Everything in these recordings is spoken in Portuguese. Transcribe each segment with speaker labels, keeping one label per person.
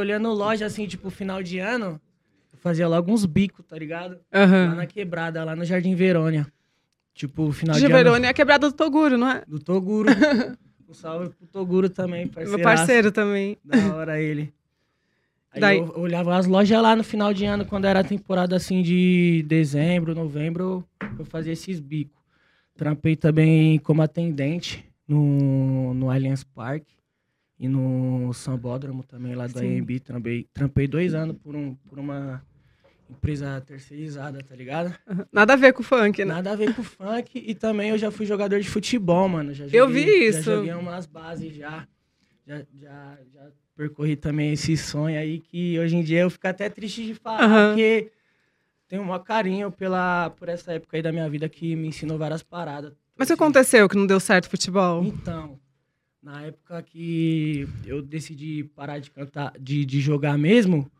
Speaker 1: olhando loja, assim, tipo, final de ano, eu fazia logo uns bicos, tá ligado? Lá
Speaker 2: Aham.
Speaker 1: na quebrada, lá no Jardim Verônia. Tipo, final de,
Speaker 2: De
Speaker 1: ano
Speaker 2: Verônia é a quebrada do Toguro, não é?
Speaker 1: do Toguro. um salve pro Toguro também, parceiro.
Speaker 2: Meu parceiro também.
Speaker 1: Da hora ele. Aí
Speaker 2: Daí-
Speaker 1: eu olhava as lojas lá no final de ano, quando era a temporada assim de dezembro, novembro, eu fazia esses bicos. Trampei também como atendente no, no Allianz Park e no Sambódromo também, lá do
Speaker 2: Sim.
Speaker 1: AMB. Trampei, trampei dois anos por, um, por uma empresa terceirizada, tá ligado?
Speaker 2: Aham. Nada a ver com o funk, né?
Speaker 1: Nada a ver com funk e também eu já fui jogador de futebol, mano. Já
Speaker 2: Eu vi isso.
Speaker 1: Já joguei umas bases já. Já, já, já percorri também esse sonho aí que hoje em dia eu fico até triste de falar,
Speaker 2: Aham.
Speaker 1: porque tenho o maior carinho pela, por essa época aí da minha vida que me ensinou várias paradas.
Speaker 2: Mas o que
Speaker 1: Assim,
Speaker 2: aconteceu que não deu certo o futebol?
Speaker 1: Então, na época que eu decidi parar de cantar, de, de jogar mesmo,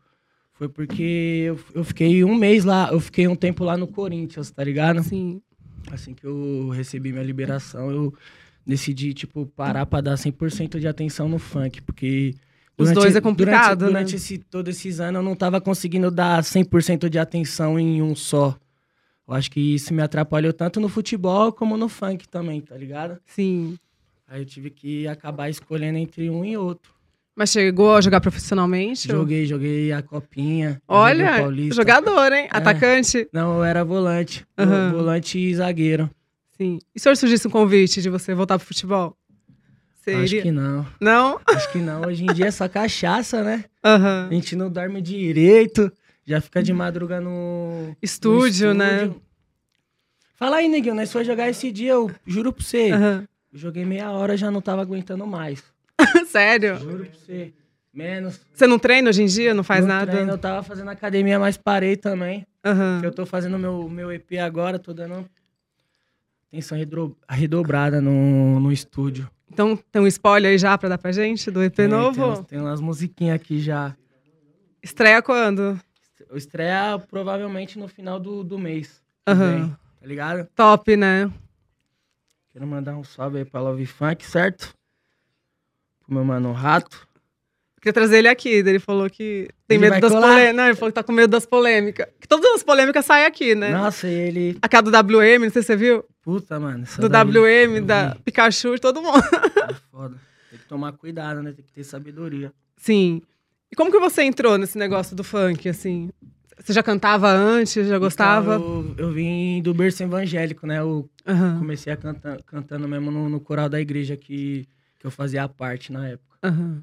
Speaker 1: foi porque eu, eu fiquei um mês lá, eu fiquei um tempo lá no Corinthians, tá ligado?
Speaker 2: Sim.
Speaker 1: assim que eu recebi minha liberação, eu decidi, tipo, parar pra dar 100% de atenção no funk, porque...
Speaker 2: Os dois é complicado,
Speaker 1: durante,
Speaker 2: né?
Speaker 1: Durante esse, todos esses anos, eu não tava conseguindo dar 100% de atenção em um só. Eu acho que isso me atrapalhou tanto no futebol como no funk também, tá ligado?
Speaker 2: Sim.
Speaker 1: Aí eu tive que acabar escolhendo entre um e outro.
Speaker 2: Mas chegou a jogar profissionalmente?
Speaker 1: Joguei, joguei a copinha. joguei o
Speaker 2: Olha,
Speaker 1: Paulista. É.
Speaker 2: jogador, hein? Atacante.
Speaker 1: Não, eu era volante.
Speaker 2: Aham.
Speaker 1: Volante e zagueiro.
Speaker 2: Sim. E se eu surgisse um convite de você voltar pro futebol? Você
Speaker 1: Acho
Speaker 2: iria?
Speaker 1: que não.
Speaker 2: Não?
Speaker 1: Acho que não. Hoje em dia é só cachaça, né?
Speaker 2: Aham.
Speaker 1: A gente não dorme direito, já fica de madruga no. no
Speaker 2: Estúdio, né?
Speaker 1: estúdio. Fala aí, neguinho, nós foi jogar esse dia, eu juro pra você.
Speaker 2: Aham.
Speaker 1: Eu joguei meia hora, já não tava aguentando mais.
Speaker 2: Sério?
Speaker 1: Juro pra você. Menos.
Speaker 2: Você não treina hoje em dia? Não faz
Speaker 1: No
Speaker 2: nada?
Speaker 1: treino, eu tava fazendo academia, mas parei também.
Speaker 2: Aham.
Speaker 1: Eu tô fazendo meu, meu EP agora, tô dando atenção redro- redobrada no, no estúdio.
Speaker 2: Então tem um spoiler aí já pra dar pra gente do EP
Speaker 1: Tem- Tem, um-
Speaker 2: novo?
Speaker 1: umas- tem umas musiquinhas aqui já.
Speaker 2: Estreia quando?
Speaker 1: Eu estreia provavelmente no final do, do mês. que
Speaker 2: Aham.
Speaker 1: vem, Tá ligado?
Speaker 2: Top, né?
Speaker 1: Quero mandar um salve aí pra Love Funk, certo? Pro meu mano Rato.
Speaker 2: Queria trazer ele aqui. daí Ele falou que tem
Speaker 1: Ele
Speaker 2: medo
Speaker 1: vai
Speaker 2: das
Speaker 1: colar?
Speaker 2: polêmicas. Não, ele falou que tá com medo das polêmicas. Que todas as polêmicas saem aqui, né?
Speaker 1: Nossa, e ele.
Speaker 2: A cara do WM, não sei se você viu.
Speaker 1: Puta, mano. essa
Speaker 2: Do
Speaker 1: daí
Speaker 2: WM,
Speaker 1: eu
Speaker 2: da
Speaker 1: vi,
Speaker 2: Pikachu, de todo mundo.
Speaker 1: é foda. Tem que tomar cuidado, né? Tem que ter sabedoria.
Speaker 2: Sim. E como que você entrou nesse negócio do funk, assim? Você já cantava antes, já gostava?
Speaker 1: Então, eu, eu vim do berço evangélico, né? Eu
Speaker 2: Aham,
Speaker 1: comecei a cantar, cantando mesmo no, no coral da igreja que, que eu fazia parte na época.
Speaker 2: aham.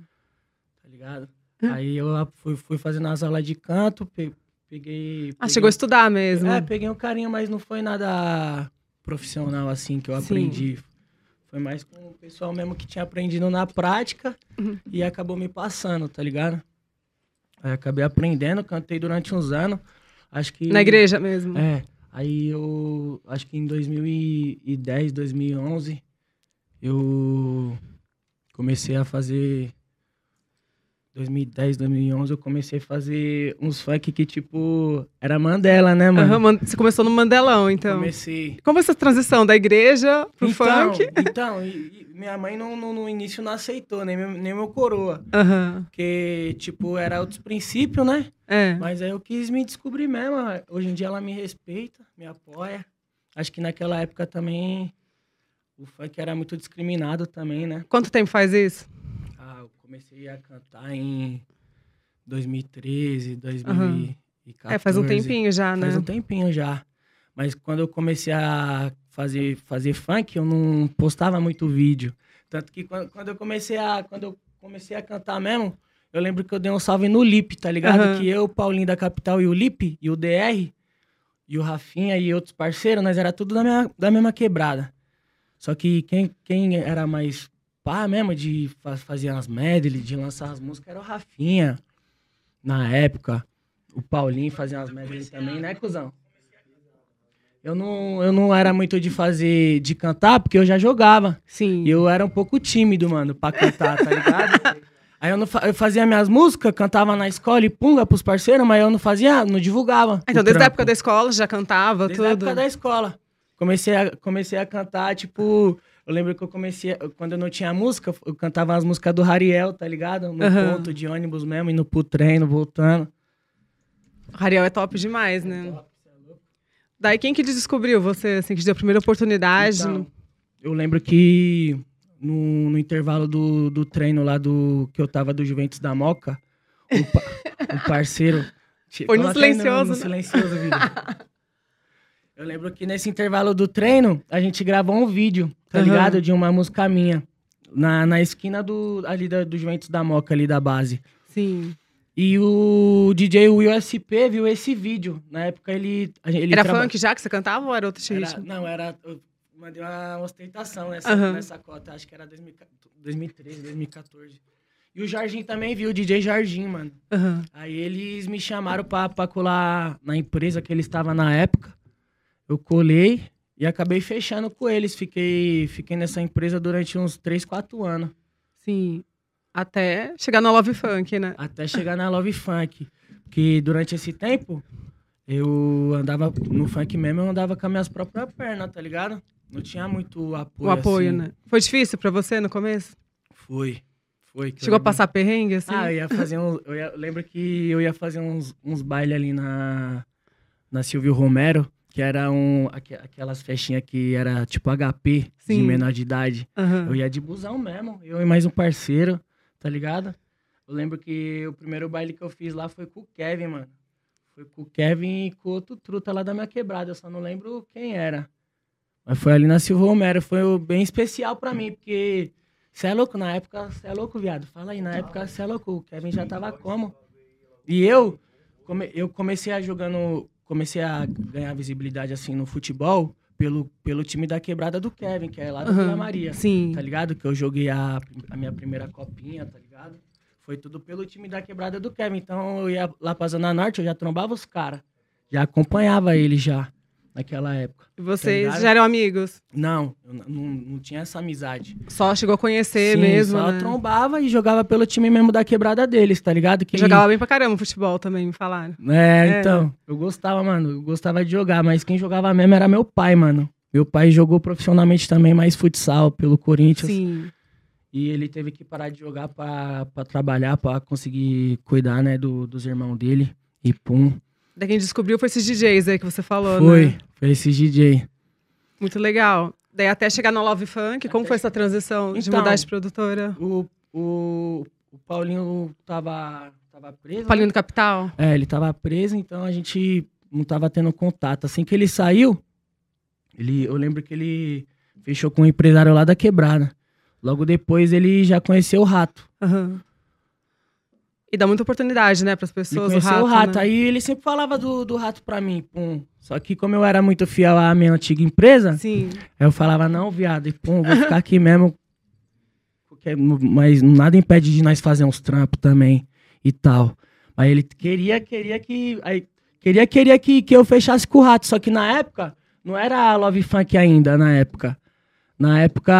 Speaker 1: tá ligado?
Speaker 2: Hum.
Speaker 1: Aí eu fui, fui fazendo as aulas de canto, pe- peguei.
Speaker 2: Ah,
Speaker 1: peguei-
Speaker 2: chegou a estudar mesmo.
Speaker 1: É, peguei um carinho, mas não foi nada profissional assim que eu
Speaker 2: Sim.
Speaker 1: aprendi. Foi mais com o pessoal mesmo que tinha aprendido na prática
Speaker 2: Uhum.
Speaker 1: e acabou me passando, tá ligado? Aí acabei aprendendo, cantei durante uns anos. Acho que.
Speaker 2: Na igreja mesmo.
Speaker 1: É. Aí eu. Acho que em 2010, 2011, eu comecei a fazer. 2010, 2011, eu comecei a fazer uns funk que, tipo, era Mandela, né, mano?
Speaker 2: Aham, man- você começou no Mandelão, então.
Speaker 1: Comecei.
Speaker 2: Como foi essa transição da igreja pro
Speaker 1: então,
Speaker 2: funk?
Speaker 1: Então, e- e minha mãe não, não- no início não aceitou, nem meu, nem meu coroa.
Speaker 2: Aham.
Speaker 1: Porque, tipo, era outros princípios, né?
Speaker 2: É.
Speaker 1: Mas aí eu quis me descobrir mesmo. Hoje em dia ela me respeita, me apoia. Acho que naquela época também o funk era muito discriminado também, né?
Speaker 2: Quanto tempo faz isso?
Speaker 1: Ah, eu comecei a cantar em 2013, 2014.
Speaker 2: É, faz um tempinho já, né?
Speaker 1: Faz um tempinho já. Mas quando eu comecei a fazer, fazer funk, eu não postava muito vídeo. Tanto que quando, quando eu comecei a, quando eu comecei a cantar mesmo, eu lembro que eu dei um salve no Lip, tá ligado?
Speaker 2: Aham.
Speaker 1: Que eu, Paulinho da Capital e o Lip, e o DR, e o Rafinha e outros parceiros, nós era tudo da mesma, da mesma quebrada. Só que quem, quem era mais pá mesmo de fa- fazer as medley, de lançar as músicas, era o Rafinha. Na época, o Paulinho fazia umas medley também, né, cuzão? Eu não, eu não era muito de fazer, de cantar, porque eu já jogava.
Speaker 2: Sim.
Speaker 1: E eu era um pouco tímido, mano, pra cantar, tá ligado? Aí eu, não fa- eu fazia minhas músicas, cantava na escola e punga pros parceiros, mas eu não fazia, não divulgava.
Speaker 2: Ah, então,
Speaker 1: o
Speaker 2: desde a
Speaker 1: trampo.
Speaker 2: época da escola já cantava
Speaker 1: Desde a
Speaker 2: tudo?
Speaker 1: época da escola. Comecei a, comecei a cantar, tipo, eu Eu lembro que eu comecei, quando eu não tinha música, eu cantava as músicas do Rariel, tá ligado? No
Speaker 2: Aham.
Speaker 1: ponto de ônibus mesmo, indo pro treino, voltando.
Speaker 2: Ariel é top demais, né? Daí quem que descobriu você, assim, que te deu a primeira oportunidade?
Speaker 1: Então, eu lembro que no, no intervalo do, do treino lá do que eu tava do Juventus da Moca, o, pa- o parceiro.
Speaker 2: Foi no
Speaker 1: Coloca aí
Speaker 2: silencioso,
Speaker 1: No,
Speaker 2: né?
Speaker 1: no silencioso, vida. Eu lembro que nesse intervalo do treino, a gente gravou um vídeo, tá
Speaker 2: Aham.
Speaker 1: ligado? De uma música minha. Na, na esquina do, ali da- do Juventus da Moca, ali da base.
Speaker 2: Sim.
Speaker 1: E o DJ Will SP viu esse vídeo. Na época ele. a gente- ele
Speaker 2: era
Speaker 1: traba-
Speaker 2: funk já que você cantava ou era outro
Speaker 1: era-
Speaker 2: ritmo?
Speaker 1: não, era. Eu mandei uma ostentação nessa,
Speaker 2: Aham.
Speaker 1: nessa cota. Acho que era 2013, 2014. E o Jardim também viu, o DJ Jardim, mano.
Speaker 2: Aham.
Speaker 1: Aí eles me chamaram pra, pra colar na empresa que ele estava na época. Eu colei e acabei fechando com eles. Fiquei, fiquei nessa empresa durante uns 3, 4 anos.
Speaker 2: Sim. Até chegar na Love Funk, né?
Speaker 1: Até chegar na Love Funk. Que durante esse tempo, eu andava no funk mesmo, eu andava com as minhas próprias pernas, tá ligado? Não tinha muito apoio.
Speaker 2: o apoio,
Speaker 1: assim.
Speaker 2: né? Foi difícil pra você no começo?
Speaker 1: Foi. Foi. que eu
Speaker 2: Chegou a
Speaker 1: lembro-
Speaker 2: passar perrengue, assim?
Speaker 1: Ah, eu ia fazer uns. Eu ia- lembro que eu ia fazer uns, uns bailes ali na. Na Silvio Romero, que era um. aque- Aquelas festinhas que era tipo HP, de
Speaker 2: Sim.
Speaker 1: menor de idade.
Speaker 2: Aham.
Speaker 1: Eu ia de busão mesmo, eu e mais um parceiro, tá ligado? Eu lembro que o primeiro baile que eu fiz lá foi com o Kevin, mano. Foi com o Kevin e com outro truta lá da minha quebrada, eu só não lembro quem era. Mas foi ali na Silva Romero, foi o- bem especial pra mim, porque você é louco na época, você é louco, viado. Fala aí, na época você é louco, o Kevin já tava como? E eu, come- eu comecei a jogando, comecei a ganhar visibilidade assim no futebol pelo, pelo time da quebrada do Kevin, que é lá da
Speaker 2: Aham.
Speaker 1: Vila Maria
Speaker 2: Sim.
Speaker 1: tá ligado? Que eu joguei a, a minha primeira copinha, tá ligado? Foi tudo pelo time da quebrada do Kevin. Então eu ia lá pra Zona Norte, eu já trombava os caras. Já acompanhava ele já, naquela época.
Speaker 2: E vocês
Speaker 1: tá ligado?
Speaker 2: já eram amigos?
Speaker 1: Não, eu n- não, não tinha essa amizade.
Speaker 2: Só chegou a conhecer
Speaker 1: Sim,
Speaker 2: mesmo,
Speaker 1: só
Speaker 2: né?
Speaker 1: trombava e jogava pelo time mesmo da quebrada deles, tá ligado? Que...
Speaker 2: Jogava bem pra caramba futebol também, me falaram.
Speaker 1: É,
Speaker 2: É.
Speaker 1: então. Eu gostava, mano. Eu gostava de jogar, mas quem jogava mesmo era meu pai, mano. Meu pai jogou profissionalmente também, mais futsal pelo Corinthians.
Speaker 2: Sim.
Speaker 1: E ele teve que parar de jogar pra pra trabalhar, pra conseguir cuidar, né, do, dos irmãos dele. E pum.
Speaker 2: Daí quem descobriu foi esses DJs aí que você falou,
Speaker 1: foi.
Speaker 2: né?
Speaker 1: Foi esse DJ.
Speaker 2: Muito legal. Daí até chegar na Love Funk, como
Speaker 1: Até
Speaker 2: foi essa transição de
Speaker 1: Então,
Speaker 2: mudar de produtora?
Speaker 1: O, o, o Paulinho tava, tava preso. né?
Speaker 2: Paulinho do Capital?
Speaker 1: É, ele tava preso, então a gente não tava tendo contato. Assim que ele saiu, ele, eu lembro que ele fechou com um empresário lá da quebrada. Logo depois ele já conheceu o Rato.
Speaker 2: Aham. E dá muita oportunidade, né, pras
Speaker 1: Ele
Speaker 2: pessoas.
Speaker 1: conheceu o rato,
Speaker 2: né?
Speaker 1: aí ele sempre falava do, do rato pra mim, pum. Só que como eu era muito fiel à minha antiga empresa,
Speaker 2: Sim.
Speaker 1: aí eu falava, não, viado, e pum, vou ficar aqui mesmo. Porque, mas nada impede de nós fazer uns trampos também e tal. Aí ele queria, queria que. Aí, queria, queria que, que eu fechasse com o rato. Só que na época, não era Love Funk ainda, na época. Na época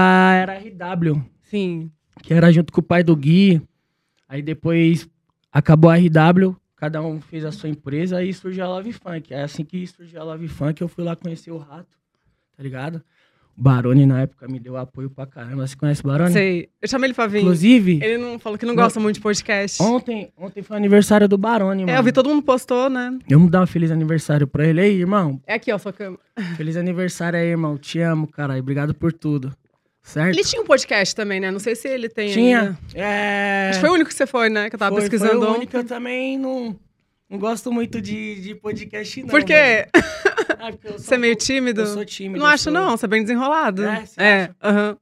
Speaker 1: era RW
Speaker 2: Sim.
Speaker 1: que era junto com o pai do Gui. Aí depois acabou a RW, cada um fez a sua empresa, aí surgiu a Love Funk. Aí assim que surgiu a Love Funk, eu fui lá conhecer o Rato, tá ligado? O Barone na época me deu apoio pra caramba. Você conhece o Barone?
Speaker 2: Sei. Eu chamei ele pra vir.
Speaker 1: Inclusive,
Speaker 2: Ele não falou que não
Speaker 1: Não.
Speaker 2: gosta muito de podcast.
Speaker 1: ontem, ontem foi aniversário do Barone, mano.
Speaker 2: É, eu vi todo mundo postou, né?
Speaker 1: Vamos dar um feliz aniversário pra ele aí, irmão.
Speaker 2: É aqui, ó, sua cama.
Speaker 1: Feliz aniversário aí, irmão. Te amo, caralho. Obrigado por tudo. Certo?
Speaker 2: Ele tinha um podcast também, né? Não sei se ele tem ainda.
Speaker 1: Tinha. É...
Speaker 2: Acho que foi o único que você foi, né? Que eu tava
Speaker 1: Foi-
Speaker 2: pesquisando
Speaker 1: Foi o
Speaker 2: ontem.
Speaker 1: único, eu também não, não gosto muito de, de podcast, não.
Speaker 2: Por quê?
Speaker 1: mano. Ah, porque eu sou
Speaker 2: Você é meio
Speaker 1: um pouco-
Speaker 2: tímido?
Speaker 1: Eu sou tímido.
Speaker 2: Não
Speaker 1: eu
Speaker 2: acho,
Speaker 1: sou-
Speaker 2: não. Você é bem desenrolado.
Speaker 1: É, você acha?
Speaker 2: aham.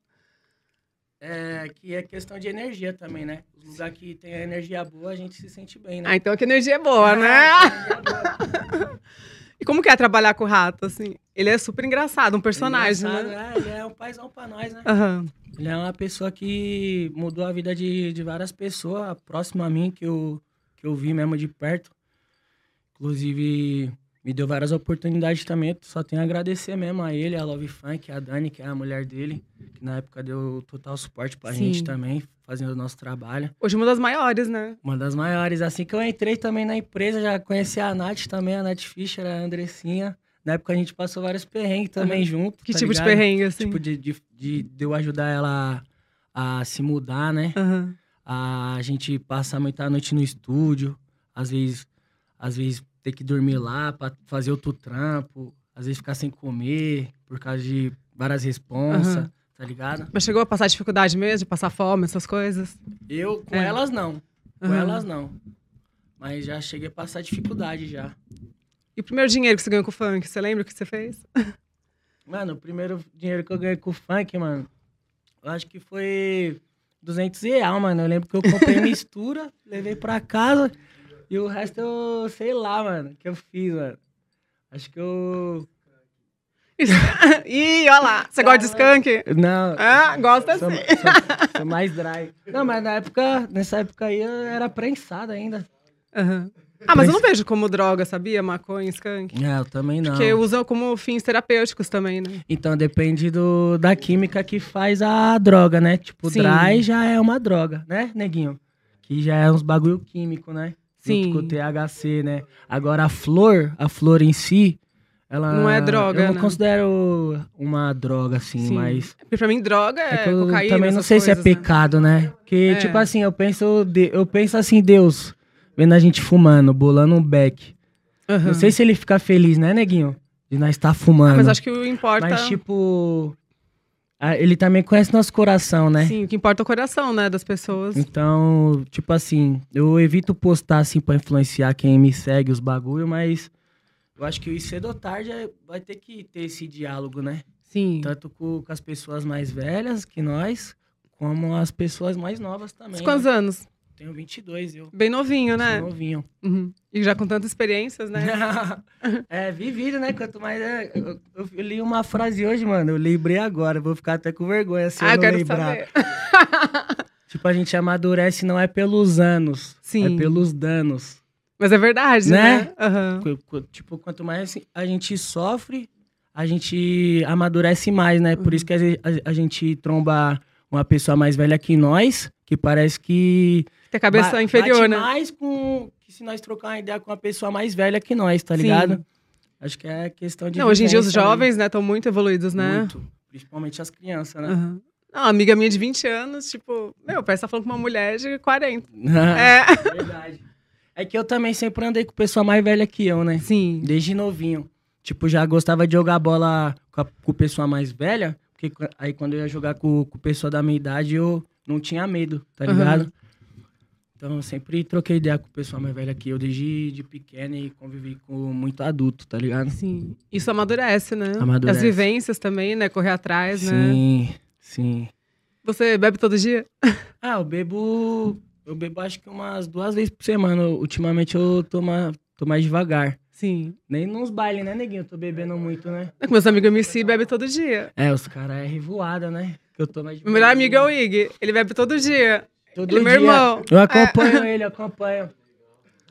Speaker 1: É, que é questão de energia também, né? Os lugares que tem a energia boa, a gente se sente bem, né? Ah,
Speaker 2: Ah, então que a energia é boa, né? E como que é trabalhar com o rato, assim? Ele é super engraçado, um personagem,
Speaker 1: Engraçado,
Speaker 2: né?
Speaker 1: né? Ele é um paizão pra nós, né?
Speaker 2: Aham.
Speaker 1: Ele é uma pessoa que mudou a vida de, de várias pessoas, próximo a mim, que eu, que eu vi mesmo de perto. Inclusive, me deu várias oportunidades também. Só tenho a agradecer mesmo a ele, a Love Funk, a Dani, que é a mulher dele, que na época deu total suporte pra
Speaker 2: Sim.
Speaker 1: gente também, fazendo o nosso trabalho.
Speaker 2: Hoje é uma das maiores, né?
Speaker 1: Uma das maiores. Assim que eu entrei também na empresa, já conheci a Nath também, a Nath Fischer, a Andressinha. Na época a gente passou vários perrengues também junto.
Speaker 2: Que
Speaker 1: tá
Speaker 2: tipo
Speaker 1: ligado?
Speaker 2: de perrengue, assim?
Speaker 1: Tipo, de, de, de, de eu ajudar ela a, a se mudar, né?
Speaker 2: Aham.
Speaker 1: A gente passar muita noite no estúdio, às vezes, às vezes ter que dormir lá pra fazer outro trampo, às vezes ficar sem comer por causa de várias responsas,
Speaker 2: Aham.
Speaker 1: tá ligado?
Speaker 2: Mas chegou a passar dificuldade mesmo, de passar fome, essas coisas?
Speaker 1: Eu com
Speaker 2: É.
Speaker 1: elas não, com
Speaker 2: Aham.
Speaker 1: elas não. Mas já cheguei a passar dificuldade já.
Speaker 2: E o primeiro dinheiro que você ganhou com o funk, você lembra o que você fez?
Speaker 1: Mano, o primeiro dinheiro que eu ganhei com o funk, mano, eu acho que foi 200 real, mano. Eu lembro que eu comprei mistura, levei pra casa e o resto eu sei lá, mano, o que eu fiz, mano. Acho que eu.
Speaker 2: Ih, olha lá. Você gosta de skunk?
Speaker 1: Não.
Speaker 2: Ah, gosta
Speaker 1: sou,
Speaker 2: sim.
Speaker 1: sou- sou mais dry. Não, mas na época, nessa época aí eu era prensado ainda.
Speaker 2: Aham. Ah, mas eu não vejo como droga, sabia? Maconha, skunk.
Speaker 1: Não, É, eu também não.
Speaker 2: Porque usam como fins terapêuticos também, né?
Speaker 1: Então depende do, da química que faz a droga, né? Tipo,
Speaker 2: Sim.
Speaker 1: dry já é uma droga, né, neguinho? Que já é uns bagulho químico, né?
Speaker 2: Sim.
Speaker 1: Junto com o THC, né? Agora a flor, a flor em si, ela
Speaker 2: Não é droga,
Speaker 1: Eu não
Speaker 2: né?
Speaker 1: considero uma droga assim,
Speaker 2: Sim.
Speaker 1: mas
Speaker 2: Porque pra mim, droga
Speaker 1: é
Speaker 2: é,
Speaker 1: que eu
Speaker 2: cocaína.
Speaker 1: também não
Speaker 2: essas
Speaker 1: sei se é
Speaker 2: coisas, né?
Speaker 1: pecado, né? Porque
Speaker 2: É.
Speaker 1: tipo assim, eu penso, de- eu penso assim, Deus, vendo a gente fumando, bolando um beck.
Speaker 2: Aham. Ah,
Speaker 1: Não sei se ele fica feliz, né, neguinho? De nós estar fumando.
Speaker 2: Mas acho que o importa.
Speaker 1: Mas, tipo, a- ele também conhece nosso coração, né?
Speaker 2: Sim, o que importa é o coração, né? Das pessoas.
Speaker 1: Então, tipo assim, eu evito postar assim pra influenciar quem me segue os bagulho, mas eu acho que cedo ou tarde é- vai ter que ter esse diálogo, né?
Speaker 2: Sim.
Speaker 1: Tanto com, com as pessoas mais velhas que nós, como as pessoas mais novas também.
Speaker 2: Você Quantos
Speaker 1: né?
Speaker 2: anos?
Speaker 1: Tenho 22, eu.
Speaker 2: Bem novinho,
Speaker 1: Sou
Speaker 2: né?
Speaker 1: Novinho.
Speaker 2: Uhum. E já com tantas experiências, né?
Speaker 1: é, vivido, né? Quanto mais. é, Eu, eu li uma frase hoje, mano. Eu lembrei agora. Vou ficar até com vergonha se eu
Speaker 2: ah, eu
Speaker 1: não
Speaker 2: quero
Speaker 1: lembrar.
Speaker 2: saber.
Speaker 1: Tipo, a gente amadurece não é pelos anos,
Speaker 2: Sim.
Speaker 1: é pelos danos.
Speaker 2: Mas é verdade, né?
Speaker 1: Né?
Speaker 2: Aham.
Speaker 1: Qu- qu- Tipo, quanto mais a gente sofre, a gente amadurece mais, né? Por isso que às vezes a, a gente tromba uma pessoa mais velha que nós, que parece que.
Speaker 2: Tem a cabeça
Speaker 1: ba-
Speaker 2: inferior,
Speaker 1: bate
Speaker 2: né?
Speaker 1: mais com. Que se nós trocar uma ideia com uma pessoa mais velha que nós, tá
Speaker 2: Sim.
Speaker 1: ligado? Acho que é questão de.
Speaker 2: Não, hoje em dia os
Speaker 1: vivência, né?
Speaker 2: jovens, né, estão muito evoluídos, né?
Speaker 1: Muito. Principalmente as crianças, né?
Speaker 2: Aham. Não, uma amiga minha de 20 anos, tipo, meu, parece que tá falando com uma mulher de 40.
Speaker 1: Tá.
Speaker 2: É.
Speaker 1: Verdade. É que eu também sempre andei com pessoa mais velha que eu, né?
Speaker 2: Sim.
Speaker 1: Desde novinho. Tipo, já gostava de jogar bola com, a, com o pessoal mais velha. Porque qu- aí quando eu ia jogar com, com o pessoal da minha idade, eu não tinha medo, tá
Speaker 2: Aham.
Speaker 1: ligado? Então eu sempre troquei ideia com o pessoal mais velho aqui. Eu desde de pequeno e convivi com muito adulto, tá ligado?
Speaker 2: Sim. Isso amadurece, né?
Speaker 1: Amadurece.
Speaker 2: As vivências também, né? Correr atrás, né?
Speaker 1: Sim, sim.
Speaker 2: Você bebe todo dia?
Speaker 1: Ah, eu bebo. Eu bebo acho que umas duas vezes por semana. Ultimamente eu tô, ma- tô mais devagar.
Speaker 2: Sim.
Speaker 1: Nem nos bailes, né, neguinho? Eu tô bebendo muito, né?
Speaker 2: É que meus amigos MC bebe todo dia.
Speaker 1: É, os caras é revoada, né? Que eu tô mais.
Speaker 2: Meu melhor amigo é o Ig. Ele bebe todo dia.
Speaker 1: Todo
Speaker 2: ele é meu
Speaker 1: dia.
Speaker 2: irmão.
Speaker 1: Eu acompanho ele, eu acompanho.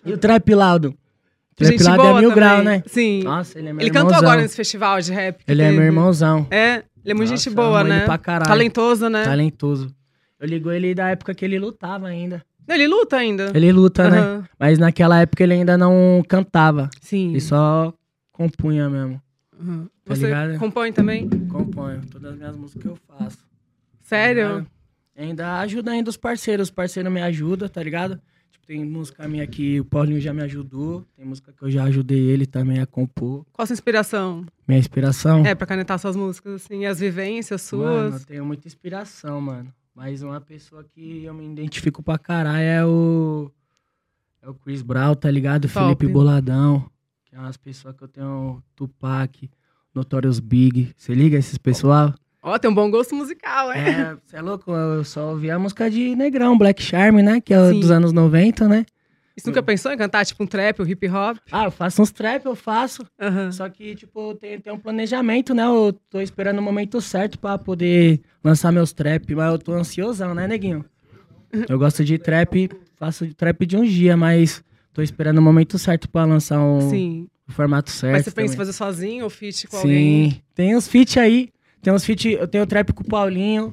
Speaker 1: E o Trap Laudo? Trap
Speaker 2: Gente
Speaker 1: Laudo
Speaker 2: boa
Speaker 1: é mil
Speaker 2: também.
Speaker 1: grau, né?
Speaker 2: Sim.
Speaker 1: Nossa, ele é meu
Speaker 2: ele
Speaker 1: irmãozão.
Speaker 2: cantou agora nesse festival de rap. que
Speaker 1: Ele é
Speaker 2: teve.
Speaker 1: meu irmãozão.
Speaker 2: É, ele é muito
Speaker 1: Nossa,
Speaker 2: gente
Speaker 1: eu
Speaker 2: boa,
Speaker 1: amo ele
Speaker 2: né?
Speaker 1: pra caralho.
Speaker 2: Talentoso, né?
Speaker 1: Talentoso. Eu ligo ele da época que ele lutava ainda.
Speaker 2: Não, Ele luta ainda.
Speaker 1: Ele luta, né?
Speaker 2: Aham.
Speaker 1: Mas naquela época ele ainda não cantava.
Speaker 2: Sim.
Speaker 1: Ele só compunha mesmo.
Speaker 2: Aham.
Speaker 1: Tá
Speaker 2: Você
Speaker 1: ligado?
Speaker 2: compõe também?
Speaker 1: Compunha. Todas as minhas músicas que eu faço.
Speaker 2: Sério?
Speaker 1: Ainda ajuda ainda os parceiros, os parceiros me ajudam, tá ligado? Tipo, tem música minha que o Paulinho já me ajudou, tem música que eu já ajudei ele também a compor.
Speaker 2: Qual a sua inspiração?
Speaker 1: Minha inspiração?
Speaker 2: É, pra canetar suas músicas, assim, e as vivências
Speaker 1: mano, eu
Speaker 2: suas.
Speaker 1: tenho muita inspiração, mano. Mas uma pessoa que eu me identifico pra caralho é o. É o Chris Brown, tá ligado?
Speaker 2: Top.
Speaker 1: Felipe Boladão. Que é umas pessoas que eu tenho. Tupac, Notorious Big. Você liga esses pessoal?
Speaker 2: Ó, tem um bom gosto musical, hein?
Speaker 1: É, você é louco? Eu só ouvi a música de Negrão, Black Charm, né? Que é
Speaker 2: Sim.
Speaker 1: dos anos 90, né?
Speaker 2: E Você nunca pensou em cantar, tipo, um trap, um hip hop?
Speaker 1: Ah, eu faço uns trap, eu faço.
Speaker 2: Aham.
Speaker 1: Só que, tipo, tem, tem um planejamento, né? Eu tô esperando o momento certo pra poder lançar meus trap, mas eu tô ansiosão, né, neguinho? Eu gosto de trap, faço de trap de um dia, mas tô esperando o momento certo pra lançar um
Speaker 2: Sim.
Speaker 1: o formato certo.
Speaker 2: Mas você pensa
Speaker 1: É,
Speaker 2: em
Speaker 1: também.
Speaker 2: fazer sozinho ou feat com
Speaker 1: Sim.
Speaker 2: alguém?
Speaker 1: Tem uns feat aí. Tem uns feat. Eu tenho trap com o Paulinho.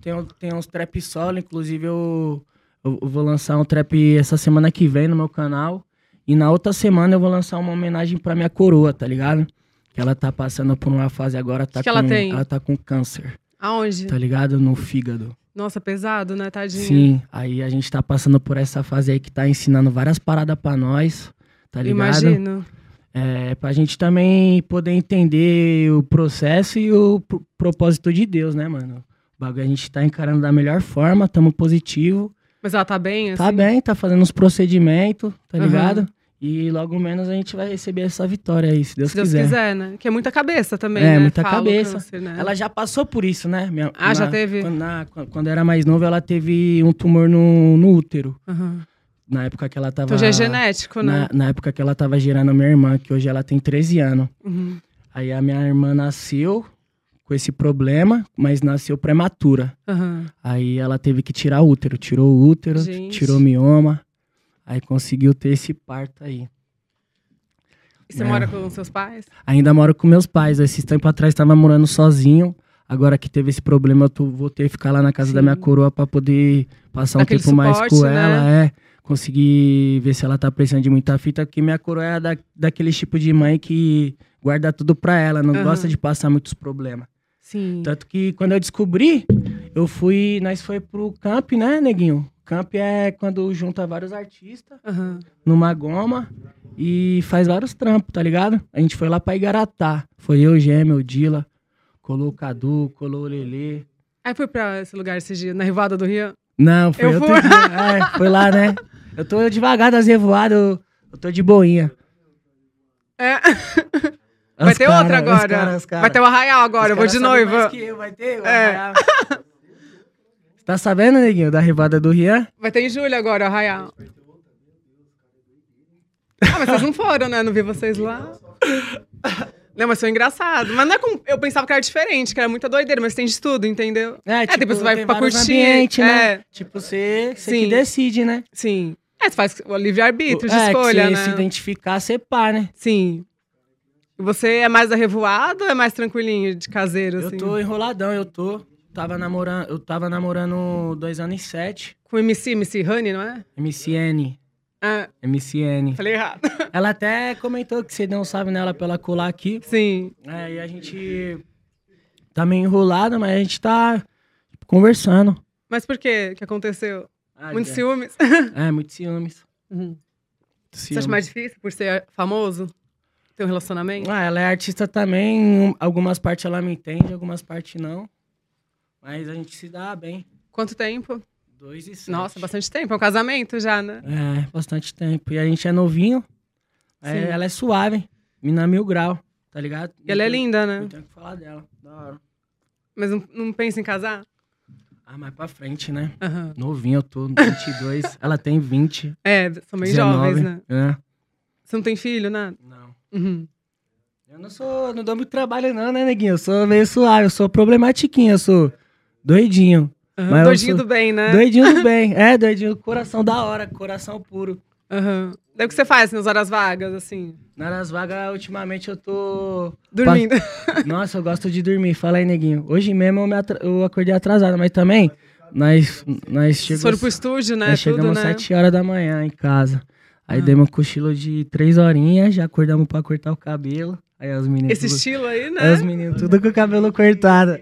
Speaker 1: Tenho, tem uns trap solo. Inclusive, eu, eu eu vou lançar um trap essa semana que vem no meu canal. E na outra semana eu vou lançar uma homenagem pra minha coroa, tá ligado? Que ela tá passando por uma fase agora. Tá
Speaker 2: Que que
Speaker 1: com,
Speaker 2: ela tem?
Speaker 1: tá com câncer.
Speaker 2: Aonde?
Speaker 1: tá ligado? No fígado.
Speaker 2: Nossa, pesado, né, tadinho?
Speaker 1: Sim, aí a gente tá passando por essa fase aí que tá ensinando várias paradas pra nós, tá ligado?
Speaker 2: Imagino.
Speaker 1: É pra gente também poder entender o processo e o pr- propósito de Deus, né, mano? O bagulho a gente tá encarando da melhor forma, tamo positivo.
Speaker 2: Mas ela tá bem, assim?
Speaker 1: Tá bem, tá fazendo os procedimentos, tá
Speaker 2: Aham.
Speaker 1: ligado? E logo menos a gente vai receber essa vitória aí, se Deus,
Speaker 2: Se Deus
Speaker 1: quiser.
Speaker 2: quiser. né? Que é muita cabeça também,
Speaker 1: É,
Speaker 2: né?
Speaker 1: muita
Speaker 2: Fala o
Speaker 1: cabeça.
Speaker 2: câncer, né?
Speaker 1: Ela já passou por isso, né? Minha-
Speaker 2: Ah, já teve?
Speaker 1: Quando, na- quando era mais nova, ela teve um tumor no, no útero.
Speaker 2: Aham.
Speaker 1: Na época que ela tava.
Speaker 2: Então já é genético, né?
Speaker 1: na, na época que ela tava gerando minha irmã, que hoje ela tem 13 anos.
Speaker 2: Uhum.
Speaker 1: Aí a minha irmã nasceu com esse problema, mas nasceu prematura.
Speaker 2: Aham.
Speaker 1: Aí ela teve que tirar o útero. Tirou o útero,
Speaker 2: Gente.
Speaker 1: tirou mioma. Aí conseguiu ter esse parto aí.
Speaker 2: E você
Speaker 1: É.
Speaker 2: mora com seus pais?
Speaker 1: Ainda moro com meus pais. Esses tempos atrás estava morando sozinho. Agora que teve esse problema, eu tô- vou ter que ficar lá na casa
Speaker 2: Sim.
Speaker 1: da minha coroa pra poder passar
Speaker 2: Daquele
Speaker 1: um tempo mais
Speaker 2: suporte,
Speaker 1: com
Speaker 2: né?
Speaker 1: ela. É, conseguir ver se ela tá precisando de muita fita, porque minha coroa é da, daquele tipo de mãe que guarda tudo pra ela, não
Speaker 2: Aham.
Speaker 1: gosta de passar muitos problemas.
Speaker 2: Sim.
Speaker 1: Tanto que quando eu descobri, eu fui. Nós foi pro camp, né, neguinho? Camp é quando junta vários artistas
Speaker 2: Aham.
Speaker 1: numa goma e faz vários trampos, tá ligado? A gente foi lá pra Igaratá. Foi eu, Gêmeo, Dila, colou o Cadu, colou o Lelê.
Speaker 2: Aí fui pra esse lugar esse dia, na Rivada do Rio.
Speaker 1: Não, foi
Speaker 2: Eu
Speaker 1: outro
Speaker 2: fui.
Speaker 1: dia. É, foi lá, né? Eu tô devagar das revoadas, eu, eu tô de boinha.
Speaker 2: É. Vai
Speaker 1: Os
Speaker 2: ter
Speaker 1: cara,
Speaker 2: outra
Speaker 1: os
Speaker 2: agora.
Speaker 1: cara, os cara.
Speaker 2: Vai ter o Arraial
Speaker 1: Os
Speaker 2: agora, eu
Speaker 1: cara
Speaker 2: vou
Speaker 1: sabem
Speaker 2: de
Speaker 1: mais
Speaker 2: noiva.
Speaker 1: que eu, vai ter, vai
Speaker 2: É.
Speaker 1: raiar. Você Tá sabendo, neguinho, da rivada do Rian?
Speaker 2: Vai ter em julho agora o Arraial. Ah, mas vocês não foram, né? Não vi vocês lá. Não, mas foi engraçado. Mas não é como. Eu pensava que era diferente, que era muita doideira, mas tem de tudo, entendeu?
Speaker 1: É,
Speaker 2: tem pessoa que tipo, vai pra
Speaker 1: vários
Speaker 2: curtir,
Speaker 1: ambiente, né?
Speaker 2: é.
Speaker 1: Tipo, você, você
Speaker 2: Sim.
Speaker 1: que decide, né?
Speaker 2: Sim. É, você faz o livre-arbítrio de
Speaker 1: É, que
Speaker 2: escolha,
Speaker 1: se
Speaker 2: né?
Speaker 1: se identificar, você pá, né?
Speaker 2: Sim. Você é mais da revoada ou é mais tranquilinho, de caseiro, assim?
Speaker 1: Eu tô enroladão, eu tô. Tava namorando, eu tava namorando dois anos e sete.
Speaker 2: Com MC, MC Honey, não é?
Speaker 1: MCN.
Speaker 2: Ah,
Speaker 1: MCN.
Speaker 2: falei errado.
Speaker 1: Ela até comentou que você deu um salve nela pra ela colar aqui.
Speaker 2: Sim.
Speaker 1: É, e a gente tá meio enrolado, mas a gente tá conversando.
Speaker 2: Mas por quê? O que aconteceu? Muitos
Speaker 1: é.
Speaker 2: ciúmes?
Speaker 1: É, muitos ciúmes.
Speaker 2: Você acha mais difícil por ser famoso? Ter um relacionamento?
Speaker 1: Ah, ela é artista também. em um, Algumas partes ela me entende, algumas partes não. Mas a gente se dá bem.
Speaker 2: Quanto tempo?
Speaker 1: Dois e sete.
Speaker 2: Nossa, bastante tempo. É um casamento já, né?
Speaker 1: É, bastante tempo. E a gente é novinho. É,
Speaker 2: Sim.
Speaker 1: ela é suave, hein? mina mil grau, tá ligado?
Speaker 2: E ela é
Speaker 1: Não tenho-
Speaker 2: linda,
Speaker 1: Não
Speaker 2: né?
Speaker 1: tenho o que falar dela. Da hora.
Speaker 2: Mas não, não pensa em casar?
Speaker 1: Ah, mais pra frente, né?
Speaker 2: Aham.
Speaker 1: Novinho eu tô, 22. ela tem 20.
Speaker 2: É, são meio
Speaker 1: 19,
Speaker 2: jovens, né?
Speaker 1: É.
Speaker 2: Você não tem filho, nada?
Speaker 1: Não.
Speaker 2: Uhum.
Speaker 1: Eu não sou, não dou muito trabalho não, né, neguinho? Eu sou meio suave, eu sou problematiquinho, eu sou doidinho.
Speaker 2: Aham.
Speaker 1: Mas eu
Speaker 2: Doidinho
Speaker 1: sou-
Speaker 2: Uhum. do bem, né?
Speaker 1: Doidinho do bem. É, doidinho, coração da hora, coração puro.
Speaker 2: Aham. Daí Uhum. É o que você faz nas horas vagas, assim?
Speaker 1: Nas vagas, ultimamente eu tô
Speaker 2: Dormindo.
Speaker 1: Nossa, eu gosto de dormir. Fala aí, neguinho. Hoje mesmo eu, me atra- eu acordei atrasado, mas também nós, nós
Speaker 2: Vocês
Speaker 1: chegamos,
Speaker 2: foram pro estúdio, né?
Speaker 1: nós
Speaker 2: Tudo,
Speaker 1: chegamos
Speaker 2: né?
Speaker 1: 7 horas da manhã em casa. Aí
Speaker 2: Ah.
Speaker 1: demos um cochilo de 3 horinhas, já acordamos pra cortar o cabelo. Aí os meninos.
Speaker 2: Esse
Speaker 1: tudo...
Speaker 2: estilo aí,
Speaker 1: Aí os
Speaker 2: né?
Speaker 1: meninos tudo com o cabelo cortado.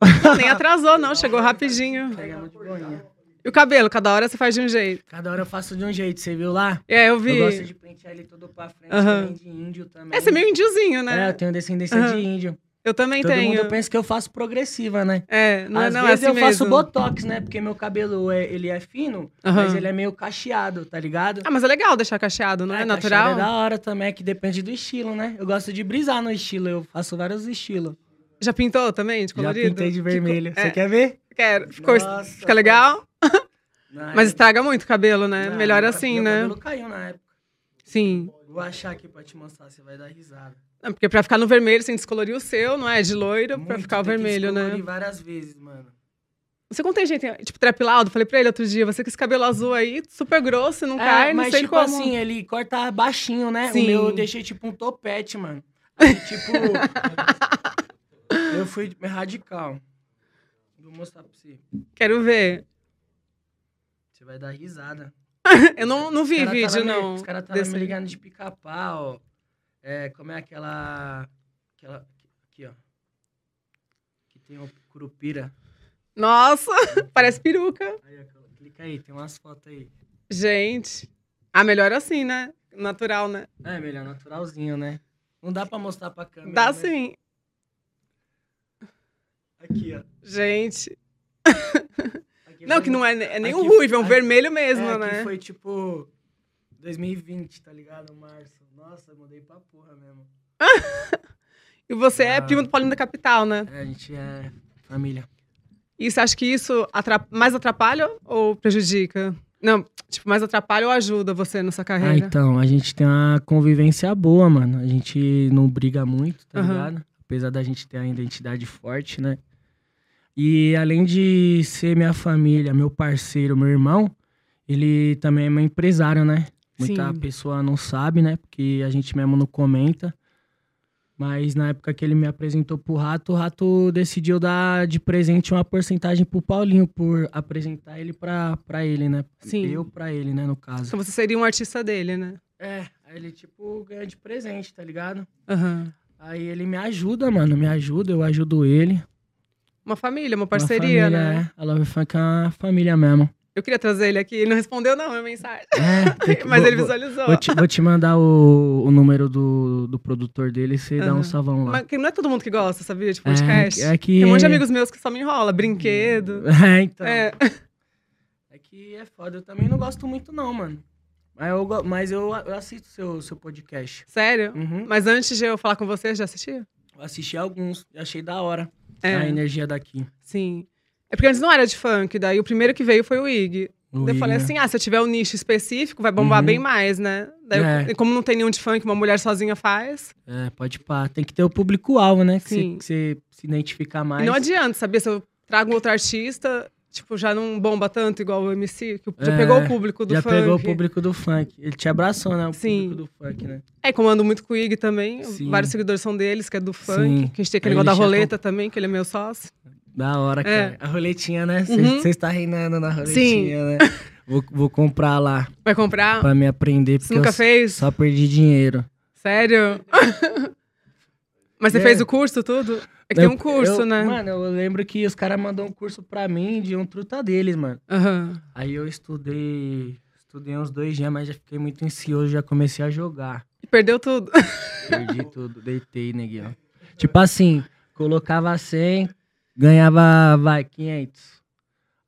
Speaker 2: Nem atrasou, não. Chegou rapidinho.
Speaker 1: Chegamos de boinha.
Speaker 2: E o cabelo? Cada hora você faz de um jeito.
Speaker 1: Cada hora eu faço de um jeito, você viu lá?
Speaker 2: É, eu vi.
Speaker 1: Eu gosto de pentear ele todo pra frente,
Speaker 2: Aham.
Speaker 1: também de índio também.
Speaker 2: É, você é meio indiozinho, né?
Speaker 1: É, eu tenho descendência
Speaker 2: Aham.
Speaker 1: de índio.
Speaker 2: Eu também
Speaker 1: Todo
Speaker 2: tenho.
Speaker 1: mundo pensa que eu faço progressiva, né?
Speaker 2: É, não, é-
Speaker 1: Às
Speaker 2: não, é
Speaker 1: vezes
Speaker 2: assim
Speaker 1: eu faço
Speaker 2: mesmo.
Speaker 1: botox, né? Porque meu cabelo é, ele é fino,
Speaker 2: Aham.
Speaker 1: mas ele é meio cacheado, tá ligado?
Speaker 2: Ah, mas é legal deixar cacheado, não é,
Speaker 1: cacheado
Speaker 2: natural?
Speaker 1: É da hora também, é que depende do estilo, né? Eu gosto de brisar no estilo, eu faço vários estilos.
Speaker 2: Já pintou também, de
Speaker 1: Já
Speaker 2: colorido?
Speaker 1: pintei de vermelho.
Speaker 2: Ficou-
Speaker 1: Você
Speaker 2: é,
Speaker 1: quer ver?
Speaker 2: quero. Ficou,
Speaker 1: Nossa,
Speaker 2: fica legal,
Speaker 1: Não, eu-
Speaker 2: mas estraga muito o cabelo, né?
Speaker 1: não,
Speaker 2: Melhor
Speaker 1: meu
Speaker 2: assim,
Speaker 1: cabelo-
Speaker 2: né?
Speaker 1: Meu cabelo caiu na época.
Speaker 2: Sim.
Speaker 1: Vou achar aqui pra te mostrar, você vai dar risada.
Speaker 2: Não, porque pra ficar no vermelho, sem descolorir o seu, não é? De loiro, pra
Speaker 1: Muito,
Speaker 2: ficar o
Speaker 1: tem que
Speaker 2: vermelho,
Speaker 1: descolorir
Speaker 2: né?
Speaker 1: várias vezes, mano.
Speaker 2: Você não tem gente, tipo, trap laudo? Falei pra ele outro dia, você com esse cabelo azul aí, super grosso, não
Speaker 1: É,
Speaker 2: cai, não
Speaker 1: mas
Speaker 2: sei
Speaker 1: tipo
Speaker 2: como.
Speaker 1: assim, ele corta baixinho, né?
Speaker 2: Sim.
Speaker 1: O meu eu deixei tipo um topete, mano. Aí, tipo. eu fui radical. Vou mostrar pra você.
Speaker 2: Quero ver.
Speaker 1: Você vai dar risada.
Speaker 2: Eu não, não
Speaker 1: Os
Speaker 2: vi
Speaker 1: cara tava
Speaker 2: vídeo,
Speaker 1: me-
Speaker 2: não.
Speaker 1: Os caras estavam
Speaker 2: desse
Speaker 1: me
Speaker 2: aí.
Speaker 1: ligando de pica-pau. É, como é aquela. Aquela. Aqui, ó. tem o Curupira.
Speaker 2: Nossa, parece peruca.
Speaker 1: Aí, ó, clica aí, tem umas fotos aí.
Speaker 2: Gente. Ah, melhor assim, né? Natural, né?
Speaker 1: É, melhor, naturalzinho, né? Não dá pra mostrar pra câmera.
Speaker 2: Dá
Speaker 1: mas-
Speaker 2: sim.
Speaker 1: Aqui, ó.
Speaker 2: Gente.
Speaker 1: Aqui
Speaker 2: Não,
Speaker 1: foi
Speaker 2: que
Speaker 1: no-
Speaker 2: não é, ne- é nem um
Speaker 1: Aqui-
Speaker 2: ruivo, é um
Speaker 1: aqui-
Speaker 2: vermelho mesmo,
Speaker 1: é,
Speaker 2: né?
Speaker 1: Que foi tipo 2020, tá ligado? Março. Nossa, eu mudei pra porra mesmo.
Speaker 2: E você é
Speaker 1: Ah.
Speaker 2: primo do Paulinho da Capital, né?
Speaker 1: É, a gente é família.
Speaker 2: E você acha que isso atra- mais atrapalha ou prejudica? Não, tipo, mais atrapalha ou ajuda você nessa
Speaker 1: Ah,
Speaker 2: carreira?
Speaker 1: então, a gente tem uma convivência boa, mano. A gente não briga muito, tá
Speaker 2: Aham.
Speaker 1: ligado? Apesar da gente ter uma identidade forte, né? E além de ser minha família, meu parceiro, meu irmão, ele também é meu empresário, né? Muita
Speaker 2: Sim.
Speaker 1: pessoa não sabe, né? Porque a gente mesmo não comenta. Mas na época que ele me apresentou pro Rato, o Rato decidiu dar de presente uma porcentagem pro Paulinho, por apresentar ele pra, pra ele, né?
Speaker 2: Sim.
Speaker 1: Eu pra ele, né, no caso.
Speaker 2: Então você seria um artista dele, né?
Speaker 1: É, aí ele, tipo, ganha de presente, tá ligado?
Speaker 2: Aham.
Speaker 1: Aí ele me ajuda, mano, me ajuda, eu ajudo ele. Uma
Speaker 2: Uma família, uma parceria,
Speaker 1: família,
Speaker 2: né?
Speaker 1: É, a Love Funk é uma família mesmo.
Speaker 2: Eu queria trazer ele aqui, ele não respondeu não a minha mensagem.
Speaker 1: É, tem que-
Speaker 2: Mas
Speaker 1: vou-
Speaker 2: ele
Speaker 1: vou-
Speaker 2: visualizou.
Speaker 1: Vou te, vou te mandar o, o número do, do produtor dele, você dá
Speaker 2: Aham.
Speaker 1: um salvão lá.
Speaker 2: Mas que não é todo mundo que gosta, sabia? De podcast.
Speaker 1: é, é que...
Speaker 2: Tem um monte de amigos meus que só me enrola, brinquedo.
Speaker 1: É, então.
Speaker 2: É.
Speaker 1: É que é foda, eu também não gosto muito não, mano. Mas eu, go- mas eu, eu assisto seu, seu podcast.
Speaker 2: Sério?
Speaker 1: Uhum.
Speaker 2: Mas antes de eu falar com você, já assistia?
Speaker 1: Eu assisti alguns, eu achei da hora
Speaker 2: É.
Speaker 1: a energia daqui.
Speaker 2: Sim. É porque antes não era de funk, daí o primeiro que veio foi o Ig.
Speaker 1: O
Speaker 2: Daí eu falei
Speaker 1: Igor.
Speaker 2: assim: ah, se eu tiver um nicho específico, vai bombar
Speaker 1: Uhum.
Speaker 2: bem mais, né? Daí eu-
Speaker 1: É.
Speaker 2: e como não tem nenhum de funk, uma mulher sozinha faz.
Speaker 1: É, pode pá. Tem que ter o público-alvo, né? Que
Speaker 2: Sim.
Speaker 1: você- que você se identificar
Speaker 2: E
Speaker 1: mais.
Speaker 2: não é adianta, sabia? Se eu trago outro artista, tipo, já não bomba tanto igual o MC, que já
Speaker 1: É,
Speaker 2: pegou o público do
Speaker 1: Já
Speaker 2: funk.
Speaker 1: pegou o público do funk. Ele te abraçou, né? O
Speaker 2: Sim.
Speaker 1: público do funk, né?
Speaker 2: É, como eu ando muito com o Ig também.
Speaker 1: Sim.
Speaker 2: Vários seguidores são deles, que é do funk.
Speaker 1: Sim.
Speaker 2: Que a gente tem aquele
Speaker 1: Aí
Speaker 2: negócio da
Speaker 1: ele já
Speaker 2: roleta também, que ele é meu sócio.
Speaker 1: Da hora,
Speaker 2: É.
Speaker 1: cara. A roletinha, né? Você
Speaker 2: Uhum.
Speaker 1: está reinando na roletinha, né? Vou, vou comprar lá
Speaker 2: Vai comprar?
Speaker 1: pra me aprender.
Speaker 2: Você
Speaker 1: Porque
Speaker 2: nunca
Speaker 1: eu
Speaker 2: fez?
Speaker 1: só perdi dinheiro.
Speaker 2: Sério? Mas você
Speaker 1: É.
Speaker 2: fez o curso tudo? É que tem
Speaker 1: Eu-
Speaker 2: um curso,
Speaker 1: eu-
Speaker 2: né?
Speaker 1: Mano, eu lembro que os caras mandaram um curso pra mim de um truta deles, mano.
Speaker 2: Aham.
Speaker 1: Aí eu estudei... Estudei uns dois dias, mas já fiquei muito ansioso, já comecei a jogar.
Speaker 2: E perdeu tudo.
Speaker 1: Perdi tudo, deitei, neguinho. Tipo assim, colocava 100, ganhava, vai, 500.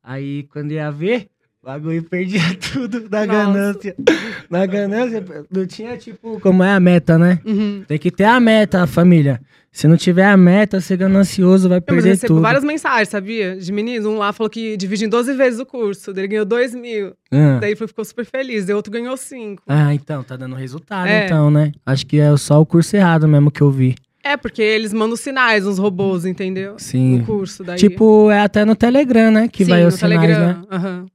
Speaker 1: Aí, quando ia ver, o bagulho perdia tudo na
Speaker 2: Nossa.
Speaker 1: ganância. Na ganância, não tinha, tipo, como é a meta, né?
Speaker 2: Uhum.
Speaker 1: Tem que ter a meta, família. Se não tiver a meta, ser ganancioso vai
Speaker 2: Eu É, mas
Speaker 1: perder
Speaker 2: eu recebo
Speaker 1: tudo.
Speaker 2: várias mensagens, sabia? De menino. Um lá falou que divide em 12 vezes o curso. Daí ele ganhou 2 mil.
Speaker 1: Ah.
Speaker 2: Daí foi- ficou super feliz. Daí outro ganhou 5.
Speaker 1: Ah, então, tá dando resultado,
Speaker 2: É.
Speaker 1: então, né? Acho que é só o curso errado mesmo que eu vi.
Speaker 2: É, porque eles mandam sinais, uns robôs, entendeu?
Speaker 1: Sim.
Speaker 2: No curso. Daí...
Speaker 1: Tipo, é até no Telegram, né? Que
Speaker 2: Sim,
Speaker 1: vai
Speaker 2: no
Speaker 1: os sinais, né?
Speaker 2: Telegram. Aham.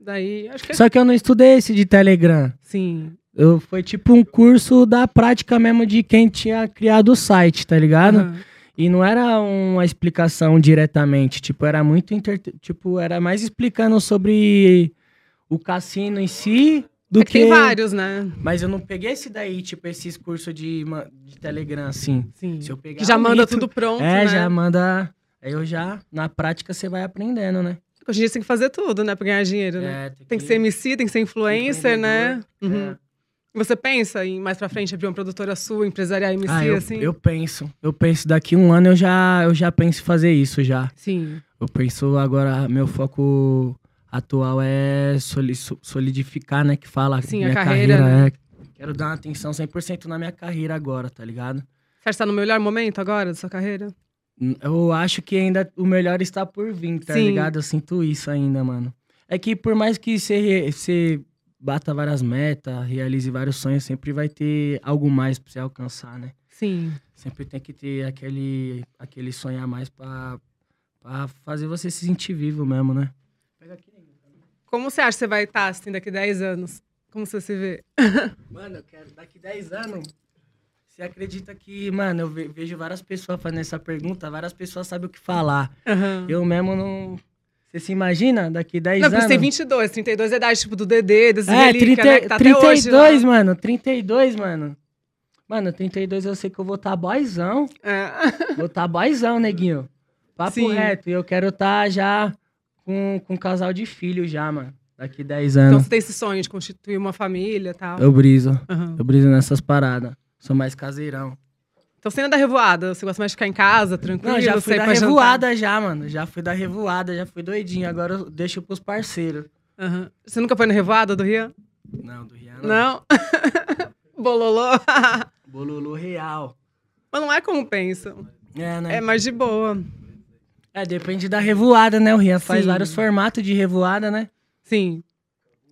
Speaker 2: Daí, acho que é...
Speaker 1: Só que eu não estudei esse de Telegram.
Speaker 2: Sim.
Speaker 1: Eu, foi tipo um curso da prática mesmo de quem tinha criado o site, tá ligado?
Speaker 2: Aham.
Speaker 1: E não era uma explicação diretamente, tipo, era muito inter... tipo, era mais explicando sobre o cassino em si do
Speaker 2: É que
Speaker 1: que,
Speaker 2: tem vários, né?
Speaker 1: mas eu não peguei esse daí, tipo esses cursos de, ma- de Telegram assim.
Speaker 2: Sim.
Speaker 1: Se eu pegar
Speaker 2: Que já
Speaker 1: um
Speaker 2: manda
Speaker 1: litro-
Speaker 2: tudo pronto,
Speaker 1: É,
Speaker 2: né?
Speaker 1: já manda, aí eu já na prática você vai aprendendo, né?
Speaker 2: Hoje em dia você tem que fazer tudo, né? Pra ganhar dinheiro, né?
Speaker 1: É,
Speaker 2: Tem que ser MC, tem que ser influencer, né? Uhum. Você pensa em mais pra frente abrir uma produtora sua, empresariar MC,
Speaker 1: Ah, eu,
Speaker 2: assim?
Speaker 1: eu penso. Eu penso, daqui um ano eu já, eu já penso em fazer isso já.
Speaker 2: Sim.
Speaker 1: Eu penso agora, meu foco atual é soli- so- solidificar, né? Que fala
Speaker 2: Sim, a
Speaker 1: minha
Speaker 2: carreira, né?
Speaker 1: é. Quero dar uma atenção 100% na minha carreira agora, tá ligado?
Speaker 2: Você acha que tá no melhor momento agora da sua carreira?
Speaker 1: Hum, Eu acho que ainda o melhor está por vir, tá
Speaker 2: Sim.
Speaker 1: ligado? Eu sinto isso ainda, mano. É que por mais que você, re- você bata várias metas, realize vários sonhos, sempre vai ter algo mais pra você alcançar, né?
Speaker 2: Sim.
Speaker 1: Sempre tem que ter aquele, aquele sonhar mais pra, pra fazer você se sentir vivo mesmo, né?
Speaker 2: Como você acha que você vai estar, assim, daqui 10 anos? Como você se vê?
Speaker 1: Mano, eu quero daqui 10 anos. Você acredita que, mano, eu ve- vejo várias pessoas fazendo essa pergunta, várias pessoas sabem o que falar.
Speaker 2: Aham.
Speaker 1: Eu mesmo não. Você se imagina daqui 10
Speaker 2: Não, porque
Speaker 1: anos?
Speaker 2: você tem 22, 32 é a idade, tipo, do Dedê, desse
Speaker 1: é,
Speaker 2: relíquia,
Speaker 1: 30,
Speaker 2: né? Que tá até hoje
Speaker 1: 32,
Speaker 2: lá.
Speaker 1: mano. 32, mano. Mano, 32 eu sei que eu vou estar tá boyzão.
Speaker 2: É.
Speaker 1: Vou tá boyzão, neguinho. Papo
Speaker 2: Sim.
Speaker 1: reto. E eu quero estar já com, com um casal de filho já, mano. Daqui 10
Speaker 2: Então
Speaker 1: anos.
Speaker 2: você tem esse sonho de constituir uma família e tal.
Speaker 1: Eu briso.
Speaker 2: Aham.
Speaker 1: Eu briso nessas paradas. Sou mais caseirão.
Speaker 2: Então você ainda é da revoada, você gosta mais de ficar em casa, tranquilo,
Speaker 1: Não, já
Speaker 2: você
Speaker 1: fui
Speaker 2: ir
Speaker 1: da
Speaker 2: pra jantar.
Speaker 1: revoada já, mano. Já fui da revoada, já fui doidinho. Agora eu deixo pros parceiros.
Speaker 2: Aham. Você nunca foi na revoada do Rio?
Speaker 1: Não, do Rihanna.
Speaker 2: Não? Bololô.
Speaker 1: Bolulu real.
Speaker 2: Mas não é como pensam.
Speaker 1: É, né?
Speaker 2: É mais de boa.
Speaker 1: É, depende da revoada, né? O Rian faz
Speaker 2: Sim.
Speaker 1: vários formatos de revoada, né?
Speaker 2: Sim.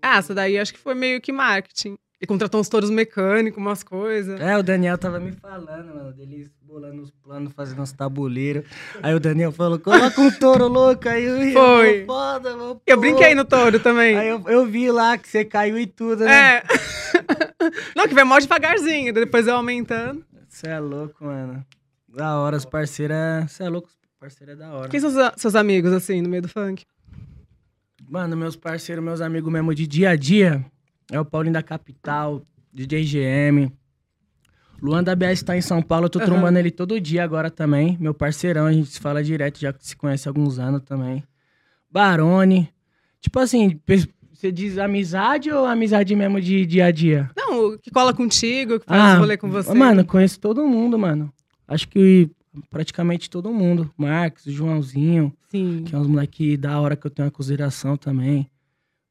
Speaker 2: Ah, essa daí acho que foi meio que marketing. Ele contratou uns touros mecânicos, umas coisas.
Speaker 1: É, o Daniel tava me falando, mano, deles bolando os planos, fazendo os tabuleiros. Aí o Daniel falou, coloca um touro louco. Aí o Rian
Speaker 2: Foi.
Speaker 1: falou, foda, mano.
Speaker 2: Eu
Speaker 1: pô."
Speaker 2: brinquei no touro também.
Speaker 1: Aí eu, eu vi lá que você caiu e tudo, né?
Speaker 2: É. Não, que vai mó devagarzinho, depois eu aumentando.
Speaker 1: Você é louco, mano. Da hora, os parceiros... Você é louco, os parceiros é da hora.
Speaker 2: Quem são seus, seus amigos, assim, no meio do funk?
Speaker 1: Mano, meus parceiros, meus amigos mesmo de dia a dia é o Paulinho da Capital, DJ GM. Luan da BS tá em São Paulo, eu tô
Speaker 2: Aham.
Speaker 1: trombando ele todo dia agora também. Meu parceirão, a gente se fala direto, já se conhece há alguns anos também. Barone. Tipo assim, pe- você diz amizade ou amizade mesmo de dia a dia?
Speaker 2: Não, o que cola contigo, o que faz os rolê com você.
Speaker 1: Ah,
Speaker 2: né?
Speaker 1: Mano, conheço todo mundo, mano. Acho que praticamente todo mundo. Marcos, Joãozinho.
Speaker 2: Sim.
Speaker 1: Que é uns moleque da hora que eu tenho uma consideração também.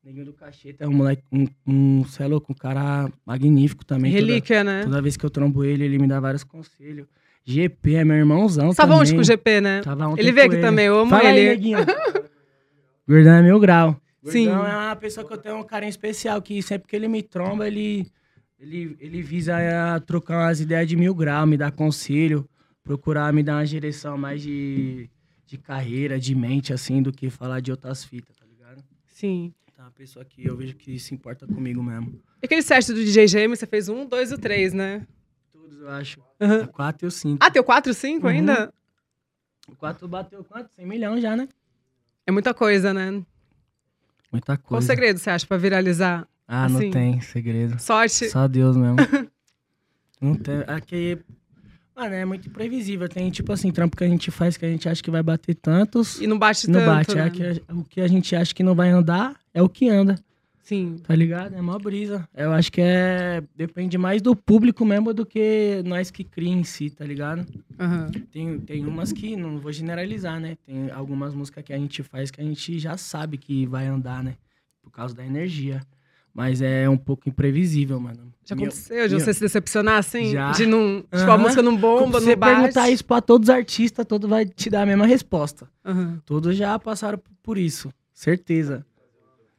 Speaker 1: Neguinho do Cacheta é um moleque, um, um cê é louco, um cara magnífico também. Toda-
Speaker 2: Relíquia, né?
Speaker 1: Toda, vez que eu trombo ele, ele me dá vários conselhos. GP é meu irmãozão
Speaker 2: Tava
Speaker 1: também.
Speaker 2: onde com o GP, né?
Speaker 1: Tava ontem
Speaker 2: Ele veio
Speaker 1: com
Speaker 2: aqui também, eu amo
Speaker 1: um Fala aí,
Speaker 2: ele.
Speaker 1: neguinho. Gordão é meu grau.
Speaker 2: Sim.
Speaker 1: Gordão é uma pessoa que eu tenho um carinho especial, que sempre que ele me tromba, ele, ele, ele visa a trocar umas ideias de mil grau, me dar conselho, procurar me dar uma direção mais de, de carreira, de mente, assim, do que falar de outras fitas, tá ligado?
Speaker 2: Sim.
Speaker 1: Então, é uma pessoa que eu vejo que se importa comigo mesmo.
Speaker 2: E aquele set do DJ Gêmeo, você fez um, dois e o três, né?
Speaker 1: Todos, eu acho.
Speaker 2: Aham.
Speaker 1: A quatro e o cinco.
Speaker 2: Ah, tem o quatro e o cinco
Speaker 1: Uhum.
Speaker 2: ainda?
Speaker 1: O quatro bateu quanto? 100 milhões já, né?
Speaker 2: É muita coisa, né?
Speaker 1: Muita
Speaker 2: Qual o
Speaker 1: coisa.
Speaker 2: segredo você acha pra viralizar?
Speaker 1: Ah,
Speaker 2: assim?
Speaker 1: não tem segredo.
Speaker 2: Sorte?
Speaker 1: Só Deus mesmo. não tem. Aqui. Mano, é muito imprevisível. Tem, tipo assim, trampo que a gente faz que a gente acha que vai bater tantos.
Speaker 2: E não bate
Speaker 1: E não bate.
Speaker 2: tanto, né?
Speaker 1: É que a- o que a gente acha que não vai andar é o que anda,
Speaker 2: Sim.
Speaker 1: tá ligado? É mó brisa. Eu acho que é. Depende mais do público mesmo do que nós que cria em si, tá ligado?
Speaker 2: Aham.
Speaker 1: Tem, tem umas que, não vou generalizar, né? Tem algumas músicas que a gente faz que a gente já sabe que vai andar, né? Por causa da energia. Mas é um pouco imprevisível, mano.
Speaker 2: Já
Speaker 1: Meu-
Speaker 2: aconteceu de
Speaker 1: meu-
Speaker 2: você se decepcionar, assim?
Speaker 1: Já.
Speaker 2: De não... Tipo, a
Speaker 1: Aham.
Speaker 2: música não bomba,
Speaker 1: Se você
Speaker 2: não bate?
Speaker 1: perguntar isso pra todos os artistas, todo vai te dar a mesma resposta.
Speaker 2: Aham.
Speaker 1: Todos já passaram p- por isso, certeza.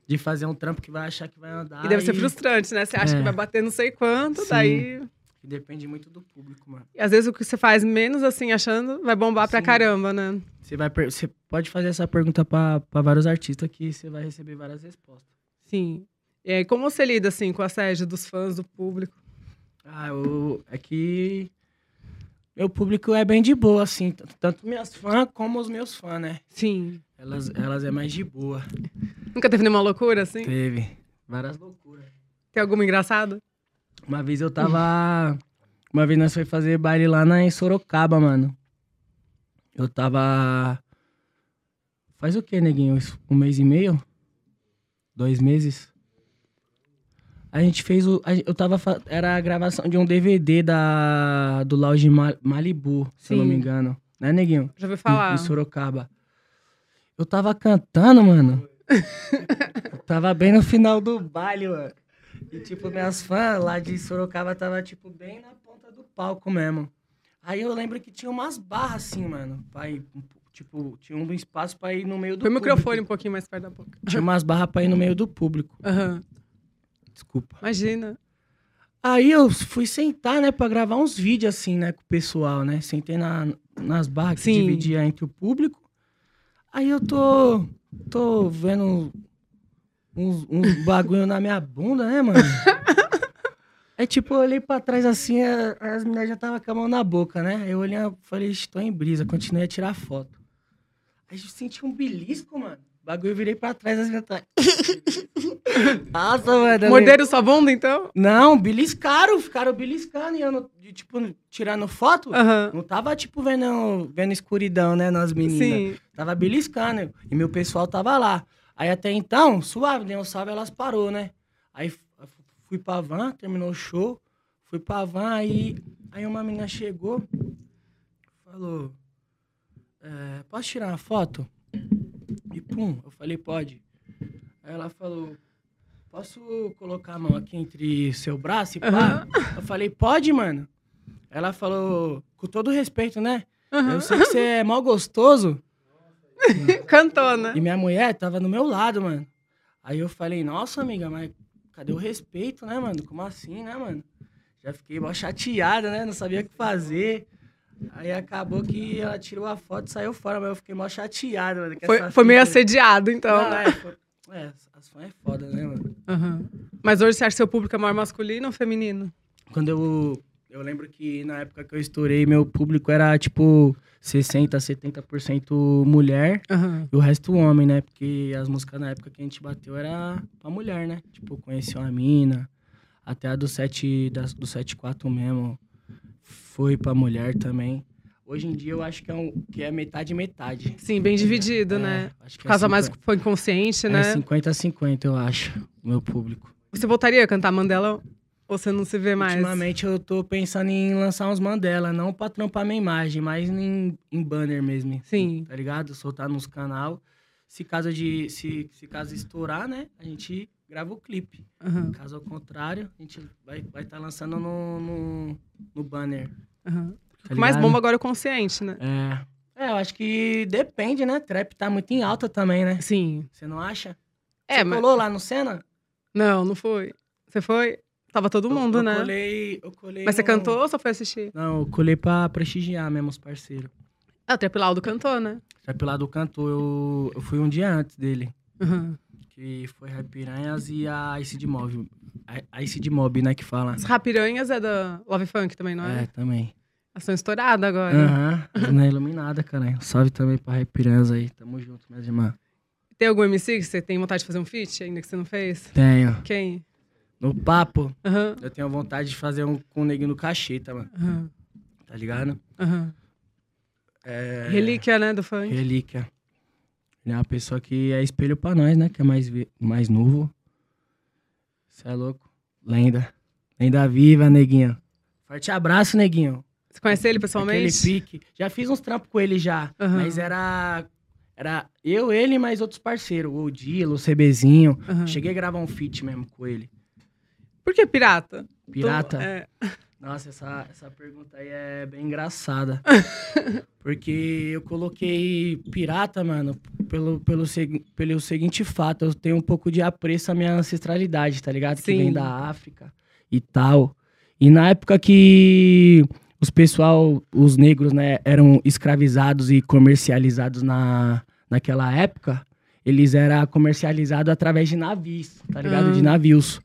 Speaker 1: De fazer um trampo que vai achar que vai andar.
Speaker 2: E deve ser frustrante, né? Você acha
Speaker 1: É.
Speaker 2: que vai bater não sei quanto,
Speaker 1: Sim.
Speaker 2: daí...
Speaker 1: e Depende muito do público, mano.
Speaker 2: E às vezes o que você faz menos assim, achando, vai bombar pra
Speaker 1: Sim.
Speaker 2: caramba, né?
Speaker 1: Você, vai per- você pode fazer essa pergunta pra pra vários artistas que você vai receber várias respostas.
Speaker 2: Sim. E aí, como você lida, assim, com a assédio dos fãs, do público?
Speaker 1: Ah, eu, é que meu público é bem de boa, assim. t- Tanto minhas fãs como os meus fãs, né?
Speaker 2: Sim.
Speaker 1: Elas, elas é mais de boa.
Speaker 2: Nunca teve nenhuma loucura, assim?
Speaker 1: Teve várias loucuras.
Speaker 2: Tem alguma engraçada?
Speaker 1: Uma vez eu tava. Uma vez nós foi fazer baile lá na, em Sorocaba, mano. Eu tava. Faz o que, neguinho? Isso, Um mês e meio? Dois meses? A gente fez o. a gen- eu tava. fa- Era a gravação de um DVD da, do Lounge Ma- Malibu, se eu não me
Speaker 2: Sim.
Speaker 1: engano. Né, neguinho?
Speaker 2: Já ouviu
Speaker 1: Em-
Speaker 2: falar?
Speaker 1: Em, Sorocaba. Eu tava cantando, mano. Eu tava bem no final do baile, mano. E, tipo, minhas fãs lá de Sorocaba tava, tipo, bem na ponta do palco mesmo. Aí eu lembro que tinha umas barras assim, mano. Pra ir, tipo, tinha um espaço pra ir no meio do
Speaker 2: Põe o
Speaker 1: público.
Speaker 2: microfone um pouquinho mais perto da boca.
Speaker 1: Tinha umas barras pra ir no meio do público.
Speaker 2: Aham.
Speaker 1: Desculpa.
Speaker 2: Imagina.
Speaker 1: Aí eu fui sentar, né, pra gravar uns vídeos assim, né, com o pessoal, né? Sentei na, nas barras que
Speaker 2: Sim.
Speaker 1: dividia entre o público. Aí eu tô. tô vendo uns, uns bagulho na minha bunda, né, mano? Aí, tipo, eu olhei pra trás assim, a- as meninas já estavam com a mão na boca, né? Aí Eu olhei e falei, estou em brisa, continuei a tirar foto. Aí eu senti um belisco, mano. bagulho eu virei pra trás das ventanas. Nossa, mano. eu lembro-
Speaker 2: Morderam sua bunda, então?
Speaker 1: Não, beliscaram, ficaram beliscando e eu, não- de, tipo, tirando foto.
Speaker 2: Aham.
Speaker 1: Não tava, tipo, vendo, vendo escuridão, né, nas meninas.
Speaker 2: Sim.
Speaker 1: Tava beliscando. né? E meu pessoal tava lá. Aí até então, suave, deu um salve, elas parou, né? Aí f- f- fui pra van, terminou o show. Fui pra van, aí, aí uma menina chegou, falou: é, Posso tirar uma foto? E pum, eu falei: Pode. Aí ela falou: Posso colocar a mão aqui entre seu braço e pá? Eu falei: Pode, mano. Ela falou: Com todo respeito, né? Eu sei que você é mal gostoso.
Speaker 2: Cantou, né?
Speaker 1: E minha mulher tava no meu lado, mano. Aí eu falei, nossa, amiga, mas cadê o respeito, né, mano? Como assim, né, mano? Já fiquei mó chateada, né? Não sabia o que fazer. Aí acabou que ela tirou a foto e saiu fora, mas eu fiquei mó chateado, mano. que
Speaker 2: Foi,
Speaker 1: essa
Speaker 2: foi meio
Speaker 1: fita- né?
Speaker 2: assediado, então.
Speaker 1: Não,
Speaker 2: né?
Speaker 1: é, foi- é, as fãs é foda, né, mano?
Speaker 2: Aham. Mas hoje você acha que seu público é maior masculino ou feminino?
Speaker 1: Quando eu. Eu lembro que na época que eu estourei, meu público era tipo 60, 70% mulher.
Speaker 2: Aham.
Speaker 1: E o resto homem, né? Porque as músicas na época que a gente bateu era pra mulher, né? Tipo, conheceu a mina. Até a do 7, das, do 74 mesmo foi pra mulher também. Hoje em dia eu acho que é, um, que é metade metade.
Speaker 2: Sim, bem dividido,
Speaker 1: É,
Speaker 2: né?
Speaker 1: Acho que
Speaker 2: Por causa
Speaker 1: é
Speaker 2: mais
Speaker 1: 50
Speaker 2: foi inconsciente,
Speaker 1: é
Speaker 2: né?
Speaker 1: 50 a 50, eu acho, o meu público.
Speaker 2: Você voltaria a cantar Mandela ou você não se vê mais?
Speaker 1: Ultimamente eu tô pensando em lançar uns Mandela, não pra trampar minha imagem, mas em, em banner mesmo.
Speaker 2: Sim.
Speaker 1: Tá ligado? Soltar nos canal. Se caso de. Se, se caso estourar, né? A gente grava o clipe.
Speaker 2: Aham,
Speaker 1: Caso ao contrário, a gente vai estar vai tá lançando no, no, no banner.
Speaker 2: aham.
Speaker 1: Tá
Speaker 2: Mais
Speaker 1: ligado?
Speaker 2: bomba agora é o consciente, né?
Speaker 1: É. É, eu acho que depende, né? Trap tá muito em alta também, né?
Speaker 2: É. Sim.
Speaker 1: Você não acha?
Speaker 2: É,
Speaker 1: Você
Speaker 2: mas.
Speaker 1: colou lá no Senna?
Speaker 2: Não, não foi. Você foi? Tava todo mundo,
Speaker 1: eu, eu
Speaker 2: né?
Speaker 1: Colei, eu colei.
Speaker 2: Mas você
Speaker 1: no-
Speaker 2: cantou ou só foi assistir?
Speaker 1: Não, eu colei pra prestigiar mesmo os parceiros.
Speaker 2: Ah, o Trap Laudo cantou, né?
Speaker 1: Trap lá do cantor, eu, eu fui um dia antes dele.
Speaker 2: Aham.
Speaker 1: Que foi Rap Piranhas e a Ice de Mob. A Ice de Mob, né? Que fala.
Speaker 2: As Rapiranhas é da Love Funk também, não é?
Speaker 1: É, também.
Speaker 2: Elas estão estouradas agora.
Speaker 1: Aham. Na iluminada, cara. Salve também pra Rap Piranhas aí. Tamo junto, minhas irmãs.
Speaker 2: Tem algum MC que você tem vontade de fazer um feat ainda que você não fez?
Speaker 1: Tenho.
Speaker 2: Quem?
Speaker 1: No papo,
Speaker 2: Aham.
Speaker 1: eu tenho vontade de fazer um com o neguinho no cacheta, mano.
Speaker 2: Aham.
Speaker 1: Tá ligado?
Speaker 2: Aham.
Speaker 1: É.
Speaker 2: Relíquia, né, do funk.
Speaker 1: Relíquia. Ele é uma pessoa que é espelho pra nós, né? Que é mais, ve- mais novo. Você é louco. Lenda. Lenda viva, neguinho. Forte abraço, neguinho.
Speaker 2: Você conhece ele
Speaker 1: Aquele
Speaker 2: pessoalmente?
Speaker 1: pique. Já fiz uns trampos com ele já.
Speaker 2: Aham.
Speaker 1: Mas era. Era eu, ele e mais outros parceiros. O Dilo, o CBzinho.
Speaker 2: Aham.
Speaker 1: Cheguei a gravar um feat mesmo com ele.
Speaker 2: Por que pirata?
Speaker 1: Pirata.
Speaker 2: Tô- é.
Speaker 1: Nossa, essa, essa pergunta aí é bem engraçada. Porque eu coloquei pirata, mano, pelo, pelo, segu- pelo seguinte fato. Eu tenho um pouco de apreço à minha ancestralidade, tá ligado? Que
Speaker 2: Sim.
Speaker 1: vem da África e tal. E na época que os pessoal, os negros, né, eram escravizados e comercializados na, naquela época, eles eram comercializados através de navios, tá ligado?
Speaker 2: Ah.
Speaker 1: De navios.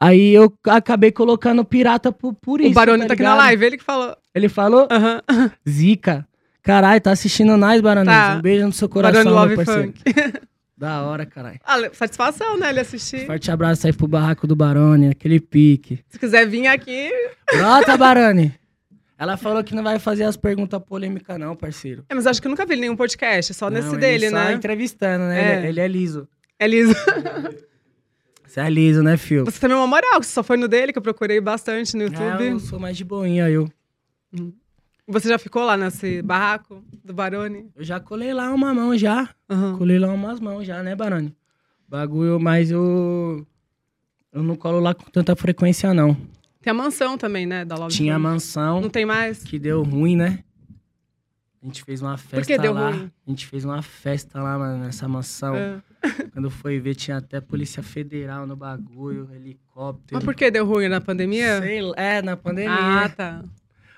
Speaker 1: Aí eu acabei colocando pirata por, por isso.
Speaker 2: o Baroni tá, aqui na
Speaker 1: ligado?
Speaker 2: live, ele que falou.
Speaker 1: Ele falou,
Speaker 2: Aham.
Speaker 1: Zica. Caralho, tá assistindo nós, Baroni.
Speaker 2: Tá.
Speaker 1: Um beijo no seu coração,
Speaker 2: Baroni Love
Speaker 1: meu parceiro.
Speaker 2: Funk.
Speaker 1: Da hora, caralho.
Speaker 2: Ah, le- satisfação, né, ele assistir.
Speaker 1: Forte abraço aí pro barraco do Baroni, aquele pique.
Speaker 2: Se quiser vir aqui,
Speaker 1: Brota, Baroni. Ela falou que não vai fazer as perguntas polêmicas, não, parceiro.
Speaker 2: É, mas acho que eu nunca vi ele em nenhum podcast, só nesse
Speaker 1: Não, ele
Speaker 2: dele,
Speaker 1: só
Speaker 2: né?
Speaker 1: entrevistando, né?
Speaker 2: É.
Speaker 1: Ele, ele é liso.
Speaker 2: É liso.
Speaker 1: Você é liso, né, fio?
Speaker 2: Você é também é uma moral, que você só foi no dele, que eu procurei bastante no
Speaker 1: Ah, eu
Speaker 2: YouTube.
Speaker 1: sou mais de boinha, eu.
Speaker 2: Você já ficou lá nesse barraco do Barone?
Speaker 1: Eu já colei lá uma mão já.
Speaker 2: Aham.
Speaker 1: Colei lá umas mãos já, né, Barani? Bagulho, mas eu. Eu não colo lá com tanta frequência, não.
Speaker 2: Tem a mansão também, né, da Love
Speaker 1: Tinha a
Speaker 2: Funk.
Speaker 1: mansão
Speaker 2: Não tem mais?
Speaker 1: que deu ruim, né? A gente fez uma festa
Speaker 2: que deu
Speaker 1: lá.
Speaker 2: ruim?
Speaker 1: A gente fez uma festa lá, mano, nessa mansão.
Speaker 2: É.
Speaker 1: Quando foi ver, tinha até Polícia Federal no bagulho, helicóptero.
Speaker 2: Mas por que deu ruim na pandemia?
Speaker 1: Sei lá, é, na pandemia.
Speaker 2: Ah, tá.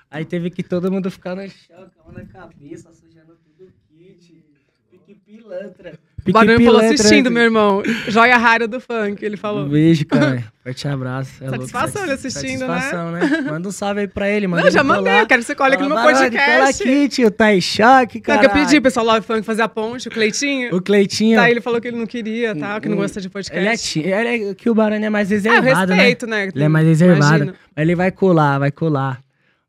Speaker 1: Aí teve que todo mundo ficar no chão, com a mão na cabeça, sujando tudo o kit. Pique pilantra.
Speaker 2: O Barulho falou assistindo, meu irmão. Joia rara do funk, ele falou.
Speaker 1: Um beijo, cara. Forte abraço. É louco.
Speaker 2: Satisfação ele assistindo, né?
Speaker 1: Satisfação, né? Manda um salve aí pra ele, mano.
Speaker 2: Não, já mandei, eu quero que você colhe aqui no meu
Speaker 1: Cola
Speaker 2: podcast.
Speaker 1: aqui, tio. Tá em choque,
Speaker 2: Não,
Speaker 1: cara.
Speaker 2: que eu pedi, pessoal, Love Funk fazer a ponte, o Cleitinho.
Speaker 1: O Cleitinho.
Speaker 2: Tá, ele falou que ele não queria, tá? Que não
Speaker 1: Hum,
Speaker 2: gosta de podcast.
Speaker 1: Ele é, ti- ele é que o Barani é mais
Speaker 2: ah, eu
Speaker 1: reservado, né?
Speaker 2: respeito, né?
Speaker 1: Ele é mais reservado.
Speaker 2: Imagino.
Speaker 1: Mas ele vai colar, vai colar.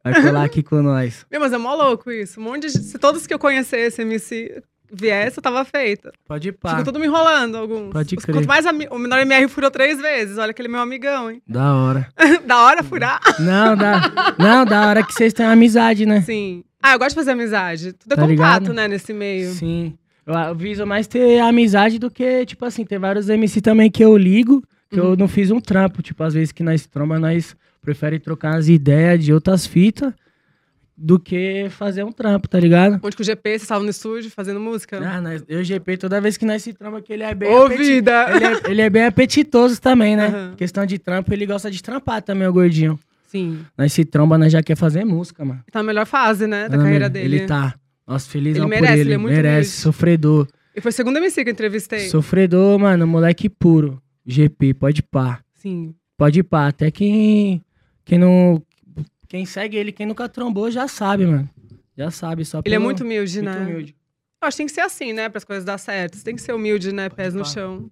Speaker 1: Vai colar aqui com nós.
Speaker 2: Meu, mas é mó louco isso. Um monte de gente- Se todos que eu conhecesse MC viesse, eu tava feita.
Speaker 1: Pode ir
Speaker 2: Ficou
Speaker 1: pá.
Speaker 2: todo me enrolando, alguns.
Speaker 1: Pode
Speaker 2: Os-
Speaker 1: crer.
Speaker 2: Quanto mais ami- o menor MR furou três vezes. Olha aquele meu amigão, hein?
Speaker 1: Da hora.
Speaker 2: da hora furar?
Speaker 1: Não, da, não, da hora que vocês têm amizade, né?
Speaker 2: Sim. Ah, eu gosto de fazer amizade. Tudo é
Speaker 1: Tá
Speaker 2: contato,
Speaker 1: ligado?
Speaker 2: né, nesse meio.
Speaker 1: Sim. Eu a- viso mais ter amizade do que, tipo assim, tem vários MC também que eu ligo, que
Speaker 2: Uhum.
Speaker 1: eu não fiz um trampo. Tipo, às vezes que nós tromba, nós prefere trocar as ideias de outras fitas do que fazer um trampo, tá ligado?
Speaker 2: Onde que o GP, você estava no estúdio fazendo música.
Speaker 1: Ah, nós, eu e GP, toda vez que nós se tromba, que ele é bem.
Speaker 2: Uhum. Ô,
Speaker 1: apeti-
Speaker 2: vida! Uhum.
Speaker 1: Ele é, ele é bem apetitoso também, né?
Speaker 2: Aham.
Speaker 1: Questão de trampo, ele gosta de trampar também, o gordinho.
Speaker 2: Sim.
Speaker 1: Nós se tromba, nós já quer fazer música, mano.
Speaker 2: Tá na melhor fase, né, da
Speaker 1: Ela
Speaker 2: carreira
Speaker 1: mer-
Speaker 2: dele.
Speaker 1: Ele tá. Nossa, felizão
Speaker 2: Ele
Speaker 1: por
Speaker 2: merece,
Speaker 1: ele.
Speaker 2: ele é muito
Speaker 1: merece,
Speaker 2: humilde.
Speaker 1: sofredor.
Speaker 2: E foi o segundo MC que eu entrevistei.
Speaker 1: Sofredor, mano, moleque puro. GP, pode pá.
Speaker 2: Sim.
Speaker 1: Pode pá. Até quem. Quem não. Quem segue ele, quem nunca trombou, já sabe, mano. Já sabe, só
Speaker 2: Ele é
Speaker 1: pelo-
Speaker 2: muito humilde, né?
Speaker 1: muito humilde.
Speaker 2: Eu acho que tem que ser assim, né, para as coisas dar certo. Você tem que ser humilde, né, pés no
Speaker 1: pá.
Speaker 2: chão.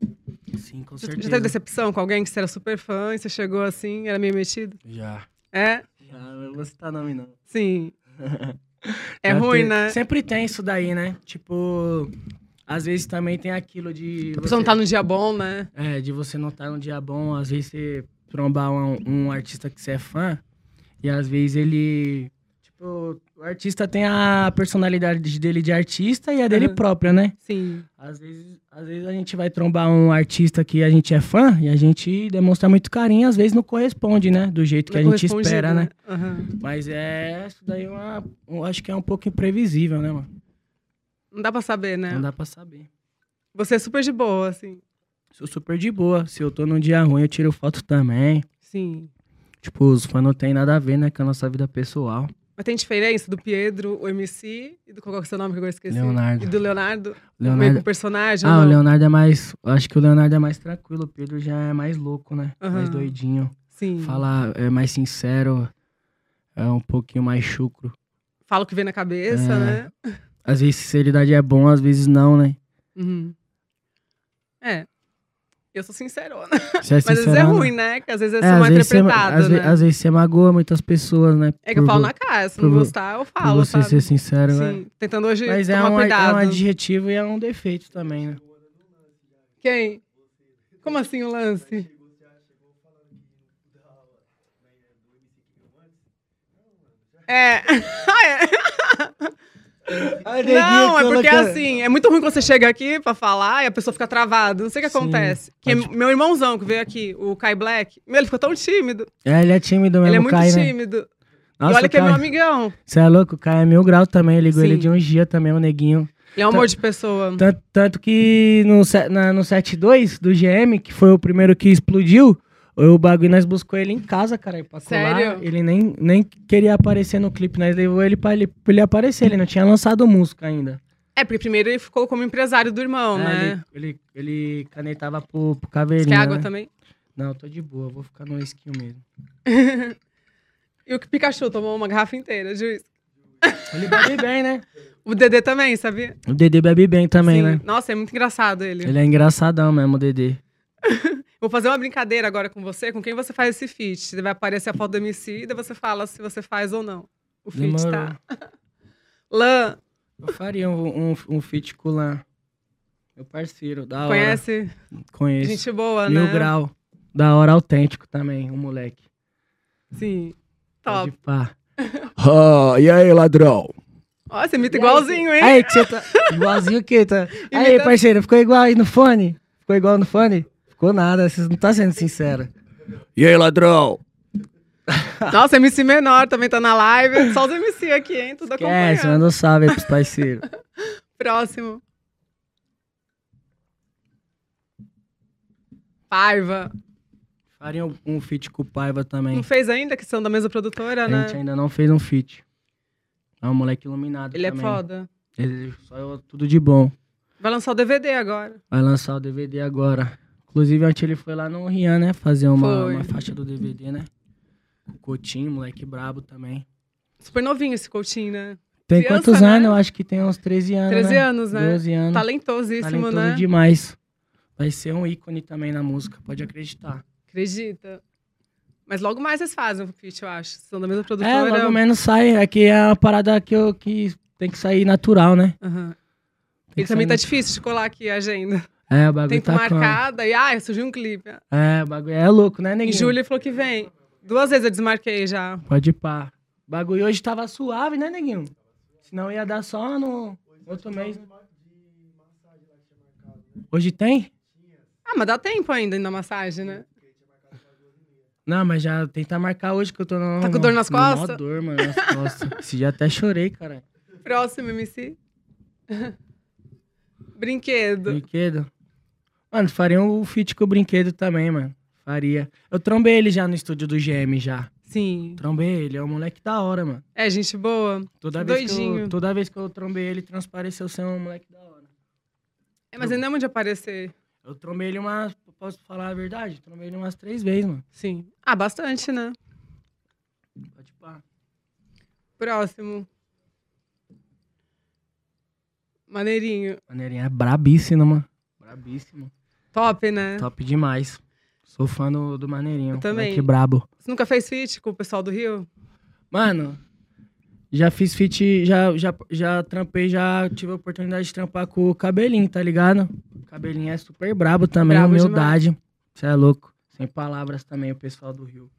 Speaker 1: Sim, com
Speaker 2: Já,
Speaker 1: certeza.
Speaker 2: já teve decepção com alguém que você era super fã e você chegou assim, era meio metido?
Speaker 1: Já.
Speaker 2: É?
Speaker 1: Já, não vou citar nome, não.
Speaker 2: Sim. É
Speaker 1: Já
Speaker 2: ruim,
Speaker 1: te-
Speaker 2: né?
Speaker 1: Sempre tem isso daí, né? Tipo, às vezes também tem aquilo de.
Speaker 2: A pessoa não tá no dia bom, né?
Speaker 1: É, de você não estar num dia bom, às vezes você trombar um, um artista que você é fã, e às vezes ele. Tipo, o artista tem a personalidade dele de artista e a dele
Speaker 2: Aham.
Speaker 1: própria, né?
Speaker 2: Sim.
Speaker 1: Às vezes, às vezes a gente vai trombar um artista que a gente é fã e a gente demonstra muito carinho, às vezes não corresponde, né? Do jeito que
Speaker 2: Não é
Speaker 1: a gente
Speaker 2: correspondido,
Speaker 1: espera, né?
Speaker 2: Aham.
Speaker 1: Mas é. Isso daí é uma. eu acho que é um pouco imprevisível, né, mano?
Speaker 2: Não dá pra saber, né?
Speaker 1: Não dá pra saber.
Speaker 2: Você é super de boa, assim.
Speaker 1: Sou super de boa. Se eu tô num dia ruim, eu tiro foto também.
Speaker 2: Sim.
Speaker 1: Tipo, os fãs não tem nada a ver, né, com a nossa vida pessoal.
Speaker 2: Mas tem diferença do Piedro, o MC, e do qual que é o seu nome que agora eu esqueci?
Speaker 1: Leonardo.
Speaker 2: E do Leonardo? Meio com
Speaker 1: Leonardo...
Speaker 2: o personagem?
Speaker 1: Ah,
Speaker 2: ou
Speaker 1: o
Speaker 2: não?
Speaker 1: Leonardo é mais. eu Acho que o Leonardo é mais tranquilo, o Pedro já é mais louco, né? Mais
Speaker 2: Aham.
Speaker 1: doidinho.
Speaker 2: Sim. Fala.
Speaker 1: Fala, é mais sincero, é um pouquinho mais chucro.
Speaker 2: o que vem na cabeça,
Speaker 1: É.
Speaker 2: né?
Speaker 1: Às vezes sinceridade é bom, às vezes não, né?
Speaker 2: Uhum. É. Eu sou sincerona.
Speaker 1: Você é
Speaker 2: Mas às vezes é
Speaker 1: sincerão, né?
Speaker 2: ruim, né? Que às vezes é,
Speaker 1: É,
Speaker 2: é mal
Speaker 1: às vezes, você,
Speaker 2: interpretado,
Speaker 1: às, ve-
Speaker 2: né?
Speaker 1: às vezes você magoa muitas pessoas, né?
Speaker 2: é que eu
Speaker 1: Por
Speaker 2: falo
Speaker 1: vo-
Speaker 2: na cara, se
Speaker 1: por
Speaker 2: não
Speaker 1: vo-
Speaker 2: gostar, eu
Speaker 1: por
Speaker 2: falo,
Speaker 1: você
Speaker 2: sabe?
Speaker 1: ser sincero, né?
Speaker 2: Sim, tentando hoje
Speaker 1: Mas é
Speaker 2: tomar
Speaker 1: um, é um
Speaker 2: cuidado.
Speaker 1: adjetivo e é um defeito também, né?
Speaker 2: Quem? Como assim o lance? É. Não, é porque é assim, é muito ruim quando você chega aqui pra falar e a pessoa fica travada. Não sei o que
Speaker 1: Sim,
Speaker 2: acontece. Que é
Speaker 1: pode-
Speaker 2: meu irmãozão que veio aqui, o Kai Black, meu, ele ficou tão tímido.
Speaker 1: É, ele é tímido mesmo,
Speaker 2: ele é muito
Speaker 1: Kai, né?
Speaker 2: tímido.
Speaker 1: Nossa,
Speaker 2: e olha que é
Speaker 1: Kai-
Speaker 2: meu amigão.
Speaker 1: Você é louco? O cara é mil grau também. Eu ligo ele
Speaker 2: Sim.
Speaker 1: de um dia também, o neguinho.
Speaker 2: Ele é um amor de pessoa.
Speaker 1: Tanto, tanto que no, se- na- no 7-2 do GM, que foi o primeiro que explodiu, o bagulho nós buscou ele em casa, cara, pra colar.
Speaker 2: Sério?
Speaker 1: Ele nem, nem queria aparecer no clipe, nós levou ele pra ele, pra ele aparecer. Ele não tinha lançado música ainda.
Speaker 2: É, porque primeiro ele ficou como empresário do irmão,
Speaker 1: É,
Speaker 2: né?
Speaker 1: ele, ele, ele canetava pro, pro
Speaker 2: Diz
Speaker 1: caveirinho.
Speaker 2: que é água
Speaker 1: né?
Speaker 2: também.
Speaker 1: Não, tô de boa, vou ficar no esquinho mesmo.
Speaker 2: E o Pikachu tomou uma garrafa inteira, juiz.
Speaker 1: Ele bebe bem, né?
Speaker 2: O Dedê também, sabia?
Speaker 1: O Dedê bebe bem também,
Speaker 2: Sim.
Speaker 1: né?
Speaker 2: Nossa, é muito engraçado ele.
Speaker 1: Ele é engraçadão mesmo, o Dedê.
Speaker 2: Vou fazer uma brincadeira agora com você, com quem você faz esse feat. Vai aparecer a foto do MC e daí você fala se você faz ou não. O feat,
Speaker 1: Demorou.
Speaker 2: tá? Lan,
Speaker 1: Eu faria um, um, um feat com o Lan. Meu parceiro, da
Speaker 2: conhece?
Speaker 1: hora. Conheço.
Speaker 2: Gente boa,
Speaker 1: Mil
Speaker 2: né?
Speaker 1: grau. Da hora autêntico também, o moleque.
Speaker 2: Sim.
Speaker 1: Pode
Speaker 2: Top.
Speaker 1: pá. Ah, e aí, ladrão?
Speaker 2: Ó, você imita igualzinho, hein?
Speaker 1: Aí, que você tá. Igualzinho o quê? Tá... Aí,
Speaker 2: Imitando.
Speaker 1: parceiro, ficou igual aí no fone? Ficou igual no fone? Ficou nada, você não tá sendo sincero. E aí, ladrão?
Speaker 2: Nossa, MC menor também tá na live. Só os MC aqui, hein? Tudo
Speaker 1: É, você
Speaker 2: acompanhando.
Speaker 1: mandou um salve aí pros parceiros.
Speaker 2: Próximo. Paiva.
Speaker 1: Faria um, um feat com o Paiva
Speaker 2: Não
Speaker 1: também.
Speaker 2: fez ainda, que são da mesma produtora,
Speaker 1: A
Speaker 2: né?
Speaker 1: gente ainda não fez um feat. É um moleque iluminado
Speaker 2: Ele é
Speaker 1: também.
Speaker 2: foda.
Speaker 1: Ele- Só eu- tudo de bom.
Speaker 2: Vai lançar o DVD agora.
Speaker 1: Vai lançar o DVD agora. Inclusive, ontem ele foi lá no Rian, né? Fazer uma,
Speaker 2: Foi.
Speaker 1: uma faixa do DVD, né? O Coutinho, moleque brabo também.
Speaker 2: Super novinho esse Coutinho, né?
Speaker 1: Tem
Speaker 2: Criança,
Speaker 1: quantos
Speaker 2: né?
Speaker 1: anos? Eu acho que tem uns 13 anos.
Speaker 2: 13
Speaker 1: né?
Speaker 2: anos, né?
Speaker 1: 12 anos. Tá
Speaker 2: Talentosíssimo,
Speaker 1: Talentoso
Speaker 2: né?
Speaker 1: demais. Vai ser um ícone também na música, pode acreditar.
Speaker 2: Acredita. Mas logo mais eles fazem o feat, eu acho. São da mesma
Speaker 1: É,
Speaker 2: produtora.
Speaker 1: logo menos sai. É que é uma parada que, eu, que tem que sair natural, né?
Speaker 2: Aham.
Speaker 1: Tem
Speaker 2: E
Speaker 1: que
Speaker 2: também tá
Speaker 1: sair
Speaker 2: difícil de colar aqui a agenda.
Speaker 1: nat- É, o bagulho
Speaker 2: Tempo
Speaker 1: tá marcar.
Speaker 2: marcada e, ai, surgiu um clipe.
Speaker 1: É, o bagulho é louco, né,
Speaker 2: Em
Speaker 1: neguinho?
Speaker 2: julho ele falou que vem. Duas vezes eu desmarquei já.
Speaker 1: Pode ir pá. O bagulho hoje tava suave, né, neguinho? Senão ia dar só no outro mês. né? Hoje tem?
Speaker 2: Ah, mas dá tempo ainda, ainda massagem, né?
Speaker 1: Não, mas já tentar marcar hoje que eu tô no,
Speaker 2: Tá com dor nas
Speaker 1: no- no mó
Speaker 2: costas?
Speaker 1: dor, mano, nas costas. Esse dia até chorei, cara.
Speaker 2: Próximo, MC. Brinquedo.
Speaker 1: Brinquedo. Mano, faria um feat com o brinquedo também, mano. Faria. Eu trombei ele já no estúdio do GM já.
Speaker 2: Sim.
Speaker 1: Trombei ele, é um moleque da hora, mano.
Speaker 2: É, gente boa.
Speaker 1: Toda vez, que eu,
Speaker 2: Doidinho.
Speaker 1: toda vez que eu trombei ele, transpareceu ser um moleque da hora.
Speaker 2: É, mas ainda é onde aparecer.
Speaker 1: Eu trombei ele umas. Posso falar a verdade? Trombei ele umas três vezes, mano.
Speaker 2: Sim. Ah, bastante, né?
Speaker 1: Pode pá.
Speaker 2: Próximo. Maneirinho.
Speaker 1: Maneirinha é brabíssima, mano. Brabíssimo.
Speaker 2: Top, né?
Speaker 1: Top demais. Sou fã do, do Maneirinho.
Speaker 2: Eu também.
Speaker 1: Que brabo.
Speaker 2: Você nunca fez feat com o pessoal do Rio?
Speaker 1: Mano, já fiz feat, já, já, já trampei, já tive a oportunidade de trampar com o Cabelinho, tá ligado? O Cabelinho é super brabo também,
Speaker 2: Brabo
Speaker 1: humildade. Você é louco. Sem palavras também, o pessoal do Rio.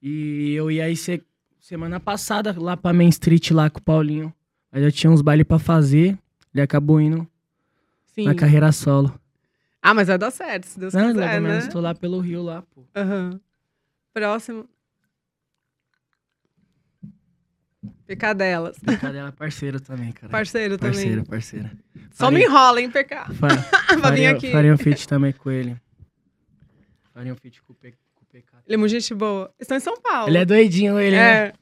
Speaker 1: E eu ia aí se- semana passada lá pra Main Street, lá com o Paulinho. Mas eu tinha uns bailes pra fazer, ele acabou indo
Speaker 2: Sim.
Speaker 1: na carreira solo.
Speaker 2: Ah, mas vai dar certo, se Deus
Speaker 1: Não, logo
Speaker 2: quiser, né?
Speaker 1: menos tô lá pelo Rio, lá, pô.
Speaker 2: Aham. Próximo. Pecadelas.
Speaker 1: Brincadeira, é parceiro também, cara.
Speaker 2: Parceiro
Speaker 1: Parceira,
Speaker 2: também.
Speaker 1: parceira.
Speaker 2: Só me enrola, hein, PK?
Speaker 1: Fa-
Speaker 2: Pra vir
Speaker 1: faria,
Speaker 2: aqui.
Speaker 1: faria um feat também com ele. Faria um feat com o, P, com o PK.
Speaker 2: Ele é muito gente boa. Estão em São Paulo.
Speaker 1: Ele é doidinho, ele, né?
Speaker 2: É.